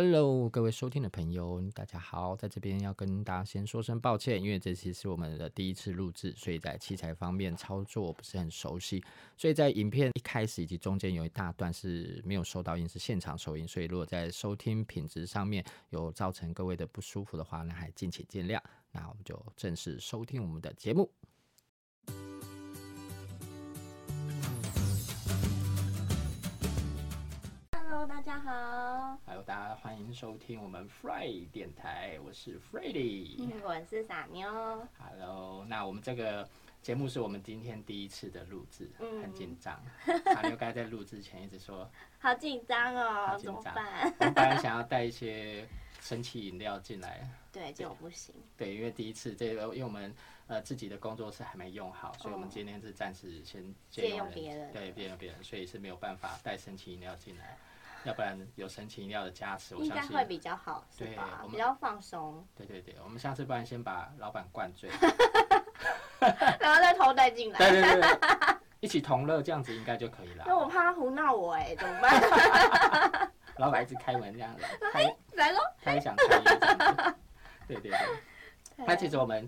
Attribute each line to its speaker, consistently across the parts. Speaker 1: Hello，各位收听的朋友，大家好，在这边要跟大家先说声抱歉，因为这期是我们的第一次录制，所以在器材方面操作不是很熟悉，所以在影片一开始以及中间有一大段是没有收到音，是现场收音，所以如果在收听品质上面有造成各位的不舒服的话，那还敬请见谅。那我们就正式收听我们的节目。
Speaker 2: Hello，大家好，
Speaker 1: 还有大家欢迎收听我们 Fry 电台，我是 f r e d d y
Speaker 3: 嗯
Speaker 2: 我是傻妞。
Speaker 1: Hello，那我们这个节目是我们今天第一次的录制，
Speaker 2: 嗯
Speaker 1: 很紧张。阿牛刚才在录之前一直说
Speaker 2: 好紧张哦，
Speaker 1: 好紧
Speaker 2: 怎么
Speaker 1: 张，
Speaker 2: 办？
Speaker 1: 我们本来想要带一些神奇饮料进来，
Speaker 2: 对，这种不行。
Speaker 1: 对，因为第一次这个，因为我们呃自己的工作室还没用好，所以我们今天是暂时先
Speaker 2: 哦借
Speaker 1: 用
Speaker 2: 用别人
Speaker 1: 对，借用别人，所以是没有办法带神奇饮料进来，要不然有神奇饮料的加持，我
Speaker 2: 应
Speaker 1: 相
Speaker 2: 该
Speaker 1: 信
Speaker 2: 会比较好，是
Speaker 1: 对
Speaker 2: 吧
Speaker 1: 我？们
Speaker 2: 比较放松，
Speaker 1: 对对对，我们下次不然先把老板 灌醉，
Speaker 2: 然后再偷带进来。
Speaker 1: 对对对对，一起同乐这样子应该就可以了。
Speaker 2: 那我怕他胡闹我
Speaker 3: 欸
Speaker 2: 哎、怎么办？
Speaker 1: 老板一直开门这 样子，
Speaker 3: 哎
Speaker 1: 开
Speaker 2: 来喽！
Speaker 1: 他也想开业这样子。对对 对，那其实我们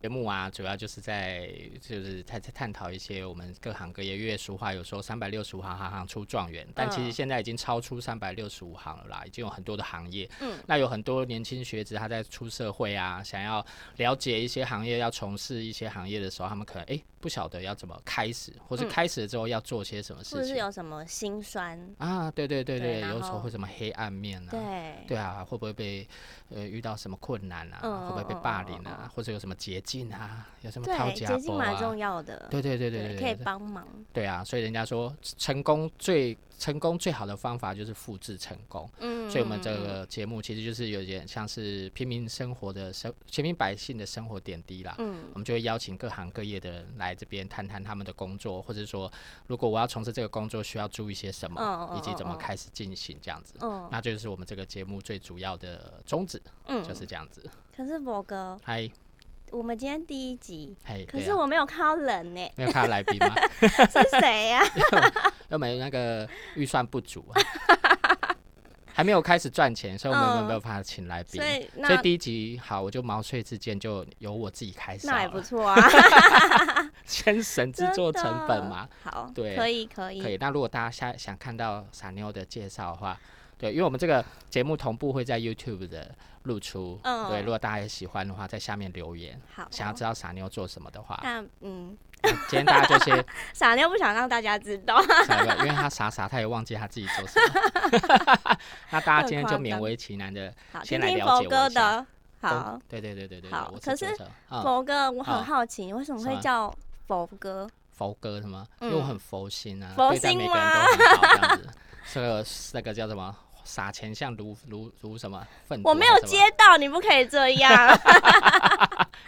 Speaker 1: 节目啊，主要就是在就是在在探讨一些我们各行各业，因为俗话有说三百六十五行，行行出状元，但
Speaker 3: 嗯
Speaker 1: 其实现在已经超出三百六十五行了啦，已经有很多的行业。
Speaker 2: 嗯，
Speaker 1: 那有很多年轻学子他在出社会啊，想要了解一些行业，要从事一些行业的时候，他们可能哎、诶不晓得要怎么开始，或是开始了之后要做些什么
Speaker 3: 嗯或者
Speaker 1: 事
Speaker 3: 是
Speaker 1: 情。
Speaker 3: 有什么心酸？
Speaker 1: 啊，对对对
Speaker 3: 对
Speaker 1: 对，
Speaker 3: 然
Speaker 1: 有时候
Speaker 3: 后
Speaker 1: 会什么黑暗面啊，
Speaker 3: 对，
Speaker 1: 对啊，会不会被呃遇到什么困难啊？
Speaker 3: 嗯
Speaker 1: 会不会被
Speaker 3: 嗯嗯
Speaker 1: 霸
Speaker 3: 嗯
Speaker 1: 凌啊？
Speaker 3: 嗯
Speaker 1: 或者有什么捷径啊？ 有什么
Speaker 3: 对
Speaker 1: 套家
Speaker 3: 捷径
Speaker 1: 伙
Speaker 3: 蛮
Speaker 1: 啊
Speaker 3: 重？要的，
Speaker 1: 对对对对对
Speaker 3: 可以
Speaker 1: 对，
Speaker 3: 帮忙。
Speaker 1: 对啊，所以人家说成功最成功最好的方法就是复制成功。
Speaker 3: 嗯
Speaker 1: 所以我们这个节目其实就是有点像是平民生活的生平民百姓的生活点滴啦。
Speaker 3: 嗯，
Speaker 1: 我们就会邀请各行各业的人来这边谈谈他们的工作，或者说如果我要从事这个工作需要注意些什么，
Speaker 3: 嗯嗯
Speaker 1: 以及怎么
Speaker 3: 嗯嗯
Speaker 1: 开始进行这样子。
Speaker 3: 嗯
Speaker 1: 那就是我们这个节目最主要的宗旨，
Speaker 3: 嗯
Speaker 1: 就是这样子。
Speaker 3: 可是博哥，
Speaker 1: 嗨
Speaker 3: 我们今天第一集，
Speaker 1: 嗨，
Speaker 3: 可
Speaker 1: 对
Speaker 3: 是
Speaker 1: 啊
Speaker 3: 我没有看到人呢、
Speaker 1: 没有看到来 宾吗？
Speaker 3: 是谁啊呀、
Speaker 1: 又没有那个预算不足啊， 还没有开始赚钱，所以我们
Speaker 3: 嗯
Speaker 1: 没有办法请来宾
Speaker 3: 所。以
Speaker 1: 所以
Speaker 3: 那
Speaker 1: 第一集好，我就毛遂自荐，就由我自己开始好了，
Speaker 3: 那也不错啊，
Speaker 1: 先省制作成本嘛。
Speaker 3: 好，
Speaker 1: 对
Speaker 3: 可以可以，
Speaker 1: 可以。那如果大家下想看到傻妞的介绍的话，对，因为我们这个节目同步会在 YouTube 的露出，
Speaker 3: 嗯哦
Speaker 1: 对。如果大家也喜欢的话，在下面啊留言。
Speaker 3: 好。
Speaker 1: 想要知道傻妞做什么的话，
Speaker 3: 但嗯，
Speaker 1: 那 今天大家就先
Speaker 3: 傻妞不想让大家知道，
Speaker 1: 傻妞，因为他傻傻，他也忘记他自己做什么。 那大家今天就勉为其难的，
Speaker 3: 好，
Speaker 1: 先
Speaker 3: 听
Speaker 1: 来
Speaker 3: 听
Speaker 1: 了
Speaker 3: 佛
Speaker 1: 解我一下
Speaker 3: 哥的。好，
Speaker 1: 对对对对对，对
Speaker 3: 好
Speaker 1: 我
Speaker 3: 可
Speaker 1: 是
Speaker 3: 是
Speaker 1: 作者嗯，
Speaker 3: 佛哥，我
Speaker 1: 好
Speaker 3: 很好奇，你为什么
Speaker 1: 什
Speaker 3: 会
Speaker 1: 么
Speaker 3: 叫佛哥？
Speaker 1: 佛哥什么？因
Speaker 3: 嗯
Speaker 1: 为我很佛心啊，
Speaker 3: 佛
Speaker 1: 对待
Speaker 3: 心
Speaker 1: 每个人都很好这样子。这个那个叫什么？撒钱像如如如什么粪啊土
Speaker 3: 我
Speaker 1: 嗯还是什么？
Speaker 3: 没有接到，你不可以这样。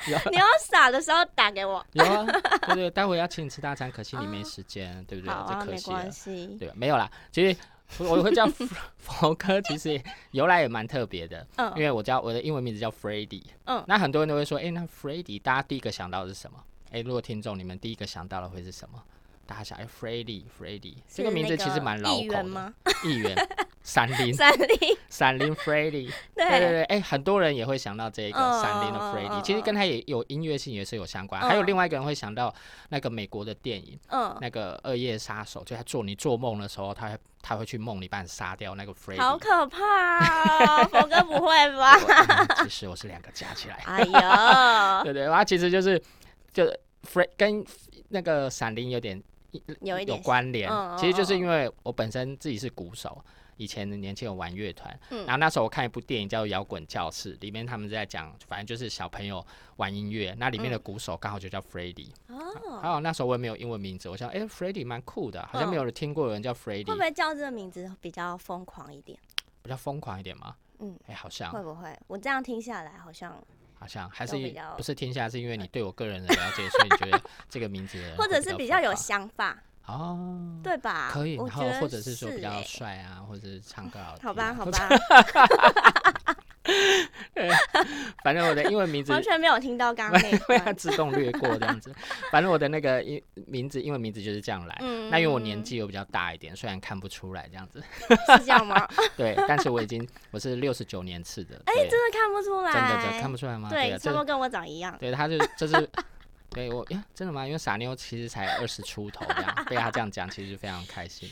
Speaker 1: 有
Speaker 3: 你要傻的时候打给我。
Speaker 1: 有啊，对对，待会要请你吃大餐，可惜你没时间，对不对？
Speaker 3: 好啊，
Speaker 1: 这可
Speaker 3: 没
Speaker 1: 惜了
Speaker 3: 关。系。
Speaker 1: 对，没有啦。其实我会叫佛 哥，其实由来也蛮特别的，因
Speaker 3: 嗯
Speaker 1: 为我叫我的英文名字叫 Freddy。
Speaker 3: 嗯
Speaker 1: 那很多人都会说，哎、那 Freddy，大家第一个想到的是什么？哎、如果听众你们第一个想到的会是什么？大家想，哎、f r e d d y f r e d d y 这
Speaker 3: 是
Speaker 1: 名字
Speaker 3: 那
Speaker 1: 其实
Speaker 3: 个
Speaker 1: 蛮老
Speaker 3: 议
Speaker 1: 口
Speaker 3: 员
Speaker 1: 的。
Speaker 3: 吗？
Speaker 1: 议员， 闪灵，
Speaker 3: 三零，
Speaker 1: 闪灵 Freddy。对对
Speaker 3: 对，
Speaker 1: 对，哎、很多人也会想到这个
Speaker 3: 嗯
Speaker 1: 闪灵的
Speaker 3: 嗯
Speaker 1: Freddy，、
Speaker 3: 嗯
Speaker 1: 其实
Speaker 3: 嗯
Speaker 1: 跟他也有音乐性也是有相关。还有
Speaker 3: 嗯
Speaker 1: 另外一个人会想到那个美国的电影，
Speaker 3: 嗯，
Speaker 1: 那个《恶夜杀手》，就他做你做梦的时候，他会他会去梦里把你杀掉那个 Freddy。
Speaker 3: 好可怕哦，佛哥不会吧？
Speaker 1: 我嗯其实我是两个加起来，
Speaker 3: 哎呦，
Speaker 1: 对对，它其实就是就是 Fred 跟那个闪灵有点
Speaker 3: 有 一
Speaker 1: 有
Speaker 3: 点，
Speaker 1: 关联，
Speaker 3: 嗯嗯
Speaker 1: 其实就是
Speaker 3: 嗯
Speaker 1: 因为我本身自己是鼓手。以前年轻有玩乐团，
Speaker 3: 嗯
Speaker 1: 然后那时候我看一部电影叫《摇滚教室》，里面他们在讲，反正就是小朋友玩音乐，那里面的鼓手刚好就叫 f r e d d y 还
Speaker 3: 嗯哦，嗯
Speaker 1: 有那时候我也没有英文名字，我想，哎 f r e d d y 蛮酷的，好像没有人听过有人叫 f r e d d
Speaker 3: 会
Speaker 1: y
Speaker 3: 不会叫这个名字比较疯狂一点？
Speaker 1: 比较疯狂一点吗？
Speaker 3: 嗯，
Speaker 1: 哎、好像
Speaker 3: 会不会？我这样听下来好像，
Speaker 1: 好像还是
Speaker 3: 都比较
Speaker 1: 不是天下，是因为你对我个人的了解，所以你觉得这个名字的人
Speaker 3: 或者
Speaker 1: 嗯会
Speaker 3: 是
Speaker 1: 比
Speaker 3: 比较有
Speaker 1: 疯
Speaker 3: 想法，
Speaker 1: 狂哦，
Speaker 3: 对吧？
Speaker 1: 可以，
Speaker 3: 我
Speaker 1: 然
Speaker 3: 觉
Speaker 1: 后
Speaker 3: 得
Speaker 1: 或者是说比较
Speaker 3: 欸
Speaker 1: 帅啊，或者是唱歌好听啊
Speaker 3: 好吧，好
Speaker 1: 或者
Speaker 3: 吧，
Speaker 1: 反正我的英文 名字
Speaker 3: 完全没有听到刚刚那一
Speaker 1: 对啊，
Speaker 3: 段。
Speaker 1: 自动略过这样子。反正我的那个英名字，英文名字就是这样来。
Speaker 3: 嗯
Speaker 1: 那因为我年纪又比较大一点，虽然看不出来这样子，
Speaker 3: 是这样 吗？
Speaker 1: 对，但是我已经我是六十九年次的，
Speaker 3: 哎、
Speaker 1: 对，
Speaker 3: 真的看不出来，
Speaker 1: 真的真的看不出来吗？对
Speaker 3: 对，
Speaker 1: 啊，
Speaker 3: 差不多
Speaker 1: 这
Speaker 3: 跟我长一样。
Speaker 1: 对他就这是 对我呀，真的吗？因为傻妞其实才二十出头这样，被他这样讲，其实非常开心。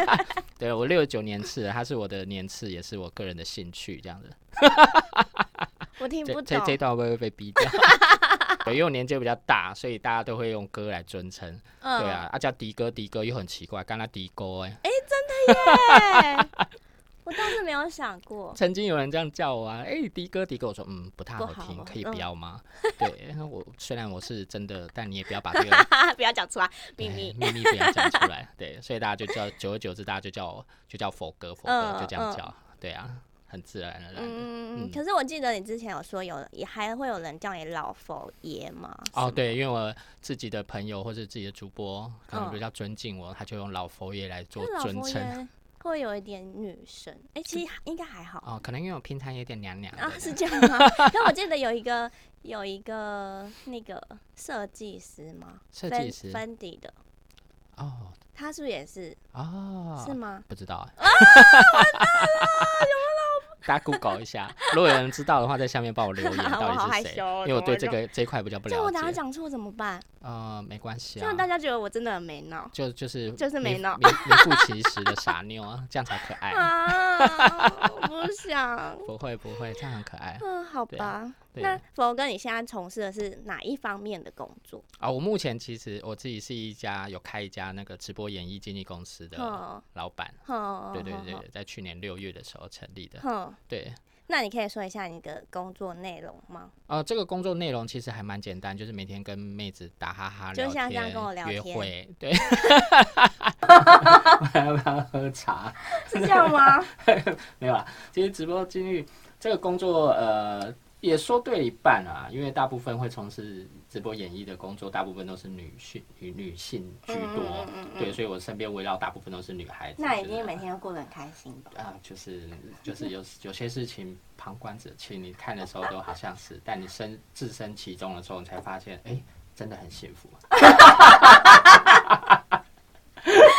Speaker 1: 对我六十九年次的，他是我的年次，也是我个人的兴趣这样子。
Speaker 3: 我听
Speaker 1: 这
Speaker 3: 不
Speaker 1: 这
Speaker 3: 懂，
Speaker 1: 这段会不会被逼 掉？对，因为我年纪比较大，所以大家都会用歌来尊称。
Speaker 3: 嗯，
Speaker 1: 对啊，啊叫迪哥，迪哥又很奇怪，刚他迪哥哎、
Speaker 3: 对， 我倒是没有想过，
Speaker 1: 曾经有人这样叫我啊，哎、迪哥迪哥，我说嗯不太
Speaker 3: 不
Speaker 1: 好
Speaker 3: 好
Speaker 1: 听，
Speaker 3: 哦
Speaker 1: 可以
Speaker 3: 嗯
Speaker 1: 不要吗？对，那我虽然我是真的，但你也不要把这 个
Speaker 3: 不要讲出来
Speaker 1: 对
Speaker 3: 秘密。
Speaker 1: 秘密不要讲出来，对，所以大家就叫，久而久之大家就叫我就叫佛哥佛哥，
Speaker 3: 嗯
Speaker 1: 就这样
Speaker 3: 嗯
Speaker 1: 叫，对啊，很自然而然的。
Speaker 3: 嗯
Speaker 1: 嗯，
Speaker 3: 可是我记得你之前有说有也还会有人叫你老佛爷嘛？
Speaker 1: 哦，对，因为我自己的朋友或是自己的主播，可能
Speaker 3: 嗯
Speaker 1: 比较尊敬我，他就用老佛爷来做
Speaker 3: 那老
Speaker 1: 尊
Speaker 3: 佛
Speaker 1: 称。
Speaker 3: 爷会有一点女生，哎、其实应该还好
Speaker 1: 哦，可能因为我平常有点娘娘的
Speaker 3: 啊，是这样吗？ 可我记得有一个有一个那个设计师嘛，
Speaker 1: 设
Speaker 3: 芬
Speaker 1: 计师
Speaker 3: 芬迪的，
Speaker 1: 哦
Speaker 3: 他是不是也是、
Speaker 1: 哦，
Speaker 3: 是吗？
Speaker 1: 不知道啊，大家 Google 一下，如果有人知道的话，在下面帮我留言
Speaker 3: 我
Speaker 1: 到
Speaker 3: 好
Speaker 1: 底
Speaker 3: 害
Speaker 1: 是谁，
Speaker 3: 羞哦
Speaker 1: 因为我
Speaker 3: 怎
Speaker 1: 对
Speaker 3: 么
Speaker 1: 这
Speaker 3: 弄
Speaker 1: 个这一块比较不
Speaker 3: 这我
Speaker 1: 了
Speaker 3: 等下
Speaker 1: 解。
Speaker 3: 讲错怎么办？
Speaker 1: 呃，没关系
Speaker 3: 这
Speaker 1: 啊
Speaker 3: 样，大家觉得我真的很没脑
Speaker 1: 就就是
Speaker 3: 就是没
Speaker 1: 名
Speaker 3: 闹
Speaker 1: 名名副其实的傻妞啊，这样才可爱。
Speaker 3: 啊！我 不想，
Speaker 1: 不会不会，这样很可爱。
Speaker 3: 嗯，好
Speaker 1: 对啊
Speaker 3: 吧。
Speaker 1: 对
Speaker 3: 那佛哥，你现在从事的是哪一方面的工作？
Speaker 1: 啊，我目前其实我自己是一家有开一家那个直播演艺经纪公司的
Speaker 3: 哼
Speaker 1: 老板，
Speaker 3: 哼，
Speaker 1: 对对
Speaker 3: 哼
Speaker 1: 对，在去年六月的时候成立的。
Speaker 3: 哦哼，
Speaker 1: 对，
Speaker 3: 那你可以说一下你的工作内容 吗？
Speaker 1: 呃，这个工作内容其实还蛮简单，就是每天跟妹子打哈哈，
Speaker 3: 就
Speaker 1: 聊
Speaker 3: 像这样
Speaker 1: 天
Speaker 3: 跟我聊
Speaker 1: 约
Speaker 3: 天
Speaker 1: 会，对。 我还要不要喝茶？
Speaker 4: 是这样吗？
Speaker 1: 没有啦，其实直播经历这个工作，呃，也说对一半啊，因为大部分会从事直播演艺的工作，大部分都是女性女女性居多，
Speaker 4: 嗯嗯嗯嗯
Speaker 1: 对，所以我身边围绕大部分都是女孩子。
Speaker 4: 那一
Speaker 1: 就是
Speaker 4: 定每天都过得很开心吧？
Speaker 1: 啊、就是就是 有有些事情旁观者清，你看的时候都好像是，但你身置身其中的时候，你才发现，哎、真的很幸 福。啊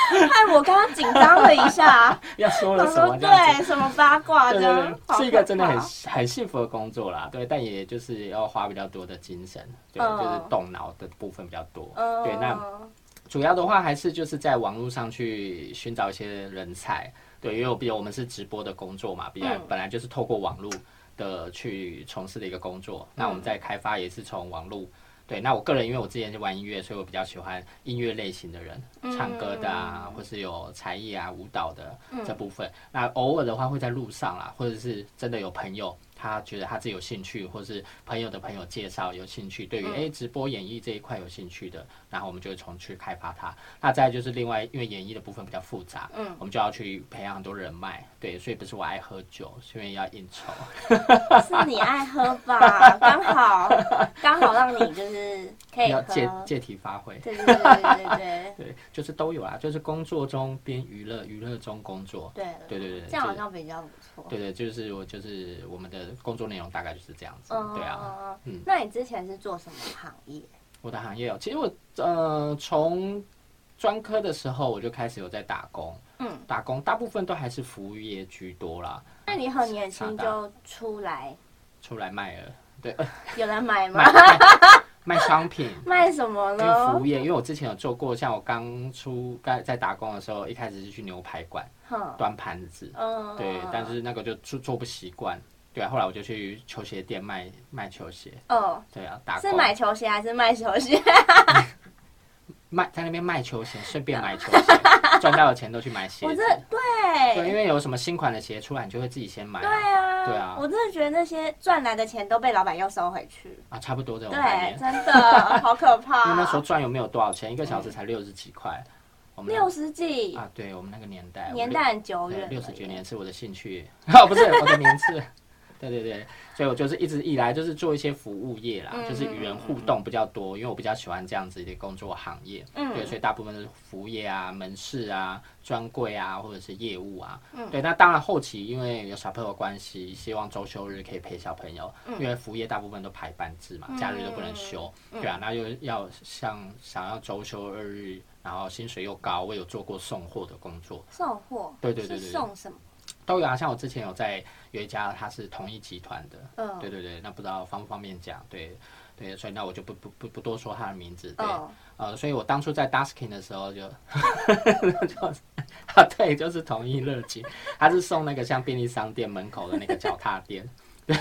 Speaker 4: 哎，我刚刚紧张了一 下，啊
Speaker 1: 要说
Speaker 4: 我
Speaker 1: 了什
Speaker 4: 说
Speaker 1: 么这样子？
Speaker 4: 对什么八卦
Speaker 1: 对
Speaker 4: 这
Speaker 1: 对
Speaker 4: 样，
Speaker 1: 对，是一个真的很
Speaker 4: 好可
Speaker 1: 很幸福的工作啦，对，但也就是要花比较多的精神，对，
Speaker 4: 嗯
Speaker 1: 就是动脑的部分比较多，
Speaker 4: 怕嗯，
Speaker 1: 对，那主要的话还是就是在网络上去寻找一些人才，对，因为我比如我们是直播的工作嘛，比较
Speaker 4: 嗯
Speaker 1: 本来就是透过网络的去从事的一个工作，那我们在开发也是从网络。对，那我个人因为我之前是玩音乐，所以我比较喜欢音乐类型的人，唱歌的啊，或是有才艺啊、舞蹈的这部分。那偶尔的话会在路上啦，或者是真的有朋友，他觉得他自己有兴趣，或是朋友的朋友介绍有兴趣，对于诶直播演艺这一块有兴趣的，然后我们就会从去开发它。那再来就是另外，因为演艺的部分比较复杂，
Speaker 4: 嗯，
Speaker 1: 我们就要去培养很多人脉，对，所以不是我爱喝酒，是因为要应酬。
Speaker 4: 是你爱喝 吧？刚好刚好让你就是可以
Speaker 1: 要
Speaker 4: 喝，
Speaker 1: 借
Speaker 4: 对
Speaker 1: 借题发挥。
Speaker 4: 对对对对对
Speaker 1: 对，就是都有啦，就是工作中边娱乐，娱乐中工作。
Speaker 4: 对了
Speaker 1: 对对对对
Speaker 4: 这样
Speaker 1: 就
Speaker 4: 好
Speaker 1: 是
Speaker 4: 像比较不错。
Speaker 1: 对对，就是我就是我们的工作内容大概就是这样子。
Speaker 3: 哦
Speaker 4: 嗯，
Speaker 1: 对啊，嗯
Speaker 4: 那你之前是做什么行业？
Speaker 1: 我的行业哦，其实我呃从专科的时候我就开始有在打工，
Speaker 4: 嗯，
Speaker 1: 打工大部分都还是服务业居多啦，
Speaker 4: 那你很年
Speaker 1: 傻
Speaker 4: 轻
Speaker 1: 大
Speaker 4: 就出来，
Speaker 1: 出来卖了
Speaker 4: 有人买吗
Speaker 1: 卖？卖卖商品。
Speaker 4: 卖什么
Speaker 1: 因为服
Speaker 4: 呢
Speaker 1: 务？业，因为我之前有做过，像我刚出刚在打工的时候，一开始是去牛排馆
Speaker 4: 哼，
Speaker 1: 端盘子，
Speaker 4: 嗯，
Speaker 1: 对，但是那个就做做不习惯，对啊，后来我就去球鞋店卖卖球鞋，
Speaker 4: 哦，
Speaker 1: 对啊，打工
Speaker 4: 是买球鞋还是卖球鞋？
Speaker 1: 卖在那边卖球鞋，顺便买球 鞋，赚到的钱都去买 鞋
Speaker 4: 啊我
Speaker 1: 子
Speaker 4: 这。
Speaker 1: 对，
Speaker 4: 对
Speaker 1: 因为有什么新款的鞋出来，你就会自己先买
Speaker 4: 对
Speaker 1: 啊。
Speaker 4: 啊，
Speaker 1: 对啊
Speaker 4: 我真的觉得那些赚来的钱都被老板又收回去，
Speaker 1: 啊，差不多这种概
Speaker 4: 对，
Speaker 1: 念。
Speaker 4: 真 的好可
Speaker 1: 因为
Speaker 4: 怕
Speaker 1: 那。时候赚又没有多少钱，一个小时才六十几块。我们
Speaker 4: 嗯
Speaker 1: 那
Speaker 4: 六十几，
Speaker 1: 啊，对我们那个年代，
Speaker 4: 年代很久
Speaker 1: 我六
Speaker 4: 远，
Speaker 1: 对六十九。年是我的兴趣，哦，不是我的名字。对对对，所以我就是一直以来就是做一些服务业啦，
Speaker 3: 嗯
Speaker 1: 就是与人互动比较多，因为我比较喜欢这样子的工作行业。
Speaker 3: 嗯
Speaker 1: 对，所以大部分都是服务业啊、门市啊、专柜啊，或者是业务啊。
Speaker 3: 嗯
Speaker 1: 对，那当然后期因为有小朋友的关系，希望周休日可以陪小朋友，
Speaker 3: 嗯
Speaker 1: 因为服务业大部分都排班制嘛，假日都不能休。
Speaker 3: 嗯
Speaker 1: 对啊，那又要像想要周休二日，然后薪水又高，我有做过送货的工作。
Speaker 3: 送货，
Speaker 1: 对对对对
Speaker 3: 是送什么？
Speaker 1: 都有啊，像我之前有在有一家，它是同一集团的，
Speaker 3: 嗯
Speaker 1: 对对对，那不知道方不方便讲，对对，所以那我就不不不不多说它的名字，对，
Speaker 3: 嗯，
Speaker 1: 呃，所以我当初在 Daskin 的时候就，就是 啊，对，就是同一乐集，它是送那个像便利商店门口的那个脚踏垫，对，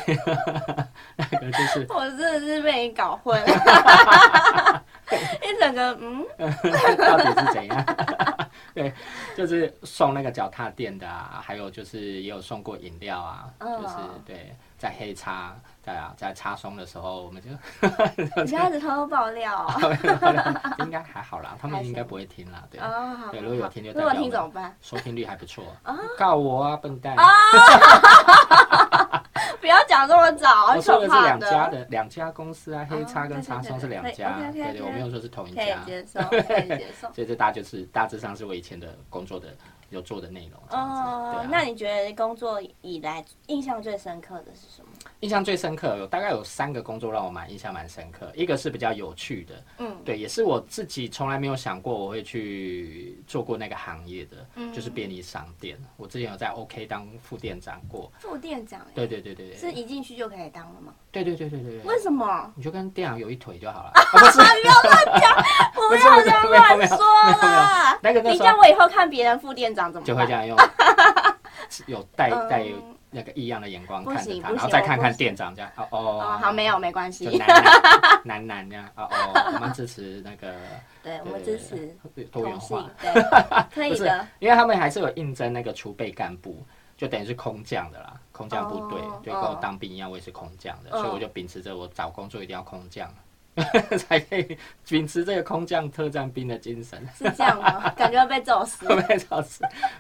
Speaker 1: 那个就是
Speaker 3: 我真的是被你搞 混了，一整个嗯，
Speaker 1: 到底是怎样？ 对，就是送那个脚踏垫的啊，还有就是也有送过饮料啊，
Speaker 3: 嗯
Speaker 1: 就是对，在黑叉，对啊，在叉松的时候，我们
Speaker 3: 啊
Speaker 1: 就
Speaker 3: 你现在是偷偷爆料 哦
Speaker 1: 应该还好啦，他们应该不会听啦，对，
Speaker 3: 哦，好，
Speaker 1: 对，如果有听就
Speaker 3: 如
Speaker 1: 代
Speaker 3: 果
Speaker 1: 表我
Speaker 3: 听怎么
Speaker 1: 们
Speaker 3: 办？
Speaker 1: 收听率还不错，告我啊，笨蛋！
Speaker 3: 不要讲这么早，
Speaker 1: 我
Speaker 3: 很
Speaker 1: 说的
Speaker 3: 可
Speaker 1: 是
Speaker 3: 怕哦
Speaker 1: 两家的两家公司啊，黑叉跟叉松是两家，
Speaker 3: 对对对
Speaker 1: 对
Speaker 3: 对
Speaker 1: 对，我没有说是同一
Speaker 3: 可
Speaker 1: 家。
Speaker 3: 以，接受，可以接受
Speaker 1: 所以这大就是大致上是我以前的工作的有做的内容这样子，对
Speaker 3: 哦
Speaker 1: 啊，
Speaker 3: 那你觉得工作以来印象最深刻的是什么？
Speaker 1: 印象最深刻有大概有三个工作让我蛮印象蛮深刻，一个是比较有趣的，
Speaker 3: 嗯，
Speaker 1: 对，也是我自己从来没有想过我会去做过那个行业的，
Speaker 3: 嗯
Speaker 1: 就是便利商店。我之前有在 OK 当副店长过，
Speaker 3: 副店长欸
Speaker 1: 对对对对对，
Speaker 3: 是一进去就可以当了吗？
Speaker 1: 对对对对对对
Speaker 3: 为，什么？
Speaker 1: 你就跟店长有一腿就好了，啊、不是
Speaker 3: 不要这样乱说啦！
Speaker 1: 那个那
Speaker 3: 你
Speaker 1: 时
Speaker 3: 叫
Speaker 1: 候
Speaker 3: 我以后看别人副店长怎么
Speaker 1: 就会
Speaker 3: 办
Speaker 1: 这？ 样用有带带
Speaker 3: 嗯
Speaker 1: 那个异样的眼光
Speaker 3: 不
Speaker 1: 看着
Speaker 3: 行
Speaker 1: 他，
Speaker 3: 不
Speaker 1: 然后
Speaker 3: 行
Speaker 1: 再
Speaker 3: 我
Speaker 1: 看
Speaker 3: 不
Speaker 1: 看
Speaker 3: 行
Speaker 1: 店长这样，哦
Speaker 3: 哦
Speaker 1: 哦，，
Speaker 3: 好，没有，没关
Speaker 1: 就
Speaker 3: 系。
Speaker 1: 男男 男男这样，哦哦，我们支持那 个。
Speaker 3: 对，我
Speaker 1: 对
Speaker 3: 们
Speaker 1: 对
Speaker 3: 支持
Speaker 1: 对多元
Speaker 3: 同
Speaker 1: 化
Speaker 3: 性，，对，可
Speaker 1: 不
Speaker 3: 以
Speaker 1: 是
Speaker 3: 的。
Speaker 1: 因为他们还是有应征那个储备干部，就等于是空降的啦，空降部队，
Speaker 3: 哦
Speaker 1: 就跟我
Speaker 3: 哦
Speaker 1: 当兵一样，我也是空降的，
Speaker 3: 嗯
Speaker 1: 所以我就秉持着我找工作一定要空降， 才可以秉持这个空降特战兵的精神。
Speaker 3: 是这样吗？感觉要被揍死。
Speaker 1: 没有，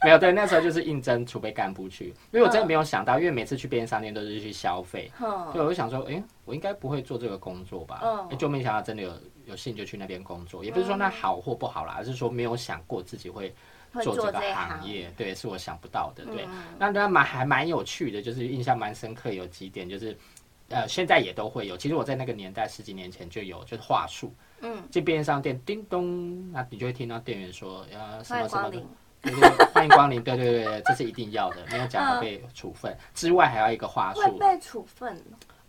Speaker 1: 没有对，那时候就是应征储备干部去，因为我真
Speaker 3: 嗯
Speaker 1: 的没有想到，因为每次去便利商店都是去消费，
Speaker 3: 哼
Speaker 1: 对，我就想说，诶，我应该不会做这个工作吧？
Speaker 3: 嗯
Speaker 1: 诶就没想到真的有有幸就去那边工作，也不是说那好或不好啦，而是说没有想过自己会
Speaker 3: 会
Speaker 1: 做这
Speaker 3: 做
Speaker 1: 个
Speaker 3: 这一
Speaker 1: 行
Speaker 3: 行
Speaker 1: 业，对，是我想不到的，对。
Speaker 3: 嗯
Speaker 1: 那那蛮还蛮有趣的，就是印象蛮深刻有几点，就是呃现在也都会有，其实我在那个年代十几年前就有，就是话术，
Speaker 3: 嗯，
Speaker 1: 进便利商店叮咚，那你就会听到店员说呃什
Speaker 3: 欢
Speaker 1: 么什么
Speaker 3: 迎光
Speaker 1: 的
Speaker 3: 临。。
Speaker 1: 对对，对欢迎光临，对对对对，这是一定要的，没有讲会被处分。之外还要一个话
Speaker 3: 嗯会
Speaker 1: 术
Speaker 3: 被处分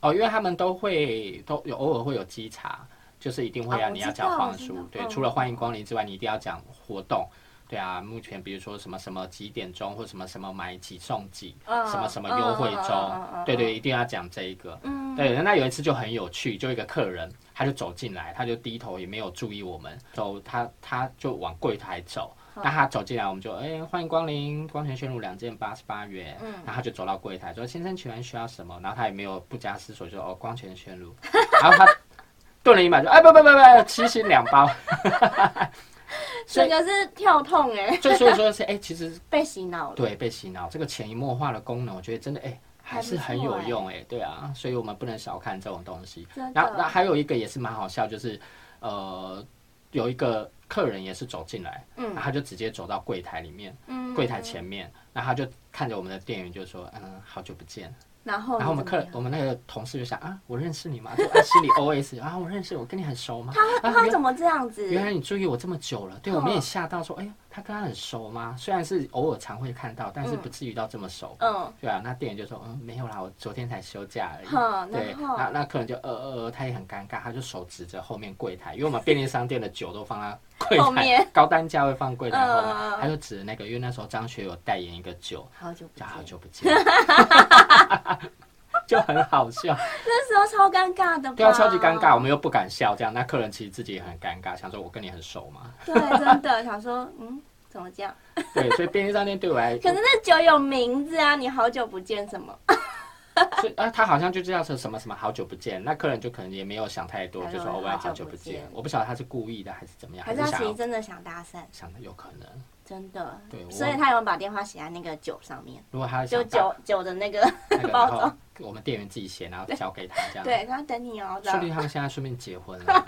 Speaker 3: 哦，
Speaker 1: 哦，因为他们都会都有偶尔会有稽查，就是一定会
Speaker 3: 哦
Speaker 1: 啊，
Speaker 3: 我
Speaker 1: 你要
Speaker 3: 知道
Speaker 1: 讲
Speaker 3: 我
Speaker 1: 话
Speaker 3: 知
Speaker 1: 术
Speaker 3: 道，
Speaker 1: 对，
Speaker 3: 嗯
Speaker 1: 除了欢迎光临之外，你一定要讲活动。对啊，目前比如说什么什么几点钟，或什么什么买几送几，
Speaker 3: 嗯
Speaker 1: 什么什么优惠
Speaker 3: 嗯嗯嗯嗯
Speaker 1: 中
Speaker 3: 嗯，
Speaker 1: 对对，一定要讲这一个。
Speaker 3: 嗯，
Speaker 1: 对，那有一次就很有趣，就一个客人，他就走进来，他就低头也没有注意我们，走他他就往柜台走。那他走进来，我们就哎、欢迎光临，光泉轩乳两件八十八元。
Speaker 3: 嗯
Speaker 1: 然后他就走到柜台说：“先生，请问需要什么？”然后他也没有不加思索就哦，光泉轩乳。然后他顿了一秒就哎不不不不，七星两 包。所
Speaker 3: 整
Speaker 1: 以
Speaker 3: 个是跳痛哎，
Speaker 1: 就所以说是哎、其实
Speaker 3: 被洗脑了。
Speaker 1: 对，被洗脑这个潜移默化的功能，我觉得真的哎、还
Speaker 3: 还
Speaker 1: 是
Speaker 3: 不
Speaker 1: 很
Speaker 3: 错
Speaker 1: 有
Speaker 3: 哎
Speaker 1: 用哎、对啊，所以我们不能小看这种东西。
Speaker 3: 真
Speaker 1: 然后，那
Speaker 3: 的，
Speaker 1: 还有一个也是蛮好笑，就是呃，有一个客人也是走进来，
Speaker 3: 嗯
Speaker 1: 然后他就直接走到柜台里面，
Speaker 3: 嗯
Speaker 1: 啊柜台前面，然后他就看着我们的店员就说：“嗯，好久不见。”
Speaker 3: 然后
Speaker 1: 然后我们
Speaker 3: 你
Speaker 1: 客
Speaker 3: 哦怎么
Speaker 1: 人哦我们那
Speaker 3: 样
Speaker 1: 个同事就想：“啊，我认识你吗？”就啊心里 OS：“ 啊，我认识，我跟你很熟吗？”啊
Speaker 3: 他
Speaker 1: 原
Speaker 3: 怎么这样子？
Speaker 1: 原来你注意我这么久了，对我们也
Speaker 3: 嗯
Speaker 1: 吓到说，哎呀，他跟他很熟吗？虽然是偶尔常会看到，但是
Speaker 3: 嗯
Speaker 1: 不至于到这么熟。
Speaker 3: 嗯，
Speaker 1: 对啊，那店员就说，嗯，没有啦，我昨天才休假而 已。
Speaker 3: 哼，
Speaker 1: 对，
Speaker 3: 然后
Speaker 1: 那那客人就呃呃，呃，他也很尴尬，他就手指着后面柜台，因为我们便利商店的酒都放在 柜
Speaker 3: 后
Speaker 1: 台
Speaker 3: 面，
Speaker 1: 高单价会放柜台后面，
Speaker 3: 嗯嗯嗯
Speaker 1: 他就指着那个，因为那时候张学友代言一个酒，
Speaker 3: 好久不
Speaker 1: 叫好
Speaker 3: 见，
Speaker 1: 久不见， 就很好笑，
Speaker 3: 那时候超尴尬的吧？
Speaker 1: 对啊，超级尴尬，我。们又不敢笑，这样那客人其实自己也很尴尬，想说我跟你很熟嘛，
Speaker 3: 对，真的想说，嗯，怎么这样？
Speaker 1: 对，所以便利商店对我来，
Speaker 3: 可是那酒有名字啊，你好久不见什么？
Speaker 1: 所所以啊，他好像就知道是什么什么好久不见，那客人就可能也没有想太多，
Speaker 3: 哎
Speaker 1: 就
Speaker 3: 呦
Speaker 1: 说哦我要
Speaker 3: 好久
Speaker 1: 好久
Speaker 3: 不
Speaker 1: 不见
Speaker 3: 见。
Speaker 1: 我不晓得他是故意的还是怎么样，
Speaker 3: 还
Speaker 1: 啊还
Speaker 3: 是
Speaker 1: 是
Speaker 3: 他
Speaker 1: 想
Speaker 3: 其实
Speaker 1: 要
Speaker 3: 真的想搭讪，
Speaker 1: 想的有可能。
Speaker 3: 真的
Speaker 1: 对我，
Speaker 3: 所以他有把电话写在那个酒上面，
Speaker 1: 如果他
Speaker 3: 就
Speaker 1: 想打
Speaker 3: 酒酒的那个，
Speaker 1: 那个，
Speaker 3: 包
Speaker 1: 然后
Speaker 3: 装
Speaker 1: 我们店员自己写，然后交给他这样。，
Speaker 3: 对，他等你哦，这
Speaker 1: 说不
Speaker 3: 样
Speaker 1: 定他们现在顺便结婚了，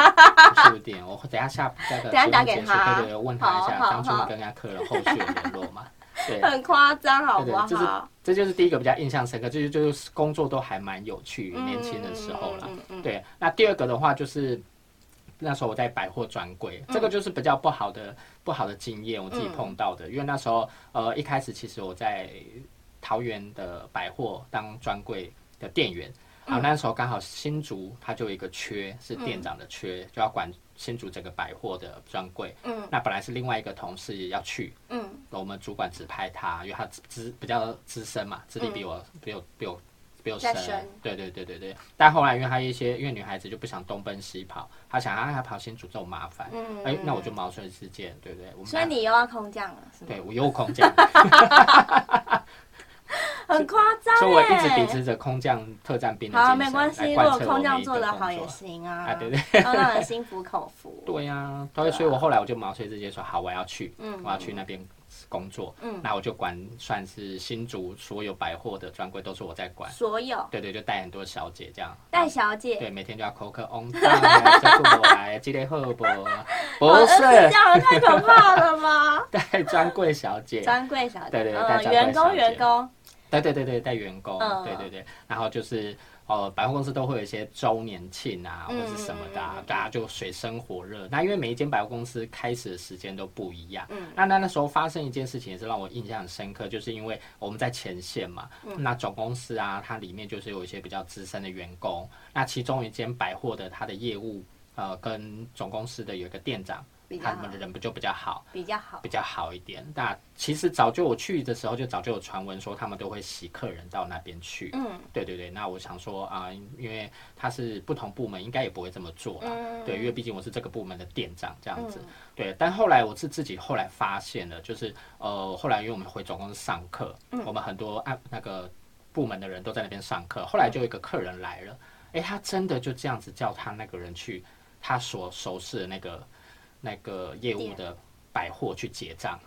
Speaker 1: 说不定。我等一下下那个
Speaker 3: 等一下
Speaker 1: 节目
Speaker 3: 打给
Speaker 1: 结束
Speaker 3: 他
Speaker 1: 对对，对问他一
Speaker 3: 好
Speaker 1: 下
Speaker 3: 好
Speaker 1: 当初
Speaker 3: 好
Speaker 1: 跟人家客人后续的联络 嘛。对，
Speaker 3: 很夸张，好不
Speaker 1: 对对就是
Speaker 3: 好？
Speaker 1: 这就是第一个比较印象深刻，就是就是工作都还蛮有趣，
Speaker 3: 嗯
Speaker 1: 年轻的时候啦。
Speaker 3: 嗯嗯嗯
Speaker 1: 对，那第二个的话就是那时候我在百货专柜，这个就是比较不好的不好的经验，我自己碰到的。因为那时候呃一开始其实我在桃园的百货当专柜的店员，然后那时候刚好新竹它就有一个缺是店长的缺，就要管新竹整个百货的专柜。
Speaker 3: 嗯
Speaker 1: 那本来是另外一个同事要去，
Speaker 3: 嗯
Speaker 1: 我们主管指派他，因为他资资比较资深嘛，资历比我、比我比我比我深
Speaker 3: 嗯再深。
Speaker 1: 对对对对对。但后来因为他一些因为女孩子就不想东奔西跑，她想啊她跑新竹这种麻烦，哎、
Speaker 3: 嗯，
Speaker 1: 那我就毛遂自荐，对不对？我们
Speaker 3: 所以你又要空降了，是吗？
Speaker 1: 对我有空降，
Speaker 3: 很夸张
Speaker 1: 所以我一直
Speaker 3: 哎
Speaker 1: 秉持着空降特战兵的精
Speaker 3: 好，
Speaker 1: 神
Speaker 3: 没关系，
Speaker 1: 来
Speaker 3: 如
Speaker 1: 贯
Speaker 3: 果
Speaker 1: 彻
Speaker 3: 空
Speaker 1: 我
Speaker 3: 降
Speaker 1: 们
Speaker 3: 做
Speaker 1: 的
Speaker 3: 得
Speaker 1: 工
Speaker 3: 好
Speaker 1: 作
Speaker 3: 也行啊，
Speaker 1: 啊，对对
Speaker 3: 要让人心服口服。
Speaker 1: 对呀、所以所以我后来我就毛遂自荐说好，我要去，
Speaker 3: 嗯
Speaker 1: 我要去那边工作，
Speaker 3: 嗯
Speaker 1: 那我就管算是新竹所有百货的专柜都是我在管。
Speaker 3: 所有
Speaker 1: 对对，就带很多小姐这样。
Speaker 3: 戴小姐，
Speaker 1: 对，每天就要口渴翁大，照顾我来，今天好 不？不
Speaker 3: 哦这
Speaker 1: 是，？
Speaker 3: 样太可怕了吗
Speaker 1: 带专柜小姐。
Speaker 3: 专柜小姐，
Speaker 1: 对对对戴
Speaker 3: 嗯，
Speaker 1: 小姐
Speaker 3: 员
Speaker 1: 小
Speaker 3: 工
Speaker 1: 姐
Speaker 3: 员工，
Speaker 1: 对对对对，带员工。
Speaker 3: 嗯
Speaker 1: 对对对，然后就是。哦，百货公司都会有一些周年庆啊，或
Speaker 3: 嗯
Speaker 1: 者是什么的、啊
Speaker 3: 嗯嗯嗯，
Speaker 1: 大家就水深火热。那因为每一间百货公司开始的时间都不一样，
Speaker 3: 嗯
Speaker 1: 那那那时候发生一件事情也是让我印象很深刻，就是因为我们在前线嘛，
Speaker 3: 嗯
Speaker 1: 那总公司啊，它里面就是有一些比较资深的员工，那其中一间百货的它的业务，呃，跟总公司的有一个店长
Speaker 3: 比，较
Speaker 1: 他
Speaker 3: 好
Speaker 1: 们的人不就比较好，
Speaker 3: 比较好
Speaker 1: 比。较好一点。那其实早就我去的时候，就早就有传闻说他们都会洗客人到那边去。
Speaker 3: 嗯，
Speaker 1: 对对对，那我想说啊、因为他是不同部门，应该也不会这么做啦。
Speaker 3: 嗯
Speaker 1: 对，因为毕竟我是这个部门的店长这样子。
Speaker 3: 嗯
Speaker 1: 对，但后来我是自己后来发现了，就是呃，后来因为我们回总公司上课，
Speaker 3: 嗯
Speaker 1: 我们很多按那个部门的人都在那边上课，后来就有一个客人来了，诶，他真的就这样子叫他那个人去他所熟识的那个那个业务的百货去结账。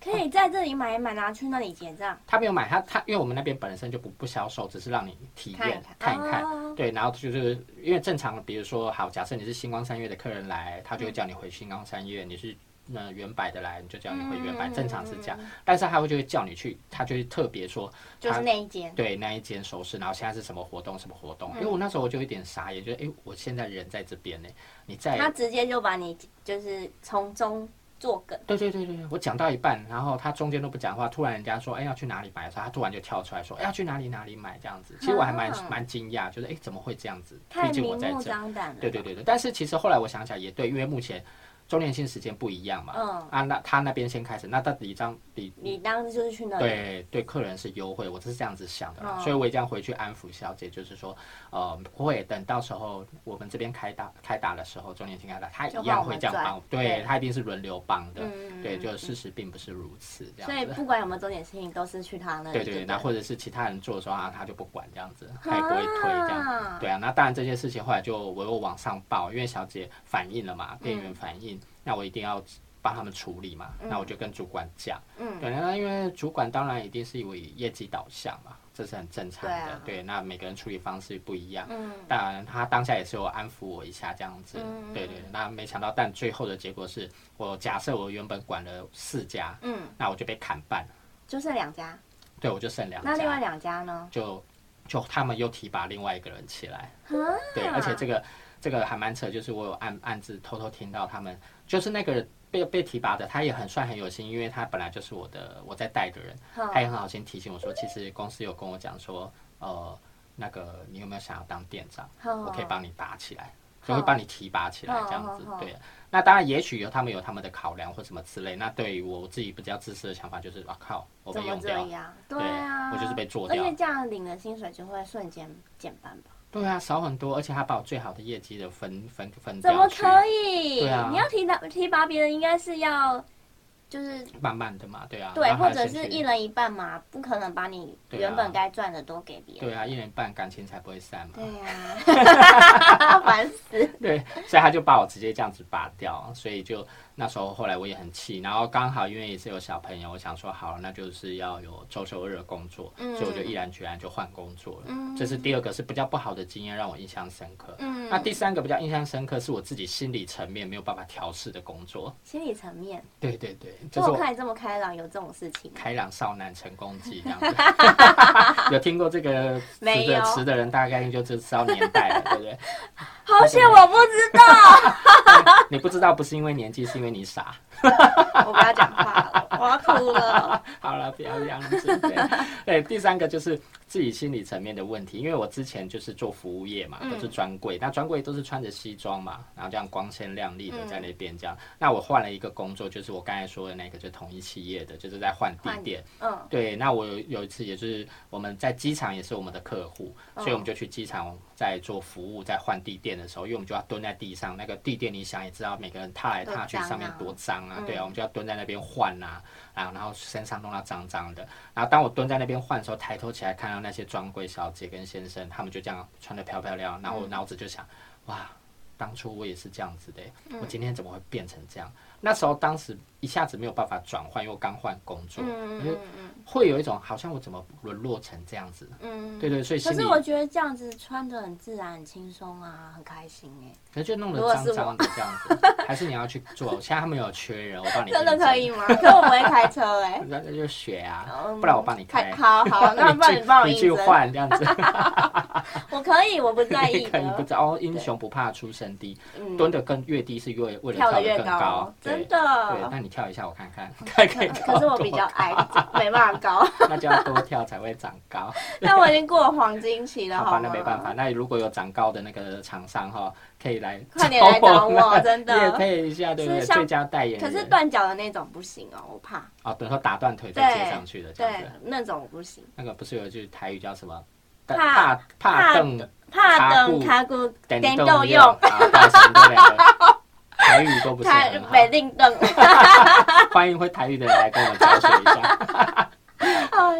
Speaker 3: 可以在这里买一买，拿去那里结账。
Speaker 1: 他没有买，他他因为我们那边本身就不不销售，只是让你体验
Speaker 3: 看一看
Speaker 1: 一看，
Speaker 3: 哦
Speaker 1: 对，然后就是因为正常的，比如说好，假设你是星光三月的客人来，他
Speaker 3: 嗯
Speaker 1: 就会叫你回星光三月；你是那原百的来，你就叫你回原百，
Speaker 3: 嗯
Speaker 1: 正常是这样。但是他会就会叫你去，他就会特别说他，
Speaker 3: 就是那一间，
Speaker 1: 对那一间首饰，然后现在是什么活动，什么活动？因为
Speaker 3: 嗯
Speaker 1: 我那时候我就有点傻眼，就是哎，诶我现在人在这边呢，你在
Speaker 3: 他直接就把你就是从中作梗，
Speaker 1: 对对对对，对我讲到一半，然后他中间都不讲话，突然人家说，哎，要去哪里买的时候，他突然就跳出来说，哎，要去哪里哪里买这样子。其实我还蛮
Speaker 3: 啊
Speaker 1: 蛮惊讶，就是哎，怎么会这样子？毕
Speaker 3: 太
Speaker 1: 竟
Speaker 3: 明
Speaker 1: 我在
Speaker 3: 目
Speaker 1: 这。
Speaker 3: 张胆了。
Speaker 1: 对对，对对，但是其实后来我想起来也对，因为目前周年庆时间不一样嘛，
Speaker 3: 嗯
Speaker 1: 啊，那他那边先开始，那到底张李
Speaker 3: 你当时就是去那里，
Speaker 1: 对对客人是优惠，我是这样子想的啦，
Speaker 3: 嗯
Speaker 1: 所以我也这样回去安抚小姐，就是说，呃，不会等到时候我们这边开打开打的时候，周年庆开打，他一样会这样帮，
Speaker 3: 就帮我们赚
Speaker 1: 对
Speaker 3: 对
Speaker 1: 他一定是轮流帮的，
Speaker 3: 嗯
Speaker 1: 对，
Speaker 3: 嗯
Speaker 1: 就事实并不是如此这
Speaker 3: 所以
Speaker 1: 样子。
Speaker 3: 不管有没有做点事情，都是去他那里。
Speaker 1: 对
Speaker 3: 对
Speaker 1: 对，
Speaker 3: 不
Speaker 1: 那
Speaker 3: 对，
Speaker 1: 或者是其他人做的时候啊，他就不管这样子，他也不会推这样子。
Speaker 3: 啊
Speaker 1: 对啊，那当然这些事情后来就我又往上报，因为小姐反映了嘛，店
Speaker 3: 嗯
Speaker 1: 员反映，那我一定要帮他们处理嘛，那我就跟主管讲，
Speaker 3: 嗯
Speaker 1: 对，那因为主管当然一定是以为业绩导向嘛，这是很正常的，
Speaker 3: 对啊
Speaker 1: 对，那每个人处理方式不一样。
Speaker 3: 嗯，
Speaker 1: 当然，他当下也是有安抚我一下这样子，
Speaker 3: 嗯
Speaker 1: 对对。那没想到，但最后的结果是我假设我原本管了四家，
Speaker 3: 嗯，
Speaker 1: 那我就被砍半了，
Speaker 3: 就剩两家，
Speaker 1: 对我就剩两家。
Speaker 3: 那另外两家呢？
Speaker 1: 就就他们又提拔另外一个人起来，
Speaker 3: 啊
Speaker 1: 对，而且这个这个还蛮扯，就是我有暗暗自偷偷听到他们，就是那个被被提拔的，他也很算很有心，因为他本来就是我的我在带的人，
Speaker 3: 好
Speaker 1: 他也很好心提醒我说，其实公司有跟我讲说，呃，那个你有没有想要当店长，
Speaker 3: 好
Speaker 1: 我可以帮你拔起来。就
Speaker 3: 好
Speaker 1: 会帮你提拔起来，
Speaker 3: 哦
Speaker 1: 这样子
Speaker 3: 好好好
Speaker 1: 对。那当然，也许有他们有他们的考量或什么之类。那对于我自己比较自私的想法，就是啊靠，我被
Speaker 3: 怎么
Speaker 1: 用
Speaker 3: 这
Speaker 1: 掉，
Speaker 3: 样？啊，
Speaker 1: 我就是被做掉
Speaker 3: 而且这样领的薪水就会瞬间减半吧？
Speaker 1: 对啊，少很多，而且他把我最好的业绩的分分分
Speaker 3: 怎
Speaker 1: 掉
Speaker 3: 么
Speaker 1: 去
Speaker 3: 可以？
Speaker 1: 对啊
Speaker 3: 你要提拔提拔别人，应该是要就是
Speaker 1: 慢慢的嘛，对啊，
Speaker 3: 对，
Speaker 1: 然后
Speaker 3: 或
Speaker 1: 还
Speaker 3: 者
Speaker 1: 先
Speaker 3: 是
Speaker 1: 去
Speaker 3: 一人一半嘛，不可能把你
Speaker 1: 对啊
Speaker 3: 原本该赚的都给别人。
Speaker 1: 对啊，一人一半感情才不会散嘛。
Speaker 3: 对呀、烦死！
Speaker 1: 对，所以他就把我直接这样子拔掉，所以就那时候后来我也很气，然后刚好因为也是有小朋友，我想说好，那就是要有周休日的工作，
Speaker 3: 嗯
Speaker 1: 所以我就毅然决然就换工作了。
Speaker 3: 嗯
Speaker 1: 这是第二个是比较不好的经验，让我印象深刻。
Speaker 3: 嗯
Speaker 1: 那第三个比较印象深刻是我自己心理层面没有办法调试的工作。
Speaker 3: 心理层面，
Speaker 1: 对对对，这
Speaker 3: 就是我
Speaker 1: 我
Speaker 3: 看你这么开朗，有这种事情吗，
Speaker 1: 开朗少男成功记这样子。 有听过这个词
Speaker 3: 没
Speaker 1: 的
Speaker 3: 有
Speaker 1: 词的人，大概就知道年代了，对不 对？
Speaker 3: 好险我不知道，
Speaker 1: 你不知道不是因为年纪，是因为你傻。
Speaker 3: 我不要讲话了， 我要哭了。
Speaker 1: 好了，不要这样子。对，对，第三个就是自己心理层面的问题，因为我之前就是做服务业嘛，
Speaker 3: 嗯
Speaker 1: 都是专柜，那专柜都是穿着西装嘛，然后这样光鲜亮丽的在那
Speaker 3: 嗯
Speaker 1: 边这样。那我换了一个工作，就是我刚才说的那个，就同一企业的，就是在换地
Speaker 3: 换
Speaker 1: 点。
Speaker 3: 嗯
Speaker 1: 对，那我有有一次也是我们在机场也是我们的客户，所以我们就去机场在做服务，在换地垫的时候，因为我们就要蹲在地上，那个地垫你想也知道，每个人踏来踏去
Speaker 3: 多脏啊
Speaker 1: 上面多脏啊，
Speaker 3: 嗯
Speaker 1: 对啊，我们就要蹲在那边换啊，啊，然后身上弄到脏脏的。然后当我蹲在那边换的时候，抬头起来看到那些专柜小姐跟先生，他们就这样穿的漂漂亮，然后我脑子就想，哇。当初我也是这样子的欸、我今天怎么会变成这样？那时候当时一下子没有办法转换，因为我刚换工作，
Speaker 3: 嗯
Speaker 1: 我就
Speaker 3: 嗯嗯
Speaker 1: 会有一种好像我怎么沦落成这样子，
Speaker 3: 嗯，
Speaker 1: 对对，所以心
Speaker 3: 可
Speaker 1: 里
Speaker 3: 是我觉得这样子穿的很自然、很轻松啊，很开心哎、
Speaker 1: 可能就弄得
Speaker 3: 如果
Speaker 1: 脏
Speaker 3: 是我
Speaker 1: 脏的这样子， 还是你要去做？现在他们有缺人，我帮你
Speaker 3: 真的可以
Speaker 1: 应
Speaker 3: 吗？可我不会开车哎、
Speaker 1: 征，那那就学啊
Speaker 3: 嗯，
Speaker 1: 不然我帮你开。
Speaker 3: 好 好，哦那不然你帮我
Speaker 1: 你
Speaker 3: 应
Speaker 1: 去
Speaker 3: 征，
Speaker 1: 换这样 子，
Speaker 3: 我可以，我不 在
Speaker 1: 你
Speaker 3: 意
Speaker 1: 可以不
Speaker 3: 的。
Speaker 1: 知道哦。英雄不怕出身低，
Speaker 3: 嗯
Speaker 1: 蹲得更越低是越为了
Speaker 3: 跳
Speaker 1: 跳得
Speaker 3: 得越
Speaker 1: 更
Speaker 3: 高
Speaker 1: 高，，
Speaker 3: 真
Speaker 1: 对。对，
Speaker 3: 的。
Speaker 1: 那你跳一下我看看， 看可以跳
Speaker 3: 可是我
Speaker 1: 多
Speaker 3: 比较
Speaker 1: 高，
Speaker 3: 矮，没办法高。
Speaker 1: 那就要多跳才会长高。
Speaker 3: 但我已经过了黄金期了，
Speaker 1: 好
Speaker 3: 好
Speaker 1: 吧，
Speaker 3: 吗？
Speaker 1: 那没办法。那如果有长高的那个厂商哈，可以来
Speaker 3: 快点来找我，真
Speaker 1: 也
Speaker 3: 的。
Speaker 1: 配一下，对不对？
Speaker 3: 是像
Speaker 1: 最佳代言人。
Speaker 3: 可是断脚的那种不行哦，我怕。
Speaker 1: 哦，等于说打断腿再接上去的这样
Speaker 3: 对
Speaker 1: 子。，
Speaker 3: 那种我不行，
Speaker 1: 那个不是有一句台语叫什么？
Speaker 3: 怕
Speaker 1: 怕怕
Speaker 3: 怕
Speaker 1: 凳
Speaker 3: 怕
Speaker 1: 卡
Speaker 3: 等
Speaker 1: 骨
Speaker 3: 卡骨
Speaker 1: 等
Speaker 3: 等
Speaker 1: 动
Speaker 3: 动
Speaker 1: 用，
Speaker 3: 用
Speaker 1: 啊，不好意思，这 两个台语都不是啊
Speaker 3: 他
Speaker 1: 很好。
Speaker 3: 没定 凳，
Speaker 1: 欢迎会台语的人来跟我们教学一 下，对
Speaker 3: 好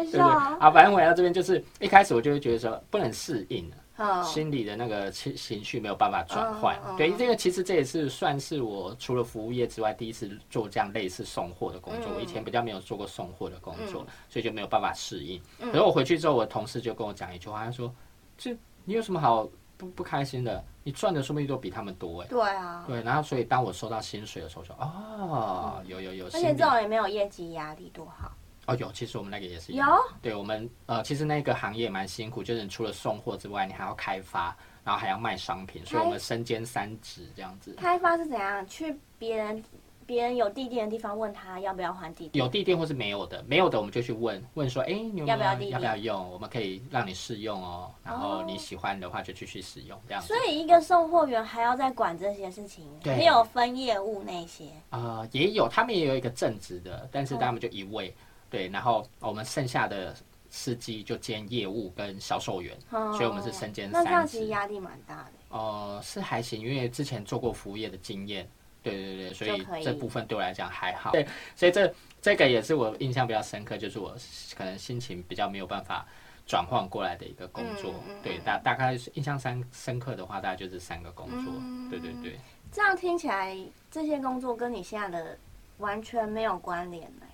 Speaker 1: 不对？
Speaker 3: 笑。
Speaker 1: 啊，反正我来到这边就是一开始我就会觉得说不能适应，啊
Speaker 3: 嗯
Speaker 1: 心里的那个情情绪没有办法转换
Speaker 3: 嗯嗯。嗯
Speaker 1: 对，这个其实这也是算是我除了服务业之外第一次做这样类似送货的工作。
Speaker 3: 嗯
Speaker 1: 我以前比较没有做过送货的工作
Speaker 3: 嗯，
Speaker 1: 所以就没有办法适应。
Speaker 3: 嗯
Speaker 1: 可是我回去之后，我同事就跟我讲一句话，他说：“这你有什么好不不开心的？你赚的说不定都比他们多哎。”
Speaker 3: 对啊，
Speaker 1: 对，然后所以当我收到薪水的时候说，哦，有有有，
Speaker 3: 嗯而
Speaker 1: 心
Speaker 3: 且
Speaker 1: 里
Speaker 3: 这种也没有业绩压力，多好。
Speaker 1: 哦，有，其实我们那个也是一
Speaker 3: 有
Speaker 1: 样。对，我们呃，其实那个行业蛮辛苦，就是你除了送货之外，你还要开发，然后还要卖商品，所以我们身兼三职这样子。
Speaker 3: 开发是怎样？去别人别人有地垫的地方问他要不要还地垫？
Speaker 1: 有地垫或是没有的，没有的我们就去问问说，哎，你有没有
Speaker 3: 要不要地
Speaker 1: 要不
Speaker 3: 垫
Speaker 1: 要用？我们可以让你试用哦，然后你喜欢的话就继续使用这样子
Speaker 3: 所。以一个售货员还要再管这些事情，
Speaker 1: 对
Speaker 3: 没有分业务那些。
Speaker 1: 呃，也有，他们也有一个正职的，但
Speaker 3: 哦
Speaker 1: 是他们就一位，对，然后我们剩下的司机就兼业务跟销售员，
Speaker 3: 所
Speaker 1: 所以我们是身兼
Speaker 3: 哦那这样
Speaker 1: 三
Speaker 3: 其实
Speaker 1: 职。
Speaker 3: 压力蛮大的。
Speaker 1: 呃，是还行，因为之前做过服务业的经验，对对对，所
Speaker 3: 就
Speaker 1: 以
Speaker 3: 可以
Speaker 1: 这部分对我来讲还好。对，所以这这个也是我印象比较深刻，就是我可能心情比较没有办法转换过来的一个工作。
Speaker 3: 嗯嗯
Speaker 1: 对，
Speaker 3: 嗯
Speaker 1: 大大概是印象深深刻的话，大概就是三个工作。
Speaker 3: 嗯
Speaker 1: 对对对，
Speaker 3: 这样听起来，这些工作跟你现在的完全没有关联了。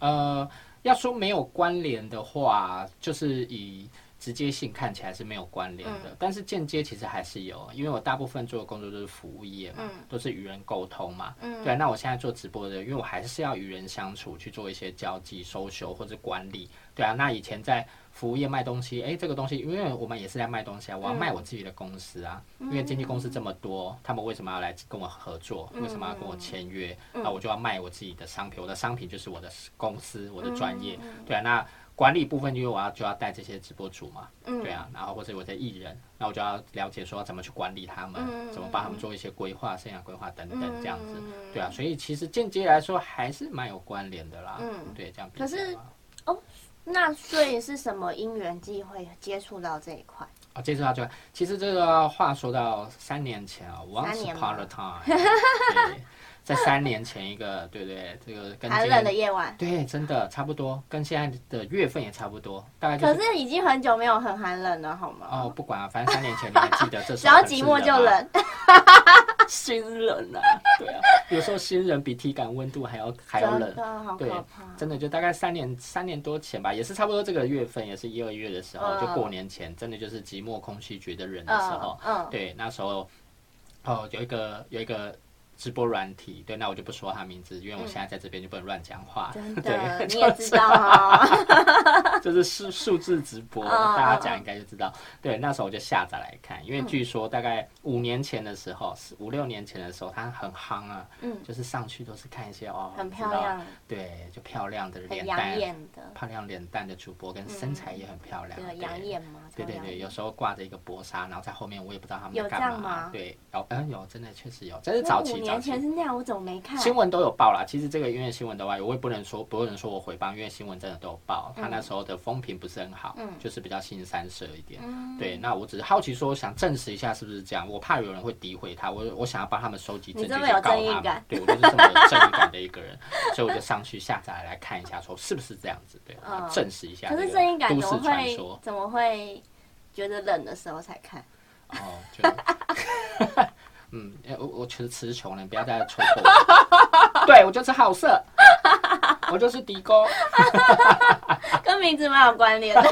Speaker 1: 呃，要说没有关联的话，就是以。直接性看起来是没有关联
Speaker 3: 嗯
Speaker 1: 的，但是间接其实还是有，因为我大部分做的工作都是服务业嘛，
Speaker 3: 嗯
Speaker 1: 都是与人沟通嘛，啊
Speaker 3: 嗯，
Speaker 1: 对啊，那我现在做直播的，因为我还是要与人相处，去做一些交际、收 l 或者管理。对啊，那以前在服务业卖东西，诶，这个东西，因为我们也是在卖东西啊，我要
Speaker 3: 嗯
Speaker 1: 卖我自己的公司啊，因为经纪公司这么多，他们为什么要来跟我合作？为什么要跟
Speaker 3: 嗯
Speaker 1: 我签约？那、我就要卖我自己的商品，我的商品就是我的公司，我的专
Speaker 3: 嗯
Speaker 1: 业。对啊，那管理部分，因为我要就要带这些直播主嘛，
Speaker 3: 嗯
Speaker 1: 对啊，然后或者我在艺人，那我就要了解说怎么去管理他们，
Speaker 3: 嗯
Speaker 1: 怎么帮他们做一些规划、生涯规划等等这样子。
Speaker 3: 嗯
Speaker 1: 对啊，所以其实间接来说还是蛮有关联的啦。
Speaker 3: 嗯
Speaker 1: 对，这样比啊
Speaker 3: 可
Speaker 1: 起来
Speaker 3: 是
Speaker 1: 嘛
Speaker 3: 那所以是什么因缘际会接触到这一块？
Speaker 1: 啊，接触到这个，其实这个话说到三年前啊，once
Speaker 3: 三年
Speaker 1: upon a
Speaker 3: 吗
Speaker 1: time，对在三年前一个， 对对，这个跟
Speaker 3: 寒
Speaker 1: 今
Speaker 3: 冷的
Speaker 1: 年
Speaker 3: 夜晚，
Speaker 1: 对，真的差不多，跟现在的月份也差不多，大概就
Speaker 3: 可
Speaker 1: 是
Speaker 3: 是已经很久没有很寒冷了，好吗？
Speaker 1: 哦，不管啊，反正三年前你还记得这
Speaker 3: 只
Speaker 1: 时候
Speaker 3: 要
Speaker 1: 很
Speaker 3: 寂
Speaker 1: 适
Speaker 3: 寞
Speaker 1: 合
Speaker 3: 就
Speaker 1: 吧，
Speaker 3: 冷，
Speaker 1: 新人啊，啊对啊，有时候新人比体感温度还要还要冷
Speaker 3: 真，的好
Speaker 1: 对
Speaker 3: 可怕。
Speaker 1: 真的就大概三年三年多前吧，也是差不多这个月份，也是一二月的时候，
Speaker 3: 嗯
Speaker 1: 就过年前，真的就是寂寞空气觉得冷的时候
Speaker 3: 嗯，嗯，
Speaker 1: 对，那时候哦有一个有一个直播软体，对，那我就不说它名字，因为
Speaker 3: 嗯
Speaker 1: 我现在在这边就不能乱讲话，
Speaker 3: 真的
Speaker 1: 对，
Speaker 3: 你也知道啊，
Speaker 1: 就是数数字直播，
Speaker 3: 嗯
Speaker 1: 大家
Speaker 3: 嗯
Speaker 1: 讲应该就知道。对，那时候我就下载来看，因为据说大概五年前的时候，是五六年前的时候，它很夯啊，
Speaker 3: 嗯，
Speaker 1: 就是上去都是看一些哦，
Speaker 3: 很
Speaker 1: 你知
Speaker 3: 漂
Speaker 1: 道，
Speaker 3: 亮，
Speaker 1: 对，就漂亮的
Speaker 3: 很
Speaker 1: 脸
Speaker 3: 养
Speaker 1: 蛋，啊
Speaker 3: 眼的，
Speaker 1: 漂亮脸蛋的主播，跟身材也很漂亮，
Speaker 3: 嗯
Speaker 1: 啊
Speaker 3: 对，养眼嘛，
Speaker 1: 对
Speaker 3: 超
Speaker 1: 对
Speaker 3: 养
Speaker 1: 对，
Speaker 3: 眼
Speaker 1: 有时候挂着一个薄纱，然后在后面我也不知道他们在
Speaker 3: 有
Speaker 1: 干
Speaker 3: 这
Speaker 1: 嘛。
Speaker 3: 样吗
Speaker 1: 对，有嗯有，真的确实有，但是早
Speaker 3: 那
Speaker 1: 期
Speaker 3: 五
Speaker 1: 早
Speaker 3: 年
Speaker 1: 期
Speaker 3: 前是那样，我怎么没看？
Speaker 1: 新闻都有报啦。其实这个因为新闻的话，我也不能说不能说我回谤，因为新闻真的都有报。他那时候的风评不是很好，
Speaker 3: 嗯
Speaker 1: 就是比较新三色一点。
Speaker 3: 嗯
Speaker 1: 对，那我只是好奇说，想证实一下是不是这样。我怕有人会诋毁他，我我想要帮他们收集证据
Speaker 3: 你这么有
Speaker 1: 去告
Speaker 3: 正义
Speaker 1: 他们
Speaker 3: 感。
Speaker 1: 对，我就是这么有正义感的一个人，所以我就上去下载来看一下，说是不是这样子，对，
Speaker 3: 嗯
Speaker 1: 证实一下这
Speaker 3: 可
Speaker 1: 个
Speaker 3: 是正义感
Speaker 1: 都
Speaker 3: 怎么
Speaker 1: 市传说。
Speaker 3: 会怎么会觉得冷的时候才看？
Speaker 1: 哦，就，嗯，哎我我其实词穷了，你不要再戳破我。 对，我就是好色，我就是狄公。
Speaker 3: 跟名字蛮有关 联的。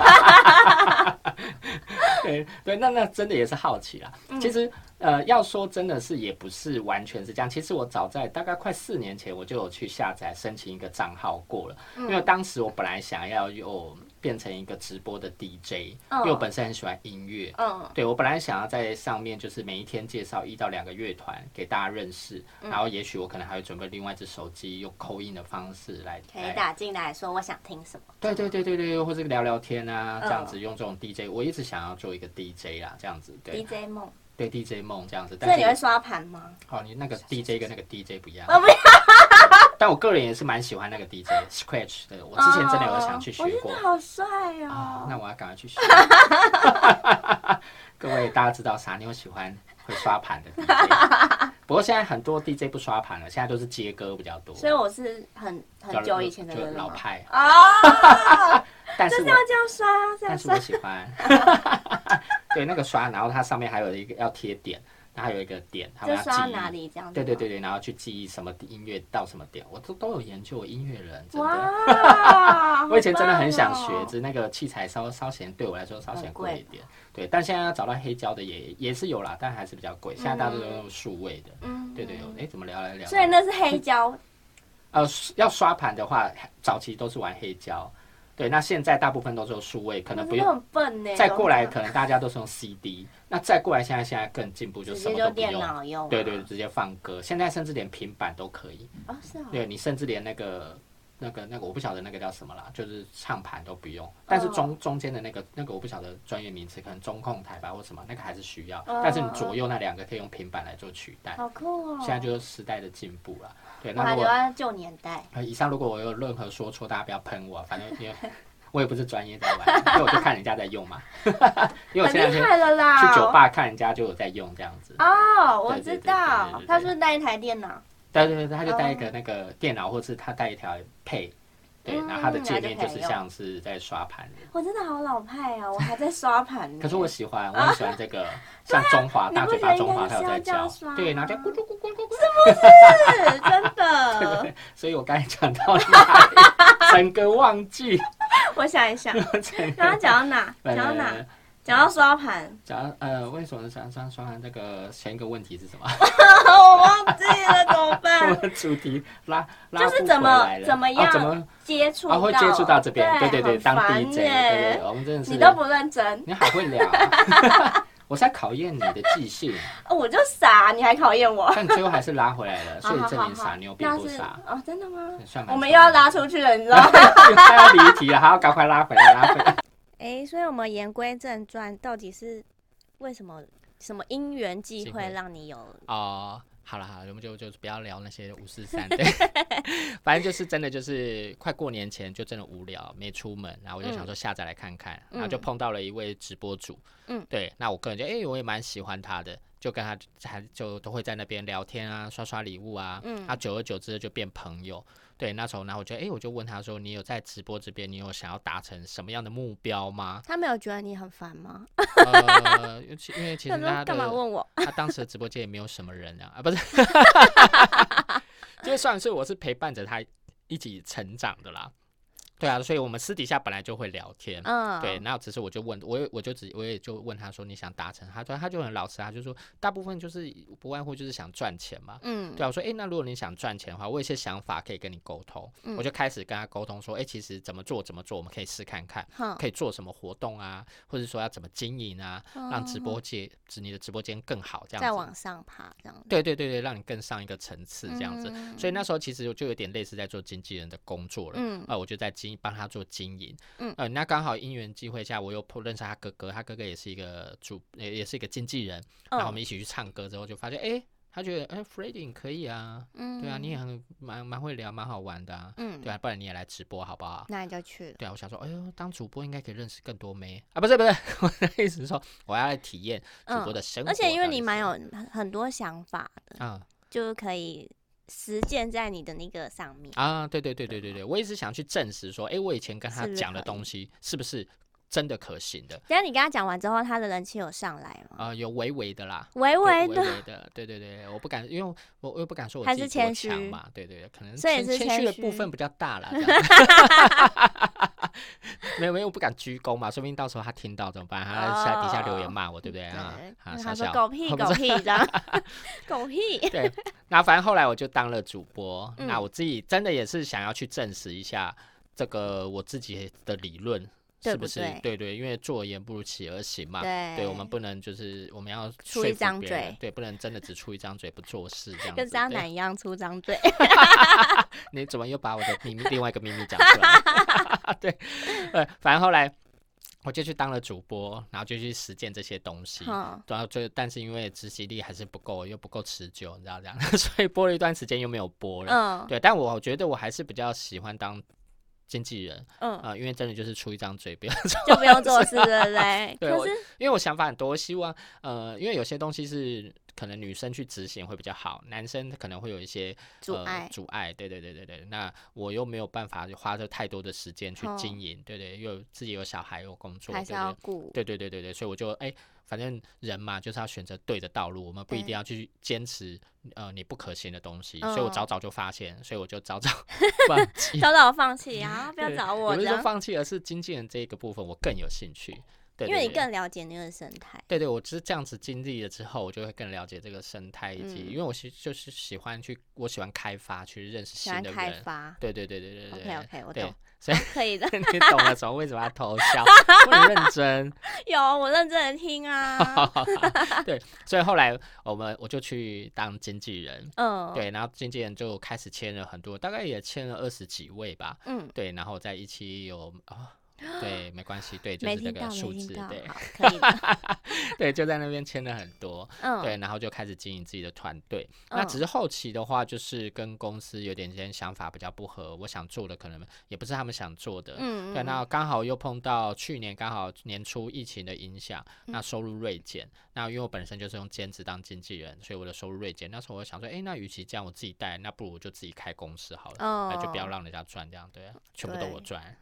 Speaker 1: 对对，那那真的也是好奇啦。
Speaker 3: 嗯
Speaker 1: 其实呃，要说真的是也不是完全是这样。其实我早在大概快四年前，我就有去下载申请一个账号过了，
Speaker 3: 嗯
Speaker 1: 因为当时我本来想要有变成一个直播的 DJ，、因为我
Speaker 3: 嗯
Speaker 1: 本身很喜欢音乐。
Speaker 3: 嗯，
Speaker 1: 对我本来想要在上面就是每一天介绍一到两个乐团给大家认识，
Speaker 3: 嗯
Speaker 1: 然后也许我可能还会准备另外一只手机用扣印的方式来
Speaker 3: 可以
Speaker 1: 来，
Speaker 3: 打进来说我想听什么。
Speaker 1: 对对对对对，或者聊聊天啊，
Speaker 3: 嗯
Speaker 1: 这样子用这种 DJ，我一直想要做一个 DJ 啦，这样子对
Speaker 3: DJ 梦，
Speaker 1: 对 DJ 梦这样子，
Speaker 3: 这
Speaker 1: 但
Speaker 3: 你会
Speaker 1: 是
Speaker 3: 刷盘吗？
Speaker 1: 好你那个 DJ 跟那个 DJ 不一样，
Speaker 3: 我不要
Speaker 1: 但我个人也是蛮喜欢那个 DJ Scratch 的，我之前真的有想去学
Speaker 3: 哦我觉
Speaker 1: 过
Speaker 3: 得。好帅
Speaker 1: 啊，
Speaker 3: 哦。
Speaker 1: 那我要赶快去学。 各位大家知道傻妞喜欢会刷盘的 DJ，不过 现在很多 DJ 不刷盘了，现在都是接歌比较多，
Speaker 3: 所以我是很很久以前的
Speaker 1: 就
Speaker 3: 人了
Speaker 1: 老
Speaker 3: 吗。
Speaker 1: 派。
Speaker 3: 啊，
Speaker 1: 但
Speaker 3: 就是
Speaker 1: 我
Speaker 3: 是要这样刷，这样
Speaker 1: 但是
Speaker 3: 刷
Speaker 1: 我。喜欢， 对那个刷，然后它上面还有一个要贴点，它还有一个点，它
Speaker 3: 就
Speaker 1: 要
Speaker 3: 刷
Speaker 1: 记忆
Speaker 3: 哪？里这样子？
Speaker 1: 对对对。对，然后去记忆什么音乐到什么点，我都都有研究，我音乐人真的。
Speaker 3: 哇！
Speaker 1: 我以前真的很想
Speaker 3: 好
Speaker 1: 学
Speaker 3: 棒哦，
Speaker 1: 只是那个器材稍稍嫌对我来说稍嫌
Speaker 3: 很
Speaker 1: 贵
Speaker 3: 贵
Speaker 1: 一点，对。但现在要找到黑胶的也也是有啦，但还是比较贵。现在大家都用数位的，
Speaker 3: 嗯
Speaker 1: 对对对。哎，怎么聊来聊？
Speaker 3: 所以那是黑胶，
Speaker 1: 呃，要刷盘的话，早期都是玩黑胶，对。那现在大部分都是用数位，可能不
Speaker 3: 是
Speaker 1: 用。
Speaker 3: 很笨呢。
Speaker 1: 再过来，
Speaker 3: 怎么
Speaker 1: 可能大家都是用 CD。那再过来，现在现在更进步，就
Speaker 3: 这样直
Speaker 1: 什
Speaker 3: 接
Speaker 1: 么
Speaker 3: 就
Speaker 1: 都不
Speaker 3: 电
Speaker 1: 用。
Speaker 3: 脑用啊。
Speaker 1: 对对，直接放歌。现在甚至连平板都可以。
Speaker 3: 哦，是哦。
Speaker 1: 对你甚至连那个那个那个我不晓得那个叫什么啦，就是唱盘都不用，
Speaker 3: 哦
Speaker 1: 但是中、中间的那个那个我不晓得专业名词，可能中控台吧或什么，那个还是需要。
Speaker 3: 哦
Speaker 1: 但是你左右那两个可以用平板来做取代。
Speaker 3: 好酷哦！
Speaker 1: 现在就是时代的进步了。对，
Speaker 3: 我
Speaker 1: 那
Speaker 3: 还
Speaker 1: 如
Speaker 3: 留
Speaker 1: 果
Speaker 3: 在旧年代，
Speaker 1: 呃以上如果我有任何说错，大家不要喷我，反正因为我也不是专业在玩，因为我就看人家在用嘛。 因为我
Speaker 3: 很
Speaker 1: 前两
Speaker 3: 厉
Speaker 1: 天
Speaker 3: 害啊了啦！
Speaker 1: 去酒吧看人家就有在用这样子。
Speaker 3: 哦，我
Speaker 1: 对对
Speaker 3: 知
Speaker 1: 对对对
Speaker 3: 道
Speaker 1: 对，
Speaker 3: 他是不是带一台电脑，
Speaker 1: 对对对，他就带一个那个电脑，或是他带一条配，对，
Speaker 3: 嗯
Speaker 1: 然后它的界面
Speaker 3: 那
Speaker 1: 就
Speaker 3: 就可以
Speaker 1: 是
Speaker 3: 用
Speaker 1: 像是在刷盘的。
Speaker 3: 我真的好老 派哦，我还在刷盘呢。
Speaker 1: 可是我喜欢，我很喜欢这个， 像中华
Speaker 3: 你
Speaker 1: 大
Speaker 3: 不
Speaker 1: 嘴
Speaker 3: 啊觉
Speaker 1: 巴
Speaker 3: 得
Speaker 1: 中
Speaker 3: 应
Speaker 1: 华，
Speaker 3: 该
Speaker 1: 它有
Speaker 3: 是
Speaker 1: 在
Speaker 3: 要这
Speaker 1: 教，
Speaker 3: 样刷
Speaker 1: 对，然
Speaker 3: 吗
Speaker 1: 后就咕噜咕咕咕咕，
Speaker 3: 是真 的，
Speaker 1: 所以我刚才讲到哪里，整个忘记，
Speaker 3: 我想一想，
Speaker 1: 整个
Speaker 3: 刚刚讲到哪？
Speaker 1: 来
Speaker 3: 讲
Speaker 1: 来
Speaker 3: 到
Speaker 1: 来
Speaker 3: 哪
Speaker 1: 来？
Speaker 3: 讲到刷盘，
Speaker 1: 讲呃，为什么想想刷盘？这个前一个问题是什
Speaker 3: 啊
Speaker 1: 么？
Speaker 3: 我忘记了，怎 么
Speaker 1: 我
Speaker 3: 办？
Speaker 1: 们主题拉拉
Speaker 3: 就是
Speaker 1: 不
Speaker 3: 怎
Speaker 1: 回
Speaker 3: 么
Speaker 1: 来了
Speaker 3: 怎么
Speaker 1: 哦
Speaker 3: 样
Speaker 1: 怎么
Speaker 3: 接触
Speaker 1: 啊
Speaker 3: 到
Speaker 1: 会接触到这边？对对对，
Speaker 3: 很
Speaker 1: 当
Speaker 3: 烦
Speaker 1: DJ，对对
Speaker 3: 耶
Speaker 1: 对，我们真的是
Speaker 3: 你都不认真，
Speaker 1: 你好会聊啊、 我在考验你的记性，
Speaker 3: 哦我就傻，你还考验我？
Speaker 1: 但最后还是拉回来了，所
Speaker 3: 好
Speaker 1: 以
Speaker 3: 好
Speaker 1: 证
Speaker 3: 哦好
Speaker 1: 明傻
Speaker 3: 好
Speaker 1: 妞，并
Speaker 3: 那
Speaker 1: 不
Speaker 3: 是
Speaker 1: 傻。
Speaker 3: 哦，真的吗？
Speaker 1: 算蛮
Speaker 3: 我们
Speaker 1: 聪
Speaker 3: 又要
Speaker 1: 明的，
Speaker 3: 拉出去了，你知道吗？
Speaker 1: 又要离题了，还要赶快拉回来，拉回来。
Speaker 5: 哎、所以我们言归正传，到底是为什么？什么因缘际
Speaker 1: 机
Speaker 5: 会
Speaker 1: 会
Speaker 5: 让你有？
Speaker 1: 哦，好了好了，我们就就不要聊那些五四三， 对，反正就是真的就是快过年前就真的无聊，没出门，然后我就想说下载来看看，然后就
Speaker 5: 嗯
Speaker 1: 碰到了一位直播主，
Speaker 5: 嗯
Speaker 1: 对，那我个人就哎、我也蛮喜欢他的。就跟他还就都会在那边聊天啊，刷刷礼物啊，
Speaker 3: 嗯？
Speaker 1: 他久而久之就变朋友。对，那时候然后我就哎、诶我就问他说，你有在直播这边，你有想要达成什么样的目标吗
Speaker 3: 他没有觉得你很烦吗？
Speaker 1: 呃， 尤其因为其
Speaker 3: 他
Speaker 1: 实他
Speaker 3: 说干嘛
Speaker 1: 的
Speaker 3: 问我？
Speaker 1: 他当时的直播间也没有什么人啊，啊不是，就是算是我是陪伴着他一起成长的啦。对啊，所以我们私底下本来就会聊天。
Speaker 3: 嗯，
Speaker 1: 对，，那只是我就问，我也我就只我也就问他说你想达成，他说他就很老实，他就说大部分就是不外乎就是想赚钱嘛。
Speaker 3: 嗯，
Speaker 1: 对啊，我说诶，那如果你想赚钱的话，我有一些想法可以跟你沟通，
Speaker 3: 嗯
Speaker 1: 我就开始跟他沟通说，诶，其实怎么做怎么做，我们可以试看看，
Speaker 3: 哼，
Speaker 1: 可以做什么活动啊，或者说要怎么经营啊，让直播界指你的直播间更好这样
Speaker 3: 嗯哦再
Speaker 1: 子。
Speaker 3: 往上爬这样子，
Speaker 1: 对对对对，让你更上一个层次这样子。
Speaker 3: 嗯
Speaker 1: 所以那时候其实我就有点类似在做经纪人的工作了。
Speaker 3: 嗯
Speaker 1: 呃，我就在经帮他做经营，
Speaker 3: 嗯
Speaker 1: 呃，那刚好因缘际会下，我又碰认识他哥哥，他哥哥也是一个主，也也是一个经纪人，然
Speaker 3: 哦
Speaker 1: 后我们一起去唱歌之后，就发现，哎、他觉得，哎、f r e d d y 可以啊，
Speaker 3: 嗯
Speaker 1: 对啊，你也很蛮蛮会聊，蛮好玩的啊，
Speaker 3: 嗯，
Speaker 1: 对啊，不然你也来直播好不好？
Speaker 3: 那你就去了，
Speaker 1: 对啊，我想说，哎呦，当主播应该可以认识更多妹啊，不是不是，我的意思是说，我要来体验主播
Speaker 3: 嗯
Speaker 1: 的生活到
Speaker 3: 而
Speaker 1: 底是什么，
Speaker 3: 且因为你蛮有很很多想法的，
Speaker 1: 啊、
Speaker 3: 就是可以实践在你的那个上面。
Speaker 1: 啊，对对对对对对，我一直想去证实说，哎，我以前跟他
Speaker 3: 是不是
Speaker 1: 讲的
Speaker 3: 可以
Speaker 1: 东西是不是真的可行的
Speaker 3: 等一下你跟他讲完之后，他的人气有上来吗？
Speaker 1: 啊、有微微的啦，
Speaker 3: 微
Speaker 1: 对
Speaker 3: 微
Speaker 1: 微
Speaker 3: 的，
Speaker 1: 微的，对对对，我不敢，因为我我又不敢说我
Speaker 3: 还
Speaker 1: 自己
Speaker 3: 是
Speaker 1: 多
Speaker 3: 谦
Speaker 1: 强
Speaker 3: 虚
Speaker 1: 嘛，对对对，可能
Speaker 3: 所以
Speaker 1: 谦
Speaker 3: 是
Speaker 1: 谦虚的
Speaker 3: 谦
Speaker 1: 部
Speaker 3: 虚
Speaker 1: 分比较大啦，这样 没有没有，我不敢鞠躬嘛，说不定到时候他听到怎么办？他在底下留言
Speaker 3: 哦
Speaker 1: 骂我，对不对啊？啊，
Speaker 3: 那
Speaker 1: 笑
Speaker 3: 他说
Speaker 1: 笑。
Speaker 3: 狗屁
Speaker 1: 我不
Speaker 3: 狗屁 这样，狗屁，
Speaker 1: 对，那反正后来我就当了主播，那
Speaker 3: 嗯
Speaker 1: 我自己真的也是想要去证实一下这个我自己的理论
Speaker 3: 对
Speaker 1: 是
Speaker 3: 不
Speaker 1: 是对
Speaker 3: 对
Speaker 1: 对，因为坐言不如起而行嘛。
Speaker 3: 对
Speaker 1: 啊我们不能就是我们要
Speaker 3: 出
Speaker 1: 说
Speaker 3: 一
Speaker 1: 服
Speaker 3: 张
Speaker 1: 别人
Speaker 3: 嘴
Speaker 1: 对，不能真的只出一张嘴不做事这样子。
Speaker 3: 跟渣
Speaker 1: 对
Speaker 3: 男一样出张嘴，
Speaker 1: 你怎么又把我的 秘密另外一个秘密讲出来？ 对，呃，反正后来我就去当了主播，然后就去实践这些东西。
Speaker 3: 嗯
Speaker 1: 然后啊就，但是因为执行力还是不够，又不够持久，你知道这样， 所以播了一段时间又没有播了。
Speaker 3: 嗯
Speaker 1: 对，但我觉得我还是比较喜欢当经纪人啊、
Speaker 3: 嗯，
Speaker 1: 因为真的就是出一张嘴，不要做
Speaker 3: 就不用做事了嘞。
Speaker 1: 对
Speaker 3: 可
Speaker 1: 我
Speaker 3: 是，
Speaker 1: 因为我想法很多，我希望呃，因为有些东西是可能女生去执行会比较好，男生可能会有一些
Speaker 3: 阻碍
Speaker 1: 呃、阻碍。对对对对对，那我又没有办法花着太多的时间去
Speaker 3: 哦
Speaker 1: 经营，对对，又有自己有小孩有工作，
Speaker 3: 还
Speaker 1: 对
Speaker 3: 是要
Speaker 1: 对
Speaker 3: 顾，
Speaker 1: 对对对对对，所以我就哎、反正人嘛，就是要选择对的道路，我们不一定
Speaker 3: 对
Speaker 1: 要去坚持呃你不可行的东西，所以我
Speaker 3: 嗯
Speaker 1: 早早就发现，所以我就早 早放弃。
Speaker 3: 早早放弃啊，不要
Speaker 1: 对
Speaker 3: 找
Speaker 1: 我
Speaker 3: 我
Speaker 1: 不
Speaker 3: 这
Speaker 1: 是说
Speaker 3: 样，
Speaker 1: 放弃，而是经纪人这一个部分我更有兴趣，对对
Speaker 3: 因为你
Speaker 1: 对
Speaker 3: 更了解那个生态。
Speaker 1: 对对，我只是这样子经历了之后，我就会更了解这个生态，以及、
Speaker 3: 嗯
Speaker 1: 因为我是就是喜欢去，我喜欢开发，去认识
Speaker 3: 喜
Speaker 1: 新
Speaker 3: 欢
Speaker 1: 的
Speaker 3: 开
Speaker 1: 人。
Speaker 3: 发
Speaker 1: 对对对对对对
Speaker 3: ，OK OK，我
Speaker 1: 对
Speaker 3: 懂，
Speaker 1: 所以
Speaker 3: 可以的。
Speaker 1: 你懂了什么？为什么要偷笑？ 我很认真。
Speaker 3: 有，我认真的听 啊。
Speaker 1: 对，所以后来我们我就去当经纪人，
Speaker 3: 嗯，，
Speaker 1: 对，然后经纪人就开始签了很多，大概也签了二十几位吧。
Speaker 3: 嗯，
Speaker 1: 对，然后在一起有啊、对，没关系， 对，就
Speaker 3: 没
Speaker 1: 是这个
Speaker 3: 听到，
Speaker 1: 数
Speaker 3: 没
Speaker 1: 字
Speaker 3: 听，到，
Speaker 1: 对
Speaker 3: 好，可 以的。
Speaker 1: 对，就在那边签了很多。
Speaker 3: 嗯，
Speaker 1: 对，然后就开始经营自己的团队。那
Speaker 3: 嗯
Speaker 1: 只是后期的话，就是跟公司有点之间想法比较不合，我想做的可能也不是他们想做的。
Speaker 3: 嗯，嗯，
Speaker 1: 对，
Speaker 3: 嗯
Speaker 1: 那刚好又碰到去年刚好年初疫情的影响，那
Speaker 3: 嗯
Speaker 1: 收入锐减。那因为我本身就是用兼职当经纪人，所以我的收入锐减。那时候我就想说，哎，那与其这样我自己带，那不如我就自己开公司好了，那就不要
Speaker 3: 哦
Speaker 1: 让人家赚这样，对啊，全部都我
Speaker 3: 对
Speaker 1: 赚。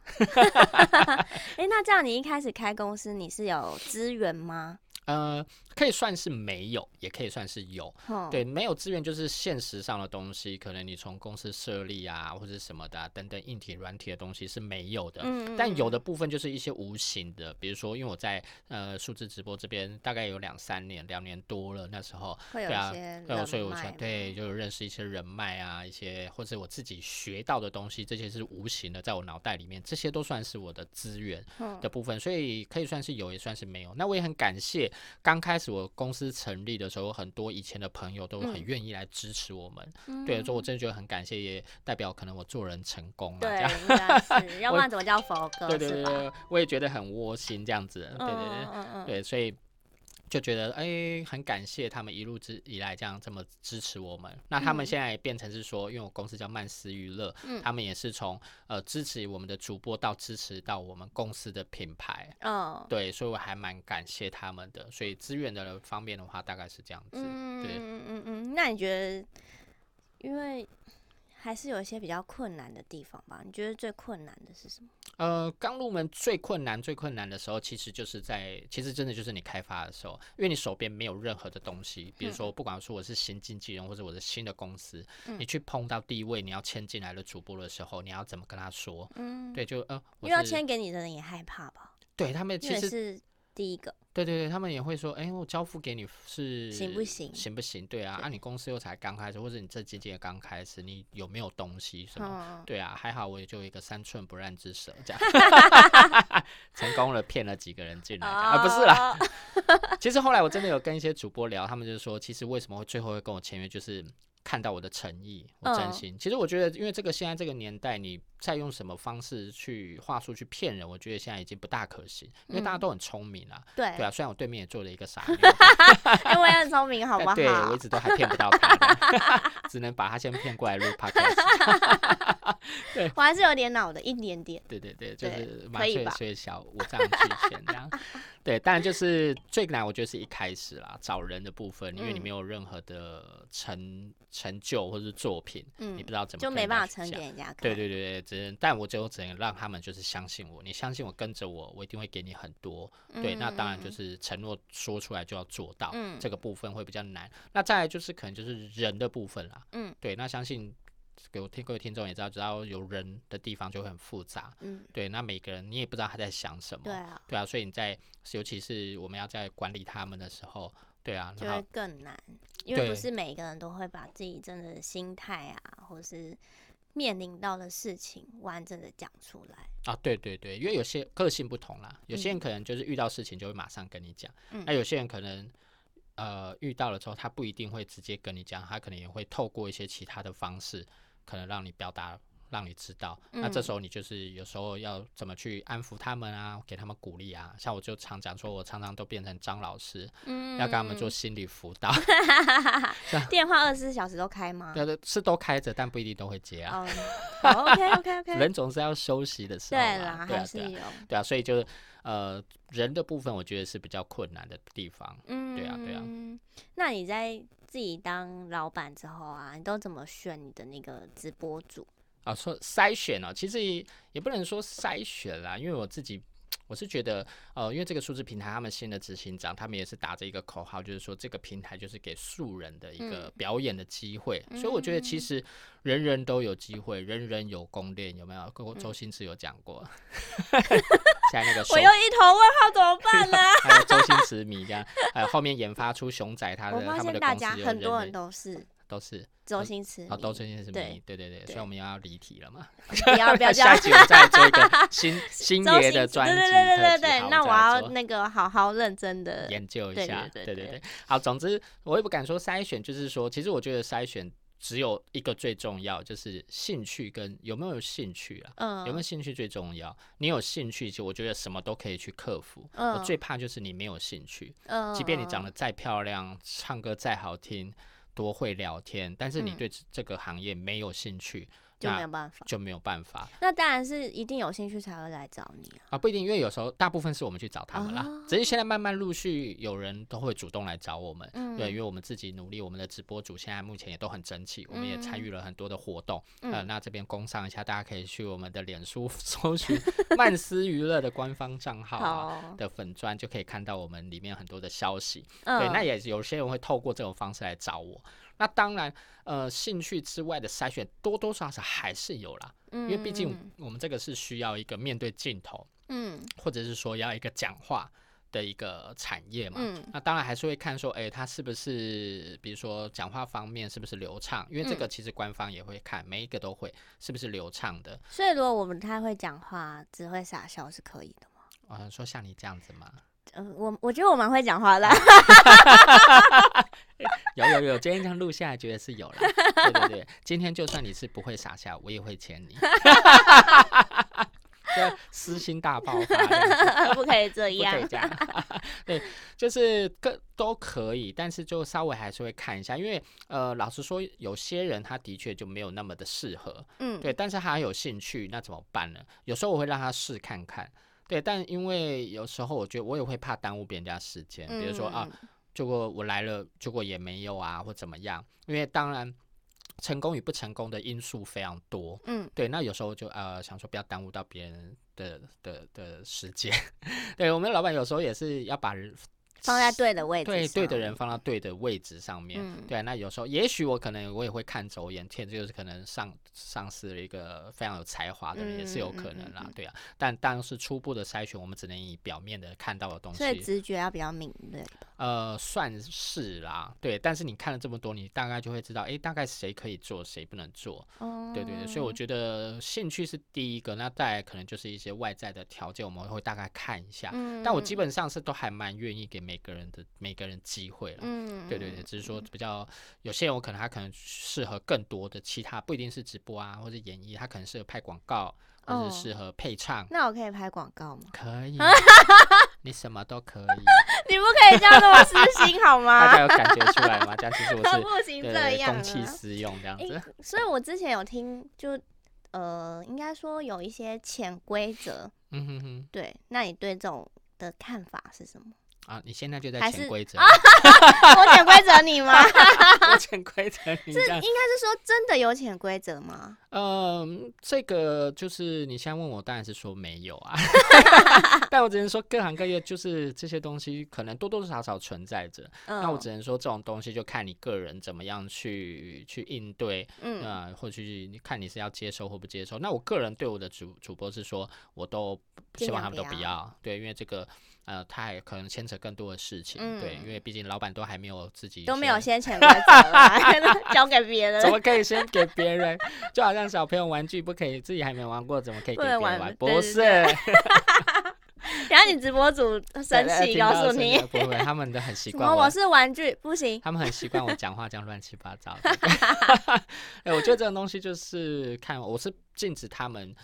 Speaker 3: 哎、那这样你一开始开公司，你是有资源吗？
Speaker 1: 呃，可以算是没有，也可以算是有。
Speaker 3: 哼，
Speaker 1: 对，没有资源就是现实上的东西，可能你从公司设立啊，或者什么的、啊、等等硬体、软体的东西是没有的。
Speaker 3: 嗯，嗯
Speaker 1: 但有的部分就是一些无形的，比如说，因为我在呃数字直播这边大概有两三年、两年多了，那时候
Speaker 3: 嗯会有
Speaker 1: 对啊
Speaker 3: 一些
Speaker 1: 对，所以
Speaker 3: 人
Speaker 1: 我才
Speaker 3: 脉
Speaker 1: 对
Speaker 3: 嘛，
Speaker 1: 就有认识一些人脉啊，一些或者我自己学到的东西，这些是无形的，在我脑袋里面，这些都算是我的资源
Speaker 3: 嗯
Speaker 1: 的部分，所以可以算是有，也算是没有。那我也很感谢，刚开始我公司成立的时候，很多以前的朋友都很
Speaker 3: 嗯
Speaker 1: 愿意来支持我们，对，所以我真的觉得很感谢，也代表可能我做人成功了，啊这
Speaker 3: 对
Speaker 1: 样。，
Speaker 3: 应该是，要不
Speaker 1: 我
Speaker 3: 然怎么叫佛哥？
Speaker 1: 对对
Speaker 3: 是
Speaker 1: 对
Speaker 3: 吧？
Speaker 1: 对，我也觉得很窝心，这样子，对对对
Speaker 3: 嗯嗯嗯嗯，
Speaker 1: 对，所以就觉得哎、很感谢他们一路之以来这样这么支持我们。那他们
Speaker 3: 嗯
Speaker 1: 现在也变成是说，因为我公司叫曼斯娱乐，
Speaker 3: 嗯
Speaker 1: 他们也是从呃支持我们的主播到支持到我们公司的品牌。
Speaker 3: 嗯，
Speaker 1: 对，所以我还蛮感谢他们的。所以资源的方面的话，大概是这样子。
Speaker 3: 嗯
Speaker 1: 对
Speaker 3: 嗯嗯嗯，那你觉得，因为还是有一些比较困难的地方吧？你觉得最困难的是什么？
Speaker 1: 呃，刚入门最困难、最困难的时候，其实就是在，其实真的就是你开发的时候，因为你手边没有任何的东西，
Speaker 3: 嗯
Speaker 1: 比如说，不管说我是新经纪人，或者我是新的公司，
Speaker 3: 嗯
Speaker 1: 你去碰到第一位你要签进来的主播的时候，你要怎么跟他说？
Speaker 3: 嗯，
Speaker 1: 对，就呃，我
Speaker 3: 因为要
Speaker 1: 是
Speaker 3: 签给你的人也害怕吧？
Speaker 1: 对他们
Speaker 3: 因
Speaker 1: 其
Speaker 3: 为
Speaker 1: 实
Speaker 3: 是第一个，
Speaker 1: 对对对，他们也会说，哎、我交付给你是
Speaker 3: 行不行
Speaker 1: 行不行？对啊，啊，你公司又才刚开始，或者你这经纪也刚开始，你有没有东西什么？
Speaker 3: 嗯，
Speaker 1: 对啊，还好我也就有一个三寸不烂之舌， 这样成功了，骗了几个人进来这
Speaker 3: 哦
Speaker 1: 样、啊，不是啦。
Speaker 3: 啦，
Speaker 1: 其实后来我真的有跟一些主播聊，他们就是说，其实为什么会最后会跟我签约，就是看到我的诚意，我真
Speaker 3: 嗯
Speaker 1: 心。其实我觉得，因为这个现在这个年代，你再用什么方式去话术去骗人，我觉得现在已经不大可行，因为大家
Speaker 3: 嗯
Speaker 1: 都很聪明啦。
Speaker 3: 对
Speaker 1: 对啊，虽然我对面也做了一个傻妞，
Speaker 3: 因为很聪 明，好不
Speaker 1: 但 对我
Speaker 3: 好
Speaker 1: 一？直都还骗不到他， 只能把他先骗过来录 podcast。
Speaker 3: 我还是有点脑的，一点点。
Speaker 1: 对对对，就
Speaker 3: 对
Speaker 1: 是
Speaker 3: 可
Speaker 1: 麻
Speaker 3: 以
Speaker 1: 雀
Speaker 3: 吧
Speaker 1: 虽小，五脏俱全 这样。对，当然就是最难，我觉得是一开始啦，找人的部分，因为你
Speaker 3: 嗯
Speaker 1: 没有任何的成成就或是作品，你
Speaker 3: 嗯
Speaker 1: 不，知道怎么
Speaker 3: 就
Speaker 1: 跟
Speaker 3: 没
Speaker 1: 人
Speaker 3: 办
Speaker 1: 家
Speaker 3: 法
Speaker 1: 去
Speaker 3: 呈
Speaker 1: 讲
Speaker 3: 给人家看。
Speaker 1: 对对对对，只能，但我就只能让他们就是相信我，你相信我，跟着我，我一定会给你很多。
Speaker 3: 嗯，
Speaker 1: 对，那当然
Speaker 3: 嗯
Speaker 1: 就
Speaker 3: 嗯
Speaker 1: 是承诺说出来就要做到，
Speaker 3: 嗯
Speaker 1: 这个部分会比较难。那再来就是可能就是人的部分啦，
Speaker 3: 嗯，
Speaker 1: 对，那相信有听各位听众也知道，只要有人的地方就会很复杂，
Speaker 3: 嗯，
Speaker 1: 对，那每个人你也不知道他在想什么，
Speaker 3: 对啊，
Speaker 1: 对啊，所以你在尤其是我们要在管理他们的时候，对啊，
Speaker 3: 就
Speaker 1: 然
Speaker 3: 会
Speaker 1: 后
Speaker 3: 更难，因为不
Speaker 1: 对
Speaker 3: 是每一个人都会把自己真的心态啊，或是面临到的事情完整的讲出来。
Speaker 1: 啊，对对对，因为有些个性不同啦，有些人可能就是遇到事情就会马上跟你讲，
Speaker 3: 嗯
Speaker 1: 那有些人可能。呃，遇到了之后，他不一定会直接跟你讲，他可能也会透过一些其他的方式，可能让你表达，让你知道。那这
Speaker 3: 嗯
Speaker 1: 时候你就是有时候要怎么去安抚他们啊，给他们鼓励啊。像我就常讲说，我常常都变成张老师，
Speaker 3: 嗯，
Speaker 1: 要跟他们做心理辅导。
Speaker 3: 电话二十四小时都开吗？
Speaker 1: 对对，是都开着，但不一定都会接 啊。
Speaker 3: 嗯，OK OK OK，
Speaker 1: 人总是要休息的时候
Speaker 3: 对
Speaker 1: 啦，
Speaker 3: 啦，
Speaker 1: 啊对啊对
Speaker 3: 还是
Speaker 1: 啊
Speaker 3: 有，
Speaker 1: 对啊，所以就是呃，人的部分我觉得是比较困难的地方。
Speaker 3: 嗯，
Speaker 1: 对啊对啊。
Speaker 3: 那你在自己当老板之后啊，你都怎么选你的那个直播主？
Speaker 1: 啊，说筛选哦，其实也也不能说筛选啦，因为我自己我是觉得，呃，因为这个数字平台，他们新的执行长，他们也是打着一个口号，就是说这个平台就是给素人的一个
Speaker 3: 嗯
Speaker 1: 表演的机会，所以我觉得其实人人都有机会，人人有功练，有没有？周周星驰有讲 过， 现在那个手
Speaker 3: 嗯我又一头问号，怎么办 呢？
Speaker 1: 还有周星驰迷这样，还有后面研发出熊仔他
Speaker 3: 我
Speaker 1: 的
Speaker 3: 发
Speaker 1: 他们
Speaker 3: 现
Speaker 1: 的
Speaker 3: 大
Speaker 1: 公司
Speaker 3: 家
Speaker 1: 有
Speaker 3: 很多
Speaker 1: 人
Speaker 3: 人
Speaker 1: 人
Speaker 3: 都是
Speaker 1: 都是
Speaker 3: 周星驰
Speaker 1: 啊，都
Speaker 3: 迷
Speaker 1: 周星驰迷
Speaker 3: 对，
Speaker 1: 对对对，所以
Speaker 3: 对
Speaker 1: 我们要离题了嘛。
Speaker 3: 不要不要这
Speaker 1: 下
Speaker 3: 样
Speaker 1: 一。集我们再做一 个新新
Speaker 3: 周
Speaker 1: 爷
Speaker 3: 星
Speaker 1: 的
Speaker 3: 驰
Speaker 1: 专辑
Speaker 3: 对
Speaker 1: 特辑，
Speaker 3: 对对对对
Speaker 1: 好
Speaker 3: 对，那
Speaker 1: 我们再
Speaker 3: 我
Speaker 1: 来
Speaker 3: 要
Speaker 1: 做
Speaker 3: 那个好好认真的，
Speaker 1: 研究一
Speaker 3: 对
Speaker 1: 下，
Speaker 3: 对
Speaker 1: 对
Speaker 3: 对
Speaker 1: 对
Speaker 3: 对
Speaker 1: 对。好，总之我也不敢说筛选，就是说，其实我觉得筛选只有一个最重要，就是兴趣跟有没有兴趣啊。
Speaker 3: 嗯，
Speaker 1: 有没有兴趣最重要？你有兴趣，就我觉得什么都可以去克服。我
Speaker 3: 嗯
Speaker 1: 最怕就是你没有兴趣，
Speaker 3: 嗯？
Speaker 1: 即便你长
Speaker 3: 嗯
Speaker 1: 得再漂亮，唱歌再好听，多会聊天，但是你
Speaker 3: 嗯
Speaker 1: 对这这个行业没有兴趣，
Speaker 3: 就没
Speaker 1: 那
Speaker 3: 有办法，
Speaker 1: 就没有办法。
Speaker 3: 那当然是一定有兴趣才会来找你啊。
Speaker 1: 啊，不一定，因为有时候大部分是我们去找他们啦，
Speaker 3: 哦
Speaker 1: 只是现在慢慢陆续有人都会主动来找我们，
Speaker 3: 嗯
Speaker 1: 对，因为我们自己努力，我们的直播主现在目前也都很争气，我们也参与了很多的活动，
Speaker 3: 嗯
Speaker 1: 呃，那这边工商一下，大家可以去我们的脸书 搜寻曼斯娱乐的官方账号啊。
Speaker 3: 好，
Speaker 1: 的粉砖就可以看到我们里面很多的消息，
Speaker 3: 嗯，
Speaker 1: 对，那也有些人会透过这种方式来找我。那当然，呃，兴趣之外的筛选多多少少还是有啦，
Speaker 3: 因
Speaker 1: 因为毕竟我们这个是需要一个面对镜头，
Speaker 3: 嗯
Speaker 1: 或者是说要一个讲话的一个产业嘛。
Speaker 3: 嗯
Speaker 1: 那当然还是会看说，哎、他是不是，比如说讲话方面是不是流畅？因为
Speaker 3: 嗯
Speaker 1: 这个其实官方也会看，每一个都会是不是流畅的。
Speaker 3: 所以如果我们太会讲话，只会傻笑是可以的吗？
Speaker 1: 啊、说像你这样子嘛，
Speaker 3: 嗯，我我觉得我蛮会讲话的，
Speaker 1: 有有有，今天这样录下来，觉得是有了。 对对对，今天就算你是不会傻笑，我也会签你。就私心大爆发这样子。
Speaker 3: 不可以这
Speaker 1: 哦不可
Speaker 3: 样
Speaker 1: 以。这样，对，就是各都可以，但是就稍微还是会看一下，因为呃，老实说，有些人他的确就没有那么的适合，
Speaker 3: 嗯，
Speaker 1: 对，但是他有兴趣，那怎么办呢？有时候我会让他试看看，对，但因为有时候我觉得我也会怕耽误别人家时间，比如说啊，
Speaker 3: 嗯，
Speaker 1: 结果我来了，结果也没有啊，或怎么样，因为当然。成功与不成功的因素非常多，
Speaker 3: 嗯，
Speaker 1: 对，那有时候就呃想说不要耽误到别人的的的时间， 对我们老板有时候也是要把人
Speaker 3: 放在对的位置，
Speaker 1: 对对的人，放到对的位置上面，
Speaker 3: 嗯
Speaker 1: 对啊，那有时候也许我可能我也会看走眼，天就是可能上上司了一个非常有才华的人也是有可能啦，
Speaker 3: 嗯嗯嗯嗯
Speaker 1: 对啊，但当是初步的筛选，我们只能以表面的看到的东
Speaker 3: 所以
Speaker 1: 西，
Speaker 3: 直觉要比较敏锐。
Speaker 1: 呃，算是啦，对，但是你看了这么多，你大概就会知道，诶，大概谁可以做，谁不能做，
Speaker 3: 哦，
Speaker 1: 对对对，所以我觉得兴趣是第一个，那再来可能就是一些外在的条件，我们会大概看一下，
Speaker 3: 嗯，
Speaker 1: 但我基本上是都还蛮愿意给每个人的每个人机会了。
Speaker 3: 嗯，嗯，
Speaker 1: 对对对，只是说比较有些人，我可能他可能适合更多的其他，不一定是直播啊，或者演艺，他可能适合拍广告，或
Speaker 3: 哦
Speaker 1: 者适合配唱，
Speaker 3: 那我可以拍广告 吗？
Speaker 1: 可 以，你什么都可以。
Speaker 3: 你不可以这样那么私 心好
Speaker 1: 大
Speaker 3: 吗？
Speaker 1: 家有感觉出来吗？这样其实我是
Speaker 3: 不行
Speaker 1: 对对
Speaker 3: 这
Speaker 1: 对
Speaker 3: 样
Speaker 1: 公器
Speaker 3: 啊。
Speaker 1: 私用这样
Speaker 3: 诶
Speaker 1: 子。
Speaker 3: 所以我之前有听，就呃，应该说有一些潜规则。
Speaker 1: 嗯哼哼，
Speaker 3: 对，那你对这种的看法 是什么？
Speaker 1: 啊，你现在就在
Speaker 3: 还
Speaker 1: 潜
Speaker 3: 是啊
Speaker 1: 规 则，
Speaker 3: 我潜规则 你吗？是
Speaker 1: 我潜规则，你这样
Speaker 3: 应该是说真的有潜规则吗？
Speaker 1: 嗯，这个就是你现在问我，当然是说没有 啊，但我只能说各行各业就是这些东西可能多多少少存在着。
Speaker 3: 嗯，
Speaker 1: 那我只能说这种东西就看你个人怎么样去去应对，
Speaker 3: 嗯
Speaker 1: 那、或许你看你是要接受或不接受。那我个人对我的主主播是说，我都
Speaker 3: 尽
Speaker 1: 希望
Speaker 3: 量
Speaker 1: 他们
Speaker 3: 不
Speaker 1: 都不
Speaker 3: 要
Speaker 1: 要，对，因为这个呃，他还可能牵扯更多的事情，对，因
Speaker 3: 嗯
Speaker 1: 为毕竟老板都还没有自己
Speaker 3: 都没有
Speaker 1: 先
Speaker 3: 先潜规则啦， 交给别
Speaker 1: 怎
Speaker 3: 人。
Speaker 1: 么可以先给别人？ 就好像小朋友玩具不可以自己还没玩过，怎么可以给
Speaker 3: 不
Speaker 1: 别
Speaker 3: 能
Speaker 1: 人
Speaker 3: 玩
Speaker 1: 玩？
Speaker 3: 对
Speaker 1: 不
Speaker 3: 对
Speaker 1: 是，
Speaker 3: 对然后你直播主生
Speaker 1: 对
Speaker 3: 气
Speaker 1: 听到
Speaker 3: 告诉
Speaker 1: 是
Speaker 3: 你
Speaker 1: 的，不会，他们都很习
Speaker 3: 什
Speaker 1: 惯
Speaker 3: 么我
Speaker 1: 我，
Speaker 3: 是玩具，不 行。
Speaker 1: 他们很习惯我讲话这样乱七八糟的。 哎，我觉得这种东西就是看，我是禁止他们。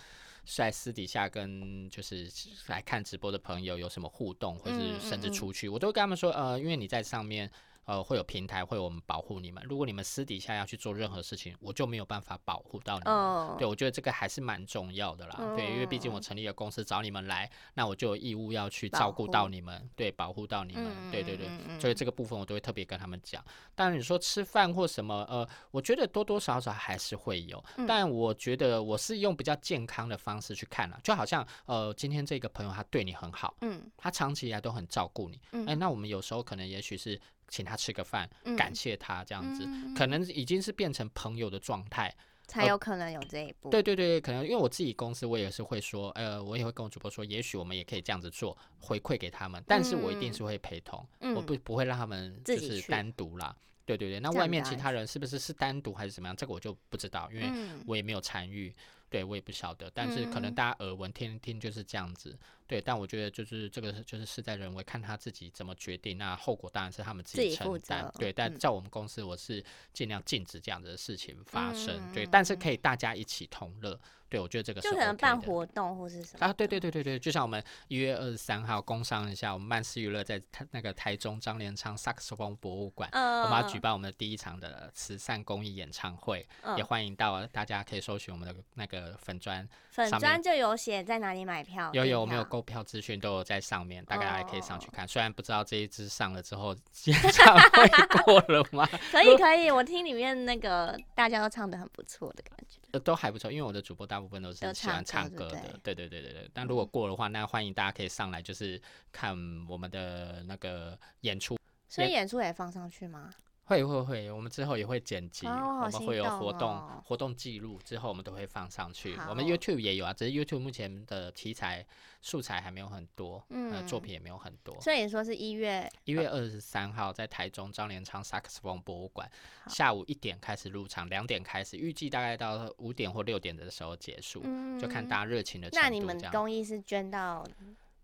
Speaker 1: 在私底下跟就是来看直播的朋友有什么互动，或是
Speaker 3: 嗯
Speaker 1: 甚至
Speaker 3: 嗯嗯
Speaker 1: 出去，我都跟他们说，呃，因为你在上面，呃，会有平台，会有我们保护你们。如果你们私底下要去做任何事情，我就没有办法保护到你们。
Speaker 3: 哦，
Speaker 1: 对，我觉得这个还是蛮重要的啦。对，因为毕竟我
Speaker 3: 嗯
Speaker 1: 成立了公司，找你们来，那我就有义务要去
Speaker 3: 保
Speaker 1: 照顾到
Speaker 3: 护
Speaker 1: 你们，对，保护到你们，
Speaker 3: 嗯，
Speaker 1: 对对对。
Speaker 3: 嗯嗯
Speaker 1: 所以
Speaker 3: 嗯
Speaker 1: 这个部分我都会特别跟他们讲。当然你说吃饭或什么，呃，我觉得多多少少还是会有，
Speaker 3: 嗯
Speaker 1: 但我觉得我是用比较健康的方式去看了，就好像呃，今天这个朋友他对你很好，
Speaker 3: 嗯
Speaker 1: 他长期以来都很照顾你，
Speaker 3: 嗯
Speaker 1: 哎，那我们有时候可能也许是请他吃个饭，
Speaker 3: 嗯
Speaker 1: 感谢他这样子，
Speaker 3: 嗯
Speaker 1: 可能已经是变成朋友的状态。
Speaker 3: 才有可能有这一步。
Speaker 1: 对对对，可能因为我自己公司，我也是会说，呃，我也会跟我主播说，也许我们也可以这样子做，回馈给他们，但是我一定
Speaker 3: 嗯
Speaker 1: 是会陪同，
Speaker 3: 嗯，
Speaker 1: 我不不会让他们就
Speaker 3: 自己
Speaker 1: 是
Speaker 3: 去
Speaker 1: 单独啦。对对对，那
Speaker 3: 这
Speaker 1: 外
Speaker 3: 样比
Speaker 1: 面
Speaker 3: 较
Speaker 1: 其
Speaker 3: 安
Speaker 1: 他人是不是是单独还是怎么样，这个我就不知道，因为
Speaker 3: 嗯
Speaker 1: 我也没有参与，对我也不晓得。但是可能
Speaker 3: 嗯
Speaker 1: 大家耳闻听一听就是这样子，对。但我觉得就是这个是就是事在人为，看他自己怎么决定，那后果当然是他们自
Speaker 3: 自
Speaker 1: 己
Speaker 3: 己
Speaker 1: 承
Speaker 3: 负
Speaker 1: 担
Speaker 3: 责。
Speaker 1: 对，但
Speaker 3: 嗯
Speaker 1: 在我们公司，我是尽量禁止这样子的事情发生，对。
Speaker 3: 嗯
Speaker 1: 但是可以大家一起同乐，对我觉得这个是
Speaker 3: 就可能
Speaker 1: OK
Speaker 3: 办
Speaker 1: 的
Speaker 3: 活动或是什么
Speaker 1: 啊，对
Speaker 3: 的
Speaker 1: 对对对对，就像我们一月二十三号工商一下，我们曼斯娱乐在台那个台中张连昌萨克斯风博物馆，
Speaker 3: 嗯，
Speaker 1: 我们要举办我们的第一场的慈善公益演唱会，也
Speaker 3: 嗯
Speaker 1: 欢迎到大家可以搜寻我们的那个粉砖，
Speaker 3: 粉
Speaker 1: 上面
Speaker 3: 砖就有写在哪里买票，
Speaker 1: 有
Speaker 3: 订
Speaker 1: 有我们有
Speaker 3: 票
Speaker 1: 购票资讯都有在上面，大家还可以上去
Speaker 3: 哦
Speaker 1: 看。虽然不知道这一支上了之后演唱 会过了吗，
Speaker 3: 可以可以，我听里面那个大家都唱的很不错的感觉。
Speaker 1: 呃都还不错，因为我的主播大部分都是
Speaker 3: 都
Speaker 1: 喜欢
Speaker 3: 唱
Speaker 1: 唱
Speaker 3: 歌
Speaker 1: 歌
Speaker 3: 对嗯不
Speaker 1: 的，对对对对对。但如果过的话，那欢迎大家可以上来，就是看我们的那个演出。
Speaker 3: 所以
Speaker 1: 也
Speaker 3: 演出也放上去吗？
Speaker 1: 会会会，我们之后也会剪辑，
Speaker 3: 啊我好
Speaker 1: 我们
Speaker 3: 心
Speaker 1: 会有
Speaker 3: 动
Speaker 1: 活动、
Speaker 3: 哦
Speaker 1: 活动记录，之后我们都会放上去。我们
Speaker 3: 好
Speaker 1: YouTube 也有啊，只是 YouTube 目前的题材素材还没有很多，呃，作
Speaker 3: 嗯
Speaker 1: 品也没有很多。
Speaker 3: 所以你说是一月，
Speaker 1: 一月二十三号在台中张连昌萨克斯风博物馆，
Speaker 3: 好
Speaker 1: 下午一点开始入场，两点开始，预计大概到五点或六点的时候结束，
Speaker 3: 嗯，
Speaker 1: 就看大家热情的程度。
Speaker 3: 那你们
Speaker 1: 这样哦
Speaker 3: 公益是捐到，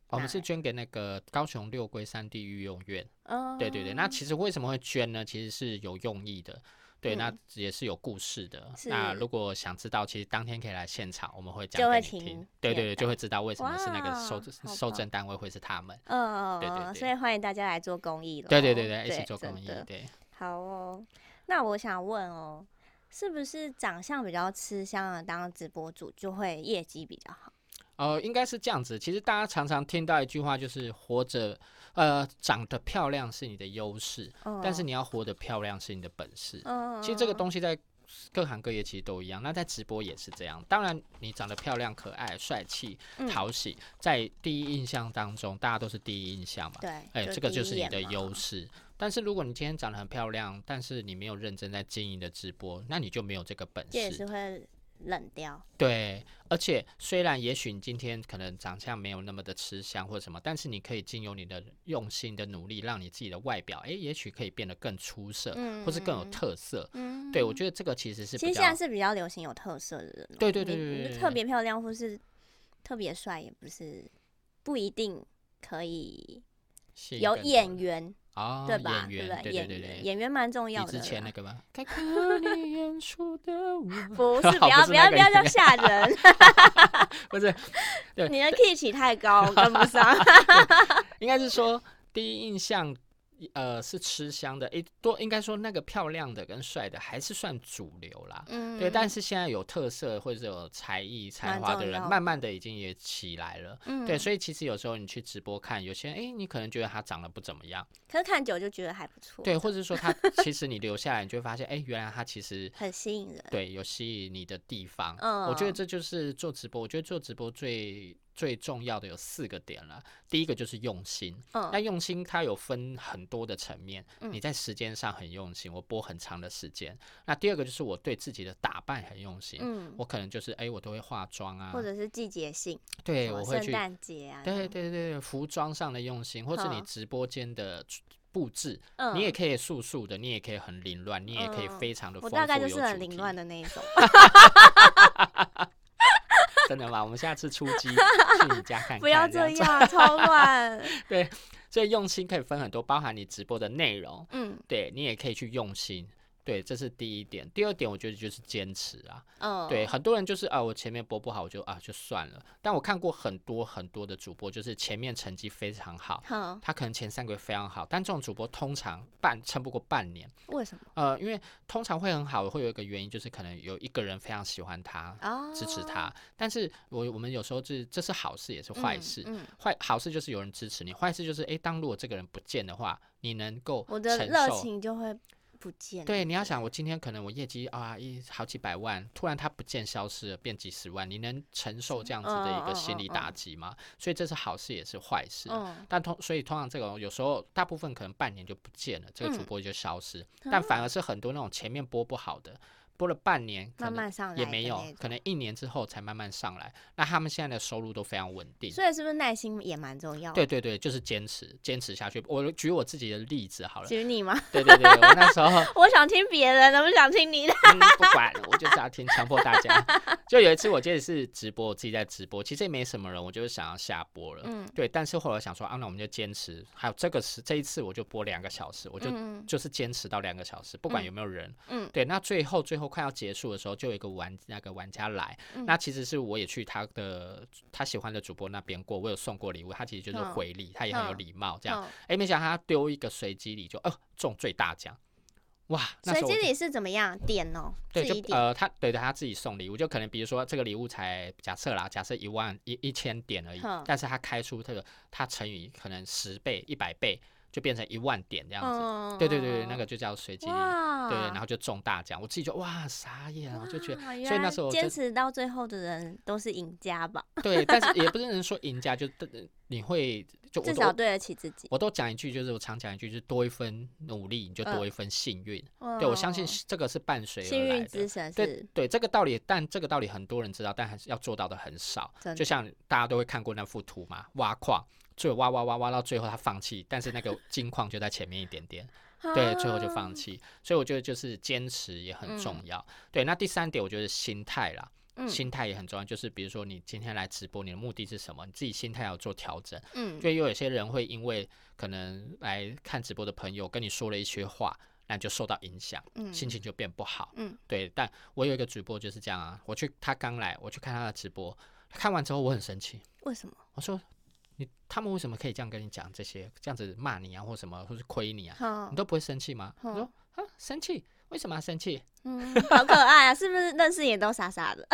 Speaker 1: 我们是
Speaker 3: 哪
Speaker 1: 捐给那个高雄六龟山地育幼院。
Speaker 3: 嗯，
Speaker 1: 对对对，那其实为什么会捐呢？其实是有用意的。对，那
Speaker 3: 嗯
Speaker 1: 也是有故事的。
Speaker 3: 是
Speaker 1: 那如果想知道，其实当天可以来现场，我们会讲
Speaker 3: 就
Speaker 1: 给
Speaker 3: 会
Speaker 1: 你听
Speaker 3: 听。
Speaker 1: 对
Speaker 3: 见
Speaker 1: 对对，就会知道为什么是那个
Speaker 3: 哇
Speaker 1: 收
Speaker 3: 好
Speaker 1: 收
Speaker 3: 棒
Speaker 1: 证单位会是他们。
Speaker 3: 嗯，
Speaker 1: 对对对
Speaker 3: 所以欢迎大家来做公益了。
Speaker 1: 对对对对，一起做
Speaker 3: 哦真
Speaker 1: 公益
Speaker 3: 的。
Speaker 1: 对，
Speaker 3: 好哦，那我想问哦，是不是长相比较吃香的当直播主就会业绩比较好？
Speaker 1: 呃，应该是这样子。其实大家常常听到一句话，就是活着，呃，长得漂亮是你的优势，
Speaker 3: 嗯，
Speaker 1: 但是你要活得漂亮是你的本事。
Speaker 3: 嗯，
Speaker 1: 其实这个东西在各行各业其实都一样，那在直播也是这样。当然，你长得漂亮、可爱、帅气、
Speaker 3: 嗯
Speaker 1: 讨喜，在第一印象当中，大家都是第一印象嘛。
Speaker 3: 哦对，
Speaker 1: 哎、这个
Speaker 3: 第
Speaker 1: 就
Speaker 3: 一
Speaker 1: 是你
Speaker 3: 眼
Speaker 1: 的
Speaker 3: 嘛
Speaker 1: 优势。但是如果你今天长得很漂亮，但是你没有认真在经营的直播，那你就没有这个本
Speaker 3: 这也
Speaker 1: 事
Speaker 3: 是。会冷掉。
Speaker 1: 对，而且虽然也许你今天可能长相没有那么的吃香或者什么，但是你可以经由你的用心的努力，让你自己的外表，哎、也许可以变得更出色，
Speaker 3: 嗯
Speaker 1: 或是更有
Speaker 3: 嗯
Speaker 1: 特色。
Speaker 3: 嗯，
Speaker 1: 对，我觉得这个其实是
Speaker 3: 其
Speaker 1: 比
Speaker 3: 实现在
Speaker 1: 较
Speaker 3: 是比较流行有特色的人哦，
Speaker 1: 对对
Speaker 3: 你
Speaker 1: 对对
Speaker 3: 你
Speaker 1: 对
Speaker 3: 特
Speaker 1: 对
Speaker 3: 别漂亮或是特别帅也不是不一定可以
Speaker 1: 吸引
Speaker 3: 有
Speaker 1: 更多
Speaker 3: 演
Speaker 1: 人
Speaker 3: 员
Speaker 1: 啊，
Speaker 3: 对吧？
Speaker 1: 演
Speaker 3: 对
Speaker 1: 员
Speaker 3: 不
Speaker 1: 对
Speaker 3: 演
Speaker 1: 对
Speaker 3: 员
Speaker 1: 对，
Speaker 3: 演员蛮重要
Speaker 1: 你
Speaker 3: 的
Speaker 1: 之
Speaker 3: 啦。
Speaker 1: 前那个 吗？看看你演出的我，
Speaker 3: 不
Speaker 1: 好
Speaker 3: 是，不要
Speaker 1: 不是
Speaker 3: 不
Speaker 1: 那
Speaker 3: 要
Speaker 1: 个演
Speaker 3: 不要这样
Speaker 1: 员
Speaker 3: 吓人，
Speaker 1: 不是
Speaker 3: 你的 key 起太高，我跟不上。
Speaker 1: 应该是说第一印象，呃，是吃香的。诶，多应该说那个漂亮的跟帅的还是算主流啦。
Speaker 3: 嗯，
Speaker 1: 对，但是现在有特色或者是有才艺才
Speaker 3: 蛮
Speaker 1: 华
Speaker 3: 重
Speaker 1: 的人，
Speaker 3: 要
Speaker 1: 慢慢的已经也起来了。
Speaker 3: 嗯
Speaker 1: 对，所以其实有时候你去直播看，有些人诶，你可能觉得他长得不怎么样，
Speaker 3: 可是看久就觉得还不错，
Speaker 1: 对，，或者是说他 其实你留下来，你就会发现，诶，原来他其实
Speaker 3: 很吸引人。
Speaker 1: 对有吸引你的地方。我觉得
Speaker 3: 嗯
Speaker 1: 这就是做直播，我觉得做直播最最重要的有四个点了。第一个就是用心，那
Speaker 3: 嗯，
Speaker 1: 用心它有分很多的层面，
Speaker 3: 嗯
Speaker 1: 你在时间上很用心，我播很长的时间。那第二个就是我对自己的打扮很用心，
Speaker 3: 嗯，
Speaker 1: 我可能就是哎、我都会化妆啊
Speaker 3: 或，者是季节性，
Speaker 1: 对
Speaker 3: 什么
Speaker 1: 我会
Speaker 3: 圣
Speaker 1: 去，
Speaker 3: 诞节啊，
Speaker 1: 对对，对对，服装上的用心，或者你
Speaker 3: 嗯
Speaker 1: 直播间的布置，
Speaker 3: 嗯，
Speaker 1: 你也可以素素的，你也可以很凌乱，你也可以
Speaker 3: 嗯
Speaker 1: 非常的
Speaker 3: 我
Speaker 1: 丰富，
Speaker 3: 大概就
Speaker 1: 有
Speaker 3: 是很
Speaker 1: 主
Speaker 3: 凌
Speaker 1: 题
Speaker 3: 乱的那一种，
Speaker 1: 真的吗？我们下次出 击去你家看看，
Speaker 3: 不要这
Speaker 1: 这子。
Speaker 3: 样，超乱。
Speaker 1: 所以用心可以分很多，包含你直播的内容，
Speaker 3: 嗯
Speaker 1: 对你也可以去用心。对，这是第一点。第二点，我觉得就是坚持啊。
Speaker 3: 嗯，
Speaker 1: 对，，很多人就是啊，我前面播不好，我就啊就算了。但我看过很多很多的主播，就是前面成绩非常好，
Speaker 3: 哼，
Speaker 1: 他可能前三个月非常好，但这种主播通常半撑不过半年。
Speaker 3: 为什么
Speaker 1: 呃，因为通常会很好，会有一个原因，就是可能有一个人非常喜欢他，
Speaker 3: 啊？
Speaker 1: 支持他。但是我我们有时候这这是好事，也是
Speaker 3: 嗯，
Speaker 1: 坏事。
Speaker 3: 嗯，
Speaker 1: 坏好事就是有人支持你，坏事就是诶，当如果这个人不见的话，你能够
Speaker 3: 我
Speaker 1: 承
Speaker 3: 的热
Speaker 1: 受
Speaker 3: 情就会不见了。
Speaker 1: 对，你要想，我今天可能我业绩啊一好几百万，突然它不见消失了，变几十万，你能承受这样子的一个
Speaker 3: 嗯
Speaker 1: 心
Speaker 3: 嗯
Speaker 1: 理
Speaker 3: 嗯
Speaker 1: 打
Speaker 3: 嗯
Speaker 1: 击吗？所以这是好事也是坏事。
Speaker 3: 嗯，
Speaker 1: 但通所以通常这种有时候大部分可能半年就不见了，这个主
Speaker 3: 嗯啊
Speaker 1: 播就消失。但反而是很多那种前面播不好的，播了半年，可
Speaker 3: 慢
Speaker 1: 能
Speaker 3: 慢上来
Speaker 1: 也
Speaker 3: 的
Speaker 1: 没有
Speaker 3: 那，
Speaker 1: 可能一年之后才慢慢上来。那他们现在的收入都非常稳定。
Speaker 3: 所以是不是耐心也蛮重要？
Speaker 1: 对，对对，就是坚持，坚持下去。我举我自己的例子好了。
Speaker 3: 举你吗？
Speaker 1: 对对对，我那时候
Speaker 3: 我想听别人的，我不想听你的。
Speaker 1: 嗯，不管，我就是要听，强迫大家。就有一次，我记得是直播，我自己在直播，其实也没什么人，我就是想要下播了。
Speaker 3: 嗯
Speaker 1: 对，但是后来想说，啊，那我们就坚持。还有这个是这一次，我就播两个小时，我就、
Speaker 3: 嗯
Speaker 1: 就是坚持到两个小时，不管有没有人。
Speaker 3: 嗯
Speaker 1: 对，那最后最后快要结束的时候，就有一个玩那个玩家来，
Speaker 3: 嗯
Speaker 1: 那其实是我也去他的他喜欢的主播那边过，我有送过礼物，他其实就是
Speaker 3: 嗯
Speaker 1: 回礼，他也很有
Speaker 3: 嗯
Speaker 1: 礼貌这样。
Speaker 3: 嗯，
Speaker 1: 哎、没想到他丢一个随机礼就，哦中最大奖，哇！那
Speaker 3: 所以
Speaker 1: 时候我
Speaker 3: 这
Speaker 1: 就
Speaker 3: 里是怎么样点哦？
Speaker 1: 对，
Speaker 3: 自
Speaker 1: 就
Speaker 3: 己点。
Speaker 1: 呃，他对的，他自己送礼物，就可能比如说这个礼物才假设啦，假设一万一一千点而已
Speaker 3: 哼，
Speaker 1: 但是他开出这个，他乘以可能十倍、一百倍，就变成一万点这样子。
Speaker 3: 嗯
Speaker 1: 对对对对，那个就叫随机礼物，
Speaker 3: 哇，
Speaker 1: 对对，然后就中大奖，我自己就哇傻眼了，我就觉得，
Speaker 3: 哇
Speaker 1: 所
Speaker 3: 原
Speaker 1: 以那
Speaker 3: 来
Speaker 1: 时候我
Speaker 3: 坚
Speaker 1: 就
Speaker 3: 持到最后的人都是赢家吧，
Speaker 1: 对，但是也不是能说赢家，就呃你会就我
Speaker 3: 至少
Speaker 1: 都
Speaker 3: 对得起自己。
Speaker 1: 我都讲一句，就是我常讲一句，就是多一分努力，你就多一分幸运。对
Speaker 3: 对
Speaker 1: 我相信这个是伴随
Speaker 3: 嗯哦幸
Speaker 1: 而来
Speaker 3: 运
Speaker 1: 的。
Speaker 3: 之神
Speaker 1: 对
Speaker 3: 是
Speaker 1: 对，这个道理，但这个道理很多人知道，但还是要做到的很少。
Speaker 3: 真
Speaker 1: 就
Speaker 3: 的。
Speaker 1: 像大家都会看过那幅图嘛，挖矿，最后挖挖挖挖到最后他放弃，但是那 个金矿就在前面一点点，对，最后就放
Speaker 3: 啊。
Speaker 1: 弃。所以我觉得就是坚持也很重要。对，那第三点我觉得心态啦，
Speaker 3: 嗯
Speaker 1: 心态也很重要。就是比如说你今天来直播，你的目的是什么？你自己心态要做调整。
Speaker 3: 嗯，
Speaker 1: 就又有些人会因为可能来看直播的朋友跟你说了一些话，那你就受到影响，
Speaker 3: 嗯
Speaker 1: 心情就变不好。
Speaker 3: 嗯，
Speaker 1: 对。但我有一个主播就是这样啊，我去他刚来，我去看他的直播，看完之后我很生气，
Speaker 3: 为什么？
Speaker 1: 我说你他们为什么可以这样跟你讲这些，这样子骂你啊，或什么，或是亏你啊，
Speaker 3: 好
Speaker 1: 你，都不会生气吗？我
Speaker 3: 嗯
Speaker 1: 说啊，生气。为什么要生气？
Speaker 3: 嗯，好可爱啊！是不是认识也都傻傻的？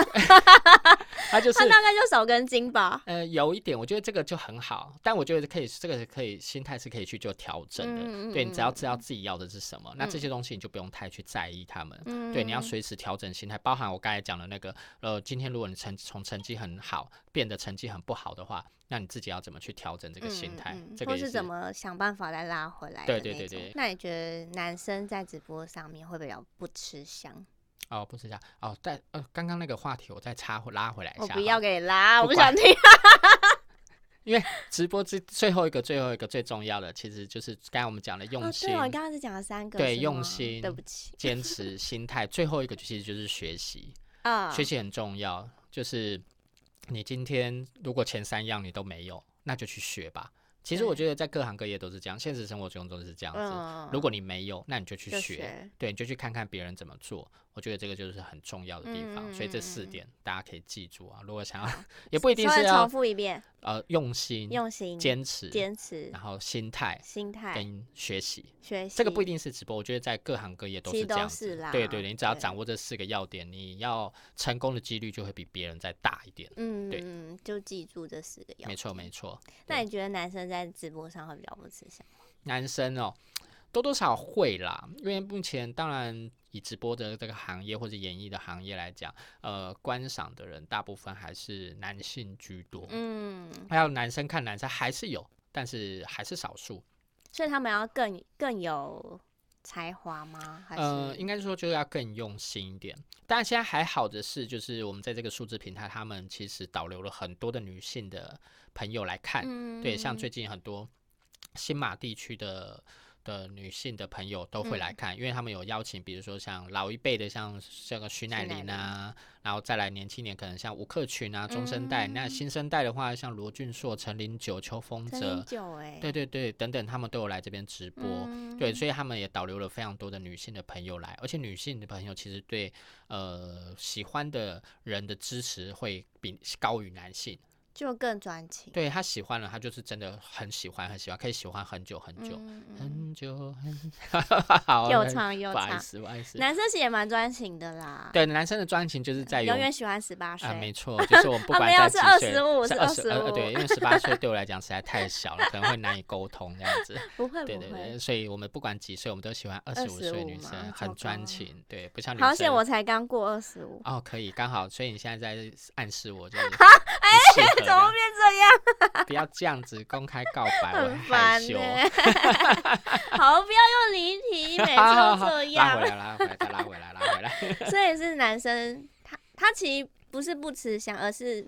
Speaker 1: 他就是
Speaker 3: 他大概就手跟筋吧。
Speaker 1: 呃，有一点，我觉得这个就很好，但我觉得可以，这个可以心态是可以去做调整的。
Speaker 3: 嗯嗯
Speaker 1: 对你只要
Speaker 3: 嗯
Speaker 1: 知道自己要的是什么，那这
Speaker 3: 嗯
Speaker 1: 些东西你就不用太去在意他们。
Speaker 3: 嗯，
Speaker 1: 对，你要随时调整心态，包含我刚才讲的那个，呃，今天如果你成从成绩很好变得成绩很不好的话，那你自己要怎么去调整这个心态？
Speaker 3: 嗯嗯嗯
Speaker 1: 这个
Speaker 3: 或
Speaker 1: 也
Speaker 3: 是怎么想办法再拉回来的
Speaker 1: 对
Speaker 3: 那种。
Speaker 1: 对对对
Speaker 3: 那你觉得男生在直播上面会比较不吃香？
Speaker 1: 哦，不是这样哦，但呃，刚刚那个话题我再插回拉回来一
Speaker 3: 我
Speaker 1: 下，
Speaker 3: 不要，给你拉，
Speaker 1: 哎
Speaker 3: 我
Speaker 1: 不
Speaker 3: 不
Speaker 1: 管
Speaker 3: 想听。
Speaker 1: 因为直播之最后一个、最后一个最重要的，其实就是刚才我们讲的用
Speaker 3: 哦，
Speaker 1: 心。
Speaker 3: 对，我刚刚是讲了三个，
Speaker 1: 对
Speaker 3: 是
Speaker 1: 用
Speaker 3: 吗
Speaker 1: 心
Speaker 3: 对不起
Speaker 1: 坚持、心态，最后一个其实就是学 习，
Speaker 3: 啊，
Speaker 1: 学习很重要。就是你今天如果前三样你都没有，那就去学吧。其实我觉得在各行各业都是这样，现实生活中都是这样子。
Speaker 3: 嗯，
Speaker 1: 如果你没有，那你就去
Speaker 3: 就
Speaker 1: 学，
Speaker 3: 学
Speaker 1: 对，你就去看看别人怎么做。我觉得这个就是很重要的地方，所以这四
Speaker 3: 嗯嗯嗯嗯
Speaker 1: 点大家可以记住啊。如果想要，也不一定
Speaker 3: 稍
Speaker 1: 是
Speaker 3: 微重
Speaker 1: 要
Speaker 3: 复一遍，
Speaker 1: 呃用心、
Speaker 3: 用心、
Speaker 1: 坚持，
Speaker 3: 坚持
Speaker 1: 然、后心态
Speaker 3: 心态、
Speaker 1: 跟学习。
Speaker 3: 学习，
Speaker 1: 这个不一定是直播，我觉得在各行各业都
Speaker 3: 其
Speaker 1: 是
Speaker 3: 实
Speaker 1: 这
Speaker 3: 都
Speaker 1: 样子。
Speaker 3: 是啦
Speaker 1: 对对对，你只要
Speaker 3: 对
Speaker 1: 掌握这四个要点，你要成功的几率就会比别人再大一点。
Speaker 3: 嗯，
Speaker 1: 对
Speaker 3: 嗯，就记住这四个要
Speaker 1: 没错
Speaker 3: 点
Speaker 1: 没错，
Speaker 3: 那
Speaker 1: 对
Speaker 3: 你觉得男生在直播上会比较不吃香？
Speaker 1: 男生哦，多多少少会啦，因为目前当然以直播的这个行业或者演艺的行业来讲，呃，观赏的人大部分还是男性居多，
Speaker 3: 嗯，
Speaker 1: 还有男生看男生还是有，但是还是少数。
Speaker 3: 所以他们要更更有才华吗？还是、
Speaker 1: 呃，应该是说就是要更用心一点。但现在还好的是，就是我们在这个数字平台，他们其实导流了很多的女性的朋友来看。
Speaker 3: 嗯
Speaker 1: 对，像最近很多新马地区的的女性的朋友都会
Speaker 3: 嗯
Speaker 1: 来看，因为他们有邀请，比如说像老一辈的，像这个徐乃
Speaker 3: 乃
Speaker 1: 麟
Speaker 3: 麟
Speaker 1: 啊，然后再来年轻点，可能像吴克群啊、中生代。那
Speaker 3: 嗯
Speaker 1: 新生代的话，像罗俊硕、陈林九、邱风
Speaker 3: 陈
Speaker 1: 泽
Speaker 3: 零，九哎，
Speaker 1: 对对对，等等，他们都有来这边直播。
Speaker 3: 嗯，
Speaker 1: 对，所以他们也导流了非常多的女性的朋友来，而且女性的朋友其实对呃喜欢的人的支持会比高于男性。
Speaker 3: 就更专情，
Speaker 1: 对他喜欢了，他就是真的很喜欢，很喜欢，可以喜欢很久很久、
Speaker 3: 嗯嗯
Speaker 1: 很久很 好。
Speaker 3: 又
Speaker 1: 那
Speaker 3: 唱又
Speaker 1: 不好意
Speaker 3: 唱。
Speaker 1: 思，不好意思。
Speaker 3: 男生其实也蛮专情的啦，
Speaker 1: 对男生的专情就是在于
Speaker 3: 永
Speaker 1: 我
Speaker 3: 远喜欢十八岁
Speaker 1: 啊，，没错，就是 我们不
Speaker 3: 啊
Speaker 1: 管
Speaker 3: 没
Speaker 1: 在
Speaker 3: 有是
Speaker 1: 几
Speaker 3: 25
Speaker 1: 岁，
Speaker 3: 我
Speaker 1: 是
Speaker 3: 是
Speaker 1: 二十呃
Speaker 3: 25
Speaker 1: 对，因为十八岁对我来讲实在太小了，可能会难以沟通这样子。
Speaker 3: 不会
Speaker 1: 对
Speaker 3: 不
Speaker 1: 对
Speaker 3: 会
Speaker 1: 对，。所以我们不管几岁，我们都喜欢二十五岁的
Speaker 3: 25
Speaker 1: 女
Speaker 3: 嘛
Speaker 1: 生，
Speaker 3: 糟
Speaker 1: 很专
Speaker 3: 糕
Speaker 1: 情，对，不像女生。
Speaker 3: 好险，我才刚过二十五，
Speaker 1: 哦，可以，刚好，所以你现在在暗示我，就是哎，
Speaker 3: 怎么变这样？
Speaker 1: 不要这样子公开告白，我会
Speaker 3: 很
Speaker 1: 害
Speaker 3: 烦
Speaker 1: 羞
Speaker 3: 呢、。 好，不要又离题，每次
Speaker 1: 好好
Speaker 3: 都
Speaker 1: 好
Speaker 3: 这
Speaker 1: 拉回
Speaker 3: 样。
Speaker 1: 来，拉回来，再拉回来，拉回来。
Speaker 3: 所以是男生，他他其实不是不吃香，而是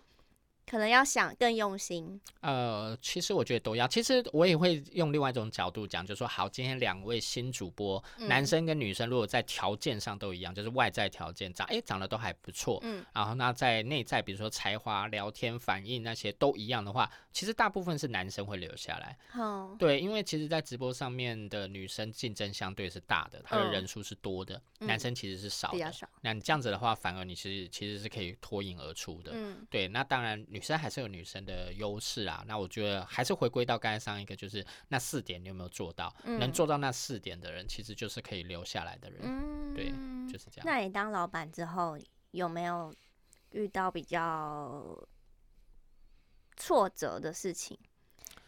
Speaker 3: 可能要想更用心。
Speaker 1: 呃，其实我觉得都要，其实我也会用另外一种角度讲，就说好，今天两位新主播，男
Speaker 3: 嗯
Speaker 1: 生跟女生，如果在条件上都一样，就是外在条件长，哎，长得都还不错，
Speaker 3: 嗯，
Speaker 1: 然后那在内在，比如说才华、聊天、反应那些都一样的话，其实大部分是男生会留下来。
Speaker 3: 好，
Speaker 1: 对，因为其实，在直播上面的女生竞争相对是大的，她的
Speaker 3: 嗯
Speaker 1: 人数是多的，
Speaker 3: 嗯
Speaker 1: 男生其实是少
Speaker 3: 比较
Speaker 1: 的。
Speaker 3: 少。
Speaker 1: 那你这样子的话，反而你其实其实是可以脱颖而出的。
Speaker 3: 嗯
Speaker 1: 对，那当然，女生还是有女生的优势啊。那我觉得还是回归到刚才上一个，就是那四点你有没有做到？能
Speaker 3: 嗯
Speaker 1: 做到那四点的人，其实就是可以留下来的人，
Speaker 3: 嗯，
Speaker 1: 对就是这样。
Speaker 3: 那你当老板之后，有没有遇到比较挫折的事情？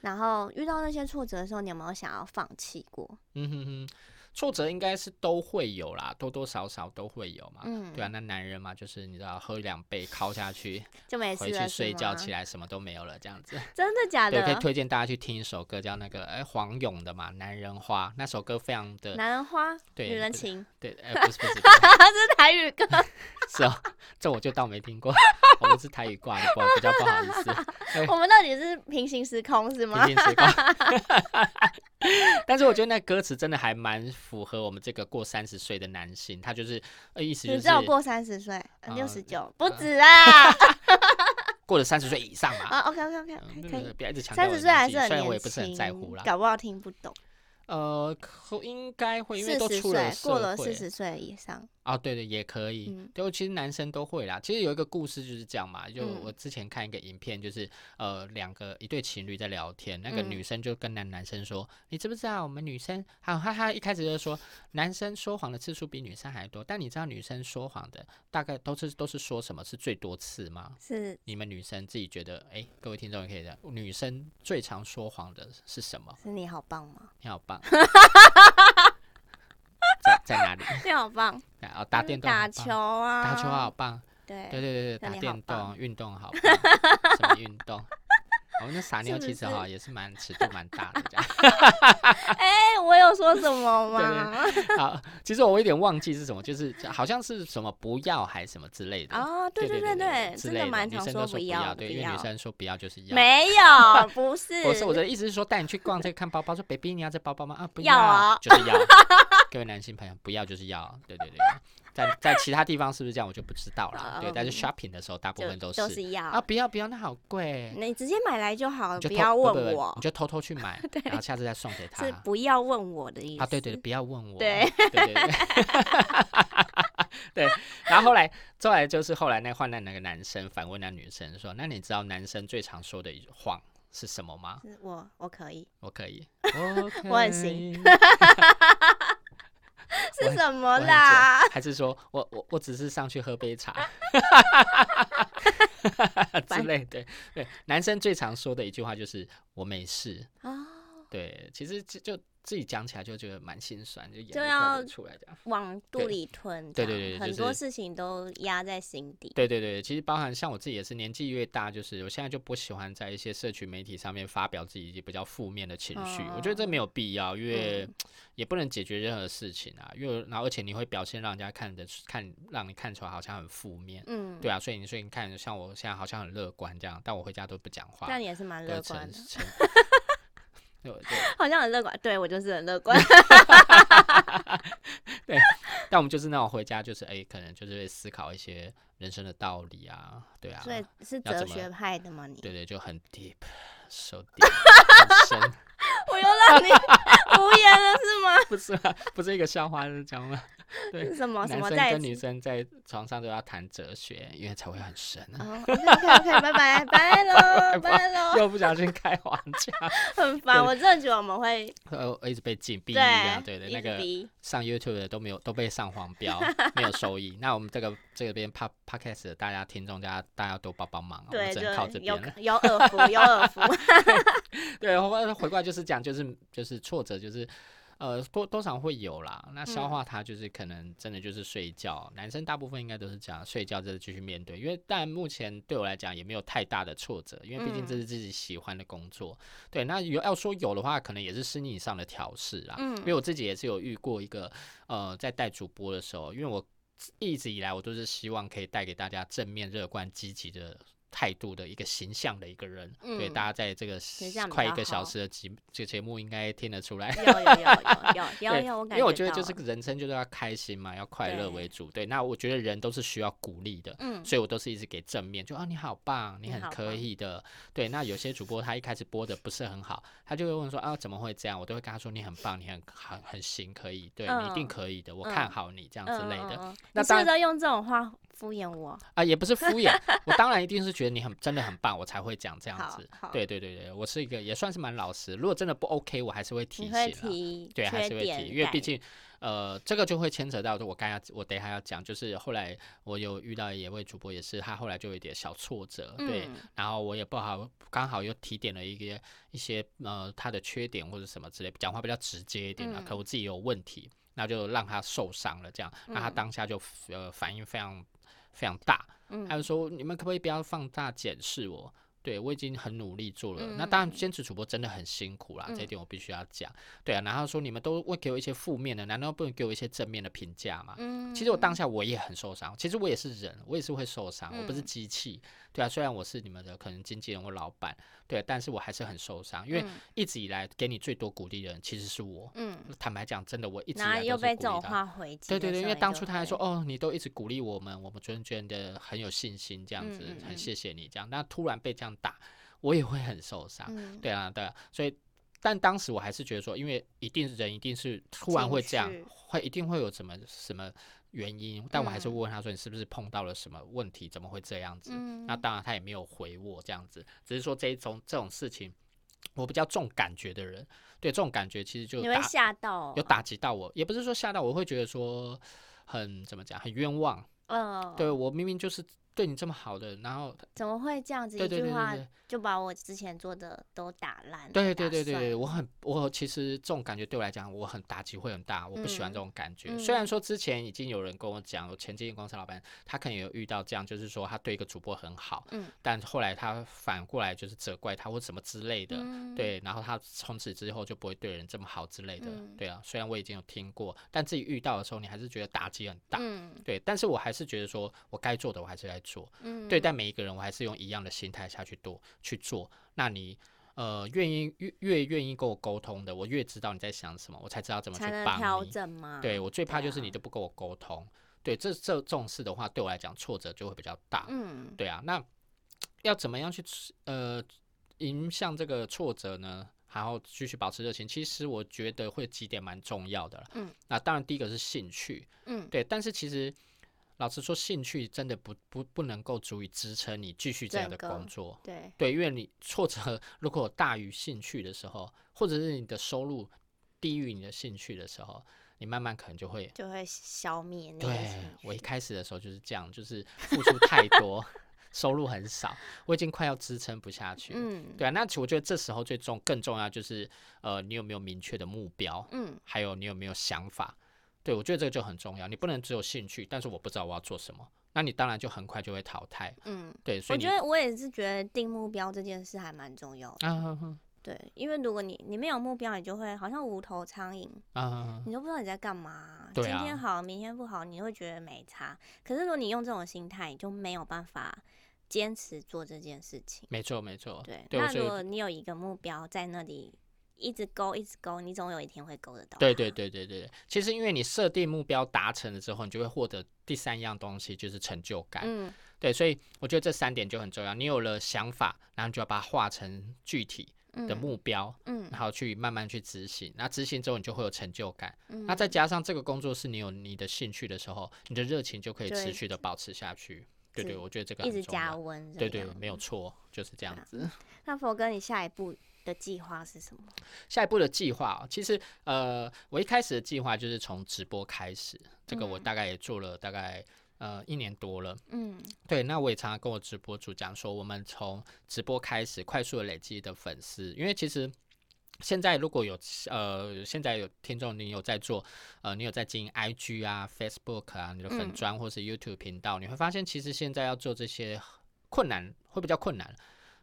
Speaker 3: 然后遇到那些挫折的时候，你有没有想要放弃过？
Speaker 1: 嗯哼哼，挫折应该是都会有啦，多多少少都会有嘛。
Speaker 3: 嗯
Speaker 1: 对啊，那男人嘛，就是你知道，喝两杯敲下 去，
Speaker 3: 就没事
Speaker 1: 回去
Speaker 3: 了，
Speaker 1: 睡觉起
Speaker 3: 来。
Speaker 1: 来什么都没有了，这样子。
Speaker 3: 啊真的假
Speaker 1: 对，可以
Speaker 3: 的？
Speaker 1: 推荐大家去听一首歌，叫那个哎黄勇的嘛，《男人花》那首歌非常的
Speaker 3: 男人花，
Speaker 1: 对
Speaker 3: 女人
Speaker 1: 不是
Speaker 3: 情，
Speaker 1: 对，哎、不是不是，不是
Speaker 3: 他是台语歌。
Speaker 1: 是哦， 这我就当没听过， 我们是台语挂的，不比较不好意思。
Speaker 3: 我们到底是平行时空是吗？
Speaker 1: 平行时光。 但是我觉得那歌词真的还蛮符合我们这个过三十岁的男性，他就是呃意思就
Speaker 3: 你
Speaker 1: 是
Speaker 3: 知道我过三十岁，
Speaker 1: 呃
Speaker 3: 六十九不止 啊！
Speaker 1: 过了三十岁以上嘛。
Speaker 3: 啊，OK OK OK，
Speaker 1: 嗯
Speaker 3: 可以。
Speaker 1: 不要一直强调
Speaker 3: 三
Speaker 1: 我的
Speaker 3: 十岁
Speaker 1: 年
Speaker 3: 还
Speaker 1: 纪，
Speaker 3: 是很
Speaker 1: 虽然我
Speaker 3: 年
Speaker 1: 也不是很在乎
Speaker 3: 轻
Speaker 1: 啦，。
Speaker 3: 搞不好听不懂。
Speaker 1: 呃，可应该会，因为
Speaker 3: 四
Speaker 1: 都
Speaker 3: 十
Speaker 1: 出了
Speaker 3: 岁
Speaker 1: 社
Speaker 3: 过
Speaker 1: 会
Speaker 3: 了四十岁以上，
Speaker 1: 啊，对对，也可以。
Speaker 3: 嗯
Speaker 1: 对，其实男生都会啦。其实有一个故事就是这样嘛，就
Speaker 3: 嗯
Speaker 1: 我之前看一个影片，就是呃，两个一对情侣在聊天，那个
Speaker 3: 嗯
Speaker 1: 女生就跟男男生说：“你知不知道我们女生？”好、哈哈，一开始就说男生说谎的次数比女生还多，但你知道女生说谎的大概都是都是说什么是最多次吗？
Speaker 3: 是
Speaker 1: 你们女生自己觉得，哎，各位听众也可以的，女生最常说谎的是什么？
Speaker 3: 是你好棒吗？
Speaker 1: 你好棒，在在哪里？
Speaker 3: 你好棒，
Speaker 1: 啊，打
Speaker 3: 嗯
Speaker 1: 电动
Speaker 3: 打
Speaker 1: 好棒
Speaker 3: 球啊，
Speaker 1: 打球好，棒，
Speaker 3: 对
Speaker 1: 对对对对，打
Speaker 3: 那你好
Speaker 1: 电动
Speaker 3: 棒
Speaker 1: 运动好 棒，什么运动？我们那傻
Speaker 3: 是
Speaker 1: 妞
Speaker 3: 不
Speaker 1: 其实哈也是蛮尺度蛮大的这 样。
Speaker 3: 哎，我有说 什么吗？
Speaker 1: 好，其实我有点忘记是什么，就是好像是什么不要还什么之类的。
Speaker 3: 哦，对
Speaker 1: 对
Speaker 3: 对
Speaker 1: 对，之
Speaker 3: 真
Speaker 1: 类的
Speaker 3: 蛮
Speaker 1: 女
Speaker 3: 常
Speaker 1: 生都
Speaker 3: 不
Speaker 1: 不
Speaker 3: 要，
Speaker 1: 对，
Speaker 3: 不
Speaker 1: 因为
Speaker 3: 要
Speaker 1: 女生说不要就是要。
Speaker 3: 没有，不是，
Speaker 1: 我是我的意思是说，带你去逛这个看包包，说 baby 你要这包包吗？啊，不
Speaker 3: 要啊
Speaker 1: 就是要。各位男性朋友，不要就是要，对对对。在在其他地方是不是这样，我就不知道了。对，但是
Speaker 3: 嗯
Speaker 1: shopping 的时候，大部分
Speaker 3: 就
Speaker 1: 都
Speaker 3: 就是是要
Speaker 1: 啊，，不要不要，那好贵。
Speaker 3: 你直接买来就好了，
Speaker 1: 你就
Speaker 3: 不
Speaker 1: 偷
Speaker 3: 要
Speaker 1: 不不
Speaker 3: 问
Speaker 1: 不
Speaker 3: 我
Speaker 1: 你，就偷偷去 买，然后下次再送给他
Speaker 3: 是。不要问我的意思
Speaker 1: 啊，对对对，，不要问我。
Speaker 3: 对
Speaker 1: 对对对， 对。然后后来，后来就是后来那换那那个男生反问那女生说：“那你知道男生最常说的一句谎是什么吗
Speaker 3: 是我我可以？”
Speaker 1: 我可以，我
Speaker 3: 我
Speaker 1: 可
Speaker 3: 很行
Speaker 1: 以我
Speaker 3: 是
Speaker 1: 很
Speaker 3: 什
Speaker 1: 我
Speaker 3: 么
Speaker 1: 很久
Speaker 3: 啦？
Speaker 1: 还是说我我我只是上去喝杯 茶之
Speaker 3: 烦
Speaker 1: 类？对对，男生最常说的一句话就是“我没事”。
Speaker 3: 啊，
Speaker 1: 对，其实就就自己讲起来就觉得蛮心酸，就眼
Speaker 3: 就
Speaker 1: 泪快
Speaker 3: 要
Speaker 1: 流出来这样。
Speaker 3: 往肚
Speaker 1: 对
Speaker 3: 里吞
Speaker 1: 对
Speaker 3: 这样，
Speaker 1: 对对对
Speaker 3: 很
Speaker 1: 就
Speaker 3: 多
Speaker 1: 是
Speaker 3: 事情都压在心底，
Speaker 1: 对对对，其实包含像我自己也是，年纪越大，就是我现在就不喜欢在一些社群媒体上面发表自己比较负面的情绪，我觉得这
Speaker 3: 哦
Speaker 1: 没有必要，因为
Speaker 3: 嗯
Speaker 1: 也不能解决任何事情啊，因为然后而且你会表现让人家看的看让你看出来好像很负面，
Speaker 3: 嗯，
Speaker 1: 对啊，所以你所以你看，像我现在好像很乐观这样，但我回家都不讲话，
Speaker 3: 这样也是蛮
Speaker 1: 都
Speaker 3: 乐
Speaker 1: 沉
Speaker 3: 观啊的，
Speaker 1: 沉对对，
Speaker 3: 好像很乐观，对我就是 很乐观，
Speaker 1: 但我们就是那种回家就是哎、可能就是会思考一些人生的道理啊，对啊，
Speaker 3: 所以是
Speaker 1: 要
Speaker 3: 哲
Speaker 1: 怎么
Speaker 3: 学派 的吗？你
Speaker 1: 对对，就很 deep，so deep，很深，
Speaker 3: 我又 让你无言了是吗？
Speaker 1: 不是啊，不是一个笑话是讲吗？对
Speaker 3: 是，什么哦什
Speaker 1: 男
Speaker 3: 么
Speaker 1: 生
Speaker 3: 在
Speaker 1: 跟女生在床上都要谈哲学，因为才会很深啊。
Speaker 3: 哦，OK OK OK，拜拜 拜喽拜喽，
Speaker 1: 又不小心开黄 腔，
Speaker 3: 很烦，
Speaker 1: 对
Speaker 3: 我真的觉得我们会
Speaker 1: 呃，我一直被禁闭一样，对
Speaker 3: 对
Speaker 1: 的，
Speaker 3: 一
Speaker 1: 那
Speaker 3: 直
Speaker 1: 个
Speaker 3: 逼
Speaker 1: 上 YouTube 的都没有都被上黄标，没有收益。那我们这个这边 Pod Podcast 的大家听众，大家大家多帮帮忙啊，我
Speaker 3: 对
Speaker 1: 们只能靠这
Speaker 3: 对，有
Speaker 1: 边了。
Speaker 3: 有耳福有耳 福，
Speaker 1: 对，回回过来就是讲，就是就是挫折，就是呃多多少会有啦。那消
Speaker 3: 嗯
Speaker 1: 化它就是可能真的就是睡觉，男生大部分应该都是这样，睡觉就是继续面对。因为但目前对我来讲也没有太大的挫折，因为毕竟这
Speaker 3: 嗯
Speaker 1: 是自己喜欢的工作。对，那有要说有的话，可能也是心理上的调试啦。
Speaker 3: 嗯
Speaker 1: 因为我自己也是有遇过一个呃在带主播的时候，因为我一直以来我都是希望可以带给大家正面、乐观、积极的。态度的一个形象的一个人，对
Speaker 3: 嗯
Speaker 1: 大家在这个
Speaker 3: 实这样比
Speaker 1: 快一
Speaker 3: 较
Speaker 1: 个小
Speaker 3: 好
Speaker 1: 时的节这节目应该听得出来。
Speaker 3: 有有有有
Speaker 1: 对，
Speaker 3: 有有有，我
Speaker 1: 因为
Speaker 3: 感觉
Speaker 1: 我觉得
Speaker 3: 到
Speaker 1: 就是
Speaker 3: 了
Speaker 1: 人生就是要开心嘛，要快乐
Speaker 3: 对
Speaker 1: 为主。对，那我觉得人都是需要鼓励的，
Speaker 3: 嗯
Speaker 1: 所以我都是一直给正面，就啊你好棒，你
Speaker 3: 你
Speaker 1: 很
Speaker 3: 好
Speaker 1: 可
Speaker 3: 棒
Speaker 1: 以的。对，那有些主播他一开始播的不是很好，他就会问说啊怎么会这样？我都会跟他说你很棒，你很很很行，可以，对、你一定
Speaker 3: 嗯
Speaker 1: 可以的，我
Speaker 3: 嗯
Speaker 1: 看好你这样之类的、，
Speaker 3: 嗯嗯嗯
Speaker 1: 那当
Speaker 3: 你是不是
Speaker 1: 然
Speaker 3: 都用这种话敷衍我？
Speaker 1: 啊，也不是敷 衍，我当然一定是觉得你很真的很棒，我才会讲这样
Speaker 3: 好
Speaker 1: 子。
Speaker 3: 好
Speaker 1: 对对对对，我是一个也算是蛮老实，如果真的不 OK，我还是会提
Speaker 3: 你
Speaker 1: 醒、
Speaker 3: 会
Speaker 1: 啊。
Speaker 3: 提
Speaker 1: 对，还
Speaker 3: 缺
Speaker 1: 是会
Speaker 3: 点
Speaker 1: 提，因为毕
Speaker 3: 改
Speaker 1: 竟，呃，这个就会牵扯到我刚要我等一下要讲，就是后来我有遇到一位主播，也是他后来就有一点小挫折，对，
Speaker 3: 嗯
Speaker 1: 然后我也不好，刚好又提点了一些一些呃他的缺点或者什么之类，讲话比较直接一点啊，
Speaker 3: 嗯
Speaker 1: 可我自己有问题，那就让他受伤了，这样，那他
Speaker 3: 嗯
Speaker 1: 当下就呃反应非常非常大，他就
Speaker 3: 嗯
Speaker 1: 说：“你们可不可以不要放大检视我？对我已经很努力做了。那当然，
Speaker 3: 嗯
Speaker 1: 兼职主播真的很辛苦啦，这一
Speaker 3: 嗯
Speaker 1: 点我必须要讲。对啊，然后说你们都会给我一些负面的，难道不能给我一些正面的评价吗？
Speaker 3: 嗯
Speaker 1: 其实我当下我也很受伤，其实我也是人，我也是会受伤，我不是
Speaker 3: 嗯
Speaker 1: 机器。对啊，虽然我是你们的可能经纪人或老板，对啊、但是我还是很受伤，因为
Speaker 3: 嗯
Speaker 1: 一直以来给你最多鼓励的人其实是我。
Speaker 3: 嗯，
Speaker 1: 坦白讲，真的我一直以
Speaker 3: 然后
Speaker 1: 来
Speaker 3: 又
Speaker 1: 都是
Speaker 3: 被
Speaker 1: 鼓
Speaker 3: 这
Speaker 1: 励
Speaker 3: 种
Speaker 1: 他。
Speaker 3: 话回击
Speaker 1: 对
Speaker 3: 的时
Speaker 1: 对
Speaker 3: 候，
Speaker 1: 对，因为
Speaker 3: 你
Speaker 1: 当
Speaker 3: 就
Speaker 1: 初他还
Speaker 3: 会
Speaker 1: 说，哦，你都一直鼓励我们，我们真的觉得很有信心，这样
Speaker 3: 嗯
Speaker 1: 子，
Speaker 3: 嗯
Speaker 1: 很
Speaker 3: 嗯
Speaker 1: 谢谢你这样。那突然被这样打，我也会很受伤。
Speaker 3: 嗯
Speaker 1: 对啊，对啊，所以但当时我还是觉得说，因为一定人一定是突然
Speaker 3: 进
Speaker 1: 会这样
Speaker 3: 去，
Speaker 1: 会一定会有什么什么原因，但我还是
Speaker 3: 嗯
Speaker 1: 问他说你是不是碰到了什么问题，怎么会这样子？
Speaker 3: 嗯
Speaker 1: 那当然他也没有回我这样子，只是说这一种这种事情，我比较重感觉的人，对这种感觉其实就
Speaker 3: 你会
Speaker 1: 打
Speaker 3: 吓到、
Speaker 1: 有，打击到我，也不是说吓到我，会觉得说很怎么讲，很冤枉。
Speaker 3: 嗯，
Speaker 1: 对，我明明就是对你这么好的，然后
Speaker 3: 怎么会这样子？
Speaker 1: 对
Speaker 3: 一
Speaker 1: 对对
Speaker 3: 句
Speaker 1: 对
Speaker 3: 话
Speaker 1: 对
Speaker 3: 就把我之前做的都打烂，
Speaker 1: 对
Speaker 3: 打
Speaker 1: 对对
Speaker 3: 碎
Speaker 1: 对，，我很我其实这种感觉对我来讲，我很打击会很大，我不喜欢这
Speaker 3: 嗯
Speaker 1: 种感觉。虽
Speaker 3: 嗯
Speaker 1: 然说之前已经有人跟我讲，我前经纪公司老板他可能有遇到这样，就是说他对一个主播很好，
Speaker 3: 嗯
Speaker 1: 但后来他反过来就是责怪他或什么之类的。
Speaker 3: 嗯，
Speaker 1: 对，然后他从此之后就不会对人这么好之类的，
Speaker 3: 嗯
Speaker 1: 对啊。虽然我已经有听过，但自己遇到的时候，你还是觉得打击很大，
Speaker 3: 嗯
Speaker 1: 对。但是我还是觉得说我该做的我还是来做，
Speaker 3: 嗯，
Speaker 1: 对待每一个人，我还是用一样的心态下去做去做。那你呃愿意越越愿意跟我沟通的，我越知道你在想什么，我才知道怎么去
Speaker 3: 才能
Speaker 1: 帮
Speaker 3: 调
Speaker 1: 你。
Speaker 3: 整嘛，
Speaker 1: 对我最怕就是
Speaker 3: 对啊
Speaker 1: 你都不跟我沟通，对这这这种事的话，对我来讲挫折就会比较大。
Speaker 3: 嗯，
Speaker 1: 对啊，那要怎么样去呃迎向这个挫折呢？然后继续保持热情，其实我觉得会几点蛮重要的啦。
Speaker 3: 嗯，
Speaker 1: 那当然第一个是兴趣，
Speaker 3: 嗯
Speaker 1: 对，但是其实老实说，兴趣真的不不不能够足以支撑你继续这样的
Speaker 3: 整个
Speaker 1: 工作。
Speaker 3: 对，
Speaker 1: 对，因为你挫折如果大于兴趣的时候，或者是你的收入低于你的兴趣的时候，你慢慢可能就会
Speaker 3: 就会消灭那个
Speaker 1: 对
Speaker 3: 情
Speaker 1: 我一
Speaker 3: 绪
Speaker 1: 开始的时候就是这样，就是付出太多， 收入很少，我已经快要支撑不下去了。
Speaker 3: 嗯
Speaker 1: 对啊，那其实我觉得这时候最重更重要就是，呃，你有没有明确的目标，
Speaker 3: 嗯
Speaker 1: 还有你有没有想法。对我觉得这个就很重要，你不能只有兴趣，但是我不知道我要做什么，那你当然就很快就会淘汰。
Speaker 3: 嗯，
Speaker 1: 对，所
Speaker 3: 我
Speaker 1: 以你
Speaker 3: 觉得我也是觉得定目标这件事还蛮重要的。
Speaker 1: 啊
Speaker 3: 对，因为如果你你没有目标，你就会好像无头苍蝇，
Speaker 1: 啊啊
Speaker 3: 你都不知道你在干嘛、
Speaker 1: 对
Speaker 3: 今
Speaker 1: 啊
Speaker 3: 天好，明天不好，你会觉得没差。可是如果你用这种心态，你就没有办法坚持做这件事情。
Speaker 1: 没错没错，
Speaker 3: 对，
Speaker 1: 对，我
Speaker 3: 那
Speaker 1: 所
Speaker 3: 如
Speaker 1: 以
Speaker 3: 果你有一个目标在那里一直勾，一直勾，你总有一天会勾得到。
Speaker 1: 对对，对对对对，其实因为你设定目标达成了之后，你就会获得第三样东西，就是成就感。
Speaker 3: 嗯
Speaker 1: 对，所以我觉得这三点就很重要。你有了想法，然后你就要把它化成具体
Speaker 3: 嗯
Speaker 1: 的目标，
Speaker 3: 嗯
Speaker 1: 然后去慢慢去执行。那执行之后，你就会有成就感。
Speaker 3: 嗯，
Speaker 1: 那再加上这个工作是你有你的兴趣的时候，你的热情就可以
Speaker 3: 对
Speaker 1: 持续的保持下去。对对，
Speaker 3: 是
Speaker 1: 我觉得这个
Speaker 3: 一
Speaker 1: 很
Speaker 3: 直
Speaker 1: 重
Speaker 3: 加
Speaker 1: 要
Speaker 3: 温这
Speaker 1: 对
Speaker 3: 样。嗯
Speaker 1: 对，没有错，就是这样
Speaker 3: 对啊
Speaker 1: 子。
Speaker 3: 那佛哥，你下一步的计划是什么？
Speaker 1: 下一步的计划哦，其实呃，我一开始的计划就是从直播开始，这个我
Speaker 3: 嗯
Speaker 1: 大概也做了大概呃一年多了。
Speaker 3: 嗯
Speaker 1: 对，那我也常常跟我直播主讲说，我们从直播开始快速的累积的粉丝，因为其实。现在如果有呃，现在有听众，你有在做，呃，你有在经营 IG 啊、Facebook 啊，你的粉
Speaker 3: 嗯
Speaker 1: 砖或是 YouTube 频道，你会发现其实现在要做这些困难会比较困难，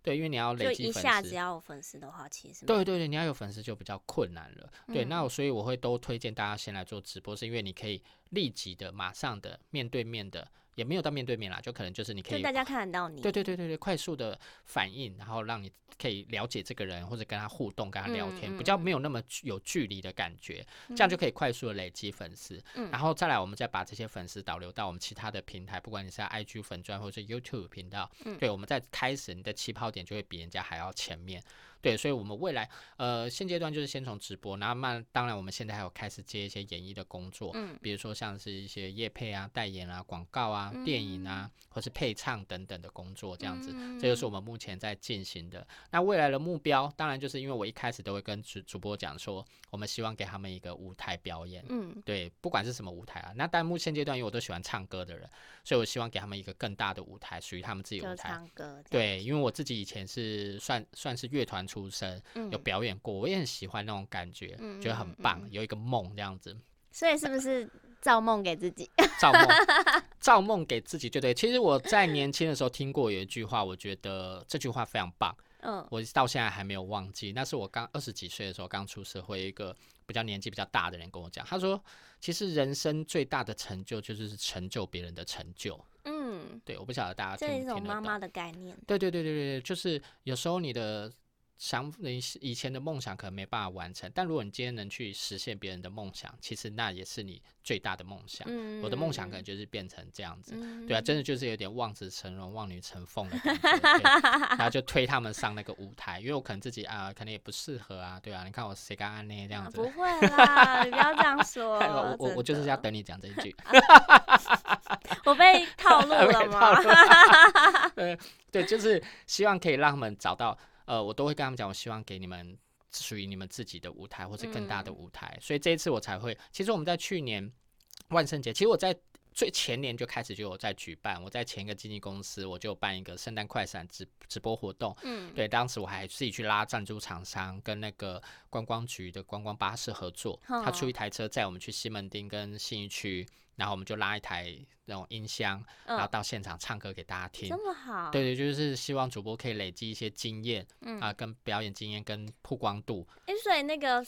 Speaker 1: 对，因为你要
Speaker 3: 就
Speaker 1: 累积
Speaker 3: 一
Speaker 1: 粉丝，
Speaker 3: 下子啊要有粉丝的话，其实
Speaker 1: 对对对，你要有粉丝就比较困难了。对，那
Speaker 3: 嗯
Speaker 1: 我所以我会都推荐大家先来做直播，是因为你可以立即的、马上的、面对面的，也没有到面对面啦，就可能就是你可
Speaker 3: 就
Speaker 1: 以
Speaker 3: 大。家看得到你。
Speaker 1: 对对对对对，快速的反应，然后让你可以了解这个人，或者跟他互动、跟他聊天，
Speaker 3: 嗯
Speaker 1: 比较
Speaker 3: 嗯
Speaker 1: 没有那么距有距离的感觉，这样就可以快速的累积粉丝。
Speaker 3: 嗯
Speaker 1: 然后再来，我们再把这些粉丝导流到我们其他的平台，不管你是 IG 粉砖或者是 YouTube 频道，
Speaker 3: 嗯
Speaker 1: 对，我们在开始你的起跑点就会比人家还要前面。对，所以我们未来呃现阶段就是先从直播，然后慢，当然我们现在还有开始接一些演艺的工作，
Speaker 3: 嗯
Speaker 1: 比如说像是一些业配啊、代言啊、广告啊、
Speaker 3: 嗯
Speaker 1: 电影啊，或是配唱等等的工作这样子。这就是我们目前在进行的。那未来的目标，当然就是因为我一开始都会跟主主播讲说，我们希望给他们一个舞台表演。
Speaker 3: 嗯
Speaker 1: 对，不管是什么舞台啊，那但目现阶段，因为我都喜欢唱歌的人，所以我希望给他们一个更大的舞台，属于他们自己的
Speaker 3: 就
Speaker 1: 舞台。
Speaker 3: 唱歌这样。
Speaker 1: 对，因为我自己以前是算算是乐团出身，有
Speaker 3: 嗯，
Speaker 1: 表演过，我也很喜欢那种感觉，
Speaker 3: 嗯
Speaker 1: 觉得
Speaker 3: 嗯
Speaker 1: 很
Speaker 3: 嗯
Speaker 1: 棒，
Speaker 3: 嗯
Speaker 1: 有一个梦这样子。
Speaker 3: 所以是不是造梦给自 己？
Speaker 1: 造梦， 造梦给自己就对。其实我在年轻的时候听过有一句话，我觉得这句话非常棒，
Speaker 3: 嗯
Speaker 1: 我到现在还没有忘记。那是我刚二十几岁的时候，刚出社会，一个比较年纪比较大的人跟我讲，他说，其实人生最大的成就就是成就别人的成就。
Speaker 3: 嗯，
Speaker 1: 对，我不晓得大家
Speaker 3: 这是
Speaker 1: 啊听
Speaker 3: 一
Speaker 1: 不
Speaker 3: 种
Speaker 1: 听得
Speaker 3: 妈
Speaker 1: 懂
Speaker 3: 妈。的概念。
Speaker 1: 对对对对对，就是有时候你的想你以前的梦想可能没办法完成，但如果你今天能去实现别人的梦想，其实那也是你最大的梦想。
Speaker 3: 嗯
Speaker 1: 我的梦想可能就是变成这样子，
Speaker 3: 嗯
Speaker 1: 对啊，真的就是有点望子成龙、望女成凤的感觉， 对然后就推他们上那个舞台，因为我可能自己啊、可能也不适合啊，对啊，你看我谁敢安呢这样
Speaker 3: 啊
Speaker 1: 子，
Speaker 3: 不会啦，你不要这样说。
Speaker 1: 我我我就是
Speaker 3: 真
Speaker 1: 要
Speaker 3: 的
Speaker 1: 等你讲这一句，
Speaker 3: 我被套路
Speaker 1: 被
Speaker 3: 了
Speaker 1: 套
Speaker 3: 吗？
Speaker 1: 路呃，对，就是希望可以让他们找到，呃，我都会跟他们讲，我希望给你们属于你们自己的舞台，或是更大的
Speaker 3: 嗯
Speaker 1: 舞台。所以这一次我才会，其实我们在去年万圣节，其实我在。最前年就开始就有在举办，我在前一个经纪公司我就办一个圣诞快闪直直播活动，
Speaker 3: 嗯，
Speaker 1: 对，当时我还自己去拉赞助厂商，跟那个观光局的观光巴士合作，他出
Speaker 3: 哦
Speaker 1: 一台车载我们去西门町跟信义区，然后我们就拉一台那种音箱，然后
Speaker 3: 嗯，
Speaker 1: 到现场唱歌给大家听
Speaker 3: 这。么好。
Speaker 1: 对，对，就是希望主播可以累积一些经验
Speaker 3: 嗯，
Speaker 1: 啊、跟表演经验跟曝光度。
Speaker 3: 哎，所以那个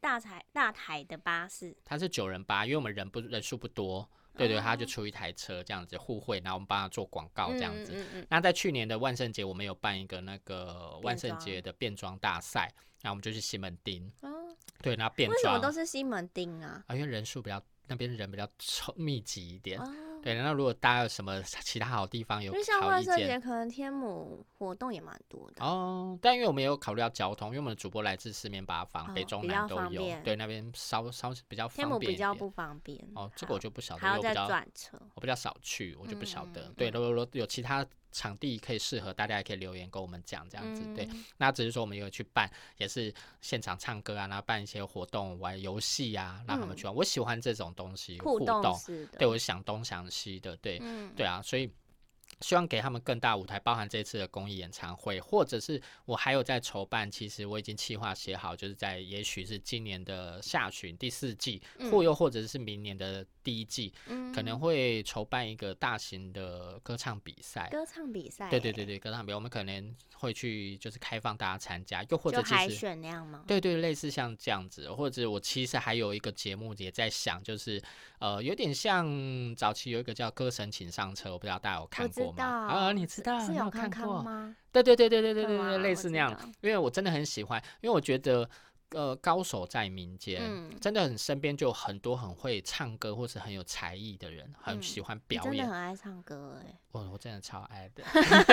Speaker 3: 大台大台的巴士，
Speaker 1: 他是九人八，因为我们人不人数不多，对对，他就
Speaker 3: 哦
Speaker 1: 出一台车这样子互惠，然后我们帮他做广告这样
Speaker 3: 嗯
Speaker 1: 子。
Speaker 3: 嗯嗯
Speaker 1: 那在去年的万圣节，我们有办一个那个万
Speaker 3: 变
Speaker 1: 圣
Speaker 3: 装
Speaker 1: 节的变装大赛，然后我们就去西门町，
Speaker 3: 嗯哦
Speaker 1: 对，然后变
Speaker 3: 为什
Speaker 1: 装
Speaker 3: 么都是西门町啊？
Speaker 1: 啊，因为人数比较那边人比较稠密集一点。
Speaker 3: 哦，
Speaker 1: 对，那如果大家有什么其他好地方有
Speaker 3: 因为像
Speaker 1: 好
Speaker 3: 万
Speaker 1: 意
Speaker 3: 圣
Speaker 1: 见
Speaker 3: 节，可能天母活动也蛮多的。
Speaker 1: 哦，但因为我们也有考虑到交通，因为我们的主播来自四面八方，北
Speaker 3: 哦
Speaker 1: 中
Speaker 3: 比
Speaker 1: 南
Speaker 3: 较
Speaker 1: 都
Speaker 3: 方
Speaker 1: 有，
Speaker 3: 便
Speaker 1: 对，那边稍稍比较
Speaker 3: 天
Speaker 1: 方
Speaker 3: 母
Speaker 1: 便一
Speaker 3: 比较
Speaker 1: 点。
Speaker 3: 不方便。
Speaker 1: 哦，这个我
Speaker 3: 好
Speaker 1: 就不晓得，
Speaker 3: 还
Speaker 1: 因为我
Speaker 3: 要
Speaker 1: 比
Speaker 3: 再
Speaker 1: 较
Speaker 3: 转车。
Speaker 1: 我比较少去，我就不晓得。
Speaker 3: 嗯
Speaker 1: 对，
Speaker 3: 嗯
Speaker 1: 如果如果有其他场地可以适合，大家也可以留言跟我们讲这样子。对，
Speaker 3: 嗯
Speaker 1: 那只是说我们有去办，也是现场唱歌啊，然后办一些活动、玩游戏啊，让他们去玩。我喜欢这种东西
Speaker 3: 嗯互动
Speaker 1: 动，
Speaker 3: 式的。
Speaker 1: 对我想东想西的，对，
Speaker 3: 嗯，
Speaker 1: 对啊，所以希望给他们更大舞台，包含这次的公益演唱会，或者是我还有在筹办，其实我已经计划写好，就是在也许是今年的下旬第四季，或又或者是明年的第一季，
Speaker 3: 嗯，
Speaker 1: 可能会筹办一个大型的歌唱比赛。
Speaker 3: 歌唱比赛。
Speaker 1: 对对对，对，歌唱比赛我们可能会去就是开放大家参加，又或
Speaker 3: 就
Speaker 1: 者其
Speaker 3: 海
Speaker 1: 实。
Speaker 3: 选那样吗？
Speaker 1: 对对，类似像这样子，或者我其实还有一个节目也在想，就是呃，有点像早期有一个叫《歌神请上车》，我不知道大家有
Speaker 3: 我
Speaker 1: 看
Speaker 3: 知
Speaker 1: 过吗？
Speaker 3: 道
Speaker 1: 啊，你知道
Speaker 3: 是
Speaker 1: 你
Speaker 3: 有
Speaker 1: 看
Speaker 3: 康
Speaker 1: 过
Speaker 3: 康？吗？
Speaker 1: 对对对对对对对对，
Speaker 3: 对吗
Speaker 1: 类
Speaker 3: 我
Speaker 1: 似
Speaker 3: 知
Speaker 1: 那样
Speaker 3: 道，
Speaker 1: 因为我真的很喜欢，因为我觉得。呃，高手在民间，
Speaker 3: 嗯
Speaker 1: 真的很身边就有很多很会唱歌或是很有才艺的人，很
Speaker 3: 嗯
Speaker 1: 喜欢
Speaker 3: 你
Speaker 1: 表
Speaker 3: 真
Speaker 1: 演
Speaker 3: 的很。爱唱歌哎、
Speaker 1: 我我真的超爱的，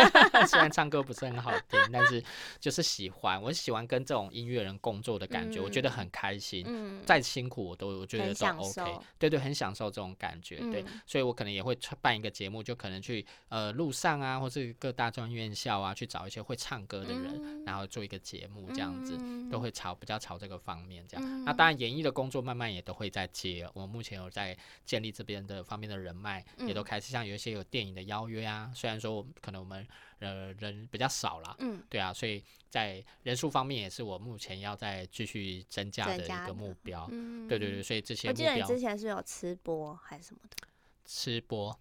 Speaker 1: 虽然唱歌不是很好听，但是就是喜欢，我喜欢跟这种音乐人工作的感觉，我觉得
Speaker 3: 嗯
Speaker 1: 很开心。
Speaker 3: 嗯，
Speaker 1: 再辛苦我都我觉得
Speaker 3: 很
Speaker 1: 都
Speaker 3: 享
Speaker 1: OK，
Speaker 3: 受
Speaker 1: 对对，很享受这种感觉，对
Speaker 3: 嗯，
Speaker 1: 所以我可能也会出办一个节目，就可能去呃路上啊，或是各大专院校啊，去找一些会唱歌的人，
Speaker 3: 嗯
Speaker 1: 然后做一个节目这样子，
Speaker 3: 嗯
Speaker 1: 都会朝比较朝这个方面这样。
Speaker 3: 嗯
Speaker 1: 那当然，演艺的工作慢慢也都会在接，我目前有在建立这边的方面的人脉，也
Speaker 3: 嗯
Speaker 1: 都开始像有一些有电影的邀约啊，虽然说我们可能我们呃人比较少啦，
Speaker 3: 嗯，
Speaker 1: 对啊，所以在人数方面也是我目前要再继续增加
Speaker 3: 增
Speaker 1: 的一
Speaker 3: 加
Speaker 1: 个
Speaker 3: 的
Speaker 1: 目标。
Speaker 3: 嗯
Speaker 1: 对对对，。所以这些
Speaker 3: 我
Speaker 1: 目
Speaker 3: 记得你
Speaker 1: 标
Speaker 3: 之前是有吃播还是什么的，
Speaker 1: 吃播，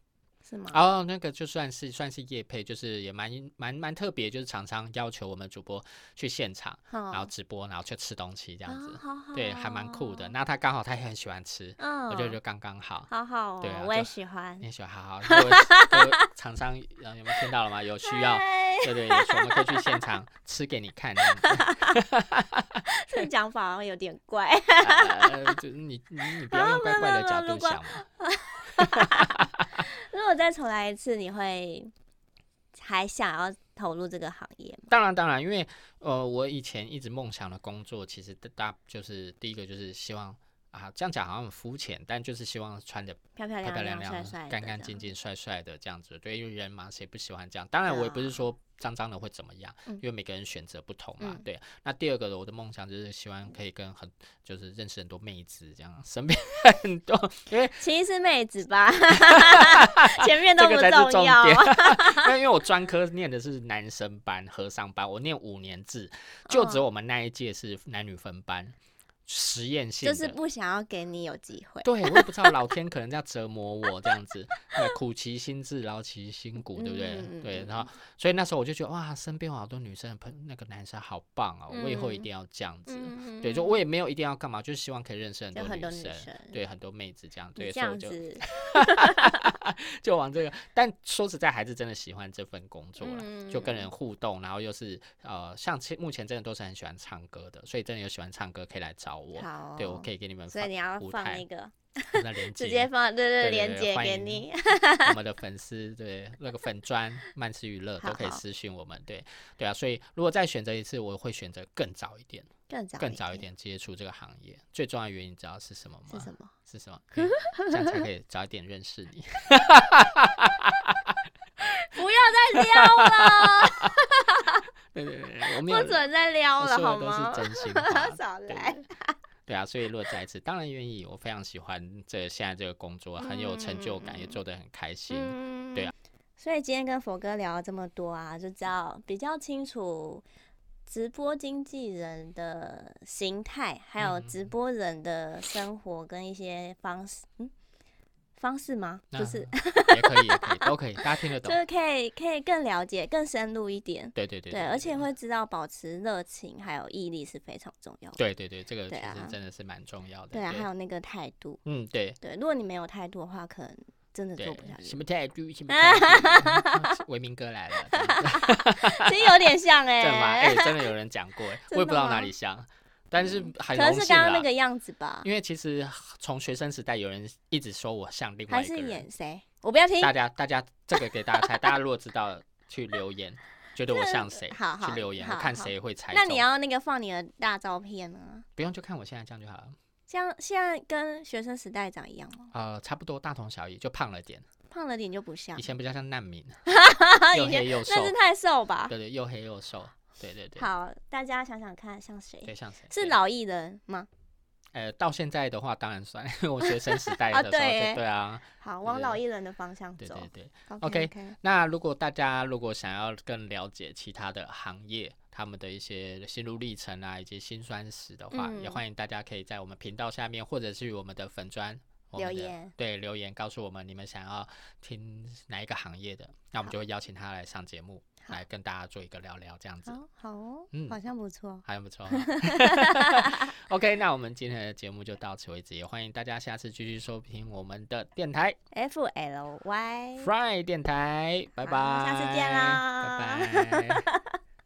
Speaker 3: 是吗？
Speaker 1: 哦，那个就算是算是夜配，就是也蛮蛮蛮特别，就是常常要求我们主播去现场，
Speaker 3: 然
Speaker 1: 然后直播，然后去吃东西这
Speaker 3: 这
Speaker 1: 样子，
Speaker 3: 啊好好
Speaker 1: 对，还蛮酷的。
Speaker 3: 哦。
Speaker 1: 那他刚好他也很喜欢吃，
Speaker 3: 嗯，
Speaker 1: 我觉得就刚刚好。
Speaker 3: 好好
Speaker 1: 对啊
Speaker 3: 哦，我也
Speaker 1: 就
Speaker 3: 喜欢
Speaker 1: 你。也喜欢，好好，如果各位厂商呃有没有听到了吗？有需要，
Speaker 3: 嗨
Speaker 1: 对对，有需要我们可以去现场吃给你看这样子。
Speaker 3: 这个讲法好像有点怪。
Speaker 1: 呃，就你你你不要用怪怪的角
Speaker 3: 如
Speaker 1: 度
Speaker 3: 果
Speaker 1: 想嘛。
Speaker 3: 如果再重来一次，你会还想要投入这个行业吗？
Speaker 1: 当然，当然，因为呃，我以前一直梦想的工作，其实大就是第一个就是希望啊，这样讲好像很肤浅，但就是希望穿的
Speaker 3: 漂漂
Speaker 1: 漂漂
Speaker 3: 亮
Speaker 1: 亮
Speaker 3: 帅帅的，
Speaker 1: 干干净。净、帅帅的这样子。对，因为人嘛，谁不喜欢这样？当然，
Speaker 3: 对
Speaker 1: 我也不是
Speaker 3: 啊
Speaker 1: 说脏脏的会怎么样，
Speaker 3: 嗯
Speaker 1: 因为每个人选择不同嘛。
Speaker 3: 嗯
Speaker 1: 对，啊那第二个我的梦想就是希望可以跟很就是认识很多妹子，这样身边 很多，因为
Speaker 3: 其实是妹子 吧，前面都
Speaker 1: 这
Speaker 3: 不
Speaker 1: 个才是重
Speaker 3: 要。
Speaker 1: 点。那因为我专科念的是男
Speaker 3: 嗯
Speaker 1: 生班、和尚班，我念五年制，就只有我们那一届是男女分班。实验性
Speaker 3: 就
Speaker 1: 的，
Speaker 3: 是不想要给你有机 会。
Speaker 1: 对我也不知道老天可能在折磨我这样子，对，苦其心志，劳其筋骨，对不对？
Speaker 3: 嗯嗯嗯
Speaker 1: 对，
Speaker 3: 嗯
Speaker 1: 然后所以那时候我就觉得哇，身边有好多女生的朋，那个男生好棒哦，我以后一
Speaker 3: 嗯
Speaker 1: 定要这样子。
Speaker 3: 嗯
Speaker 1: 对，就我也没有一定要干嘛，就是希望可以认识很
Speaker 3: 就
Speaker 1: 多
Speaker 3: 很多
Speaker 1: 女
Speaker 3: 女
Speaker 1: 生，
Speaker 3: 生
Speaker 1: 对，很多妹子这样，对，
Speaker 3: 你这
Speaker 1: 所以我
Speaker 3: 样
Speaker 1: 就
Speaker 3: 子，
Speaker 1: 就往这个。但说实在，还是真的喜欢这份工作了，
Speaker 3: 嗯
Speaker 1: 就跟人互动，然后又是呃，像其目前真的都是很喜欢唱歌的，所以真的有喜欢唱歌可以来找我。
Speaker 3: 好、
Speaker 1: 对，我可
Speaker 3: 以。
Speaker 1: 以给你们
Speaker 3: 所
Speaker 1: 放
Speaker 3: 以你要
Speaker 1: 舞
Speaker 3: 放
Speaker 1: 台
Speaker 3: 那个，
Speaker 1: 那连接，
Speaker 3: 直接放对
Speaker 1: 对对
Speaker 3: 对连
Speaker 1: 对
Speaker 3: 接
Speaker 1: 欢
Speaker 3: 给
Speaker 1: 迎
Speaker 3: 你。
Speaker 1: 我 们的粉丝，对那个粉砖曼斯娱乐都可以
Speaker 3: 好好
Speaker 1: 私信我们，对对啊，所以如果再选择一次，我会选择更早一点，
Speaker 3: 更早
Speaker 1: 更早一
Speaker 3: 点
Speaker 1: 点接触这个行业。最重要的原因你知道是什么吗？
Speaker 3: 是什么？
Speaker 1: 是什么？嗯这样才可以早一点认识你。
Speaker 3: 不要再撩了，
Speaker 1: 对对对对，我 没有
Speaker 3: 不准再撩
Speaker 1: 我
Speaker 3: 了，
Speaker 1: 说
Speaker 3: 好
Speaker 1: 的都
Speaker 3: 吗
Speaker 1: 是？真心 话，
Speaker 3: 少
Speaker 1: 对
Speaker 3: 来。
Speaker 1: 对啊，所以落在一次，当然愿意。我非常喜欢这现在这个工作，很有成就感，也做得很开心。
Speaker 3: 嗯
Speaker 1: 对啊。
Speaker 3: 所以今天跟佛哥聊了这么多啊，就知道比较清楚直播经纪人的形态，还有
Speaker 1: 嗯
Speaker 3: 直播人的生活跟一些方式，嗯，方式吗？
Speaker 1: 那
Speaker 3: 就是，
Speaker 1: 也可以，也可以，都可以，大家听得
Speaker 3: 就
Speaker 1: 懂。
Speaker 3: 是可以可以更了解、更深入一点。
Speaker 1: 对对对
Speaker 3: 对，而且
Speaker 1: 对
Speaker 3: 会知道保持热情还有毅力是非常重要的。
Speaker 1: 对对对，这个其
Speaker 3: 对
Speaker 1: 实
Speaker 3: 啊
Speaker 1: 真的是蛮重要的。
Speaker 3: 对啊，还有那个态度。
Speaker 1: 嗯，对
Speaker 3: 对，如果你没有态度的话，可能真的 做不下去
Speaker 1: 什。么态度？什么态 度？维明哥来了，这样子
Speaker 3: 其实有 点像哎、
Speaker 1: 真的吗？哎，真的有人讲过，哎，我也不知道哪里像，但是
Speaker 3: 嗯可
Speaker 1: 很
Speaker 3: 能
Speaker 1: 荣
Speaker 3: 是
Speaker 1: 幸
Speaker 3: 刚刚那
Speaker 1: 啦
Speaker 3: 个。样子吧。
Speaker 1: 因为其实从学生时代，有人一直说我像另外
Speaker 3: 还
Speaker 1: 一个
Speaker 3: 是
Speaker 1: 人
Speaker 3: 演。谁？我不要听。
Speaker 1: 大家，大家这个给大家猜，大家如果知道去留言，觉得我像谁，
Speaker 3: 好好
Speaker 1: 去留言，
Speaker 3: 好
Speaker 1: 我看
Speaker 3: 好
Speaker 1: 谁会猜中。
Speaker 3: 那你要那个放你的大照片啊，
Speaker 1: 不用就看我现在这样就好了。
Speaker 3: 像现在跟学生时代长一样吗？
Speaker 1: 呃，差不多大同小异，就胖了点。
Speaker 3: 胖了点就不像
Speaker 1: 以，前比较像难 民，又
Speaker 3: 以前
Speaker 1: 黑又瘦
Speaker 3: 那，是太瘦吧？
Speaker 1: 对对，又黑又瘦，对对对，
Speaker 3: 啊好，大家想想看，像谁？
Speaker 1: 对像谁？
Speaker 3: 是
Speaker 1: 对
Speaker 3: 老艺人吗？
Speaker 1: 呃，到现在的话当然算，因 为我学生时代
Speaker 3: 啊
Speaker 1: 的时候就
Speaker 3: 对耶
Speaker 1: 对啊，
Speaker 3: 好，
Speaker 1: 对
Speaker 3: 往
Speaker 1: 对
Speaker 3: 老
Speaker 1: 对
Speaker 3: 艺人的方向
Speaker 1: 对
Speaker 3: 走
Speaker 1: 对。对。
Speaker 3: OK
Speaker 1: OK
Speaker 3: OK，
Speaker 1: 那如果大家如果想要更了解其他的行业，他们的一些心路历程啊，以及辛酸史的话，
Speaker 3: 嗯
Speaker 1: 也欢迎大家可以在我们频道下面，或者是我们的粉砖。我们
Speaker 3: 留
Speaker 1: 的
Speaker 3: 言
Speaker 1: 对留言告诉我们你们想要听哪一个行业的，那我们就会邀请他来上节目，
Speaker 3: 好
Speaker 1: 来跟大家做一个聊聊这样子。
Speaker 3: 好好哦，
Speaker 1: 嗯
Speaker 3: 好像不错。
Speaker 1: 还不错哈。OK，那我 们今天的节目就到此为止，也欢迎大家下次继续收听我们的电台
Speaker 3: F L Y。
Speaker 1: Fry 电台，拜拜，
Speaker 3: 好下次见啦
Speaker 1: 拜拜。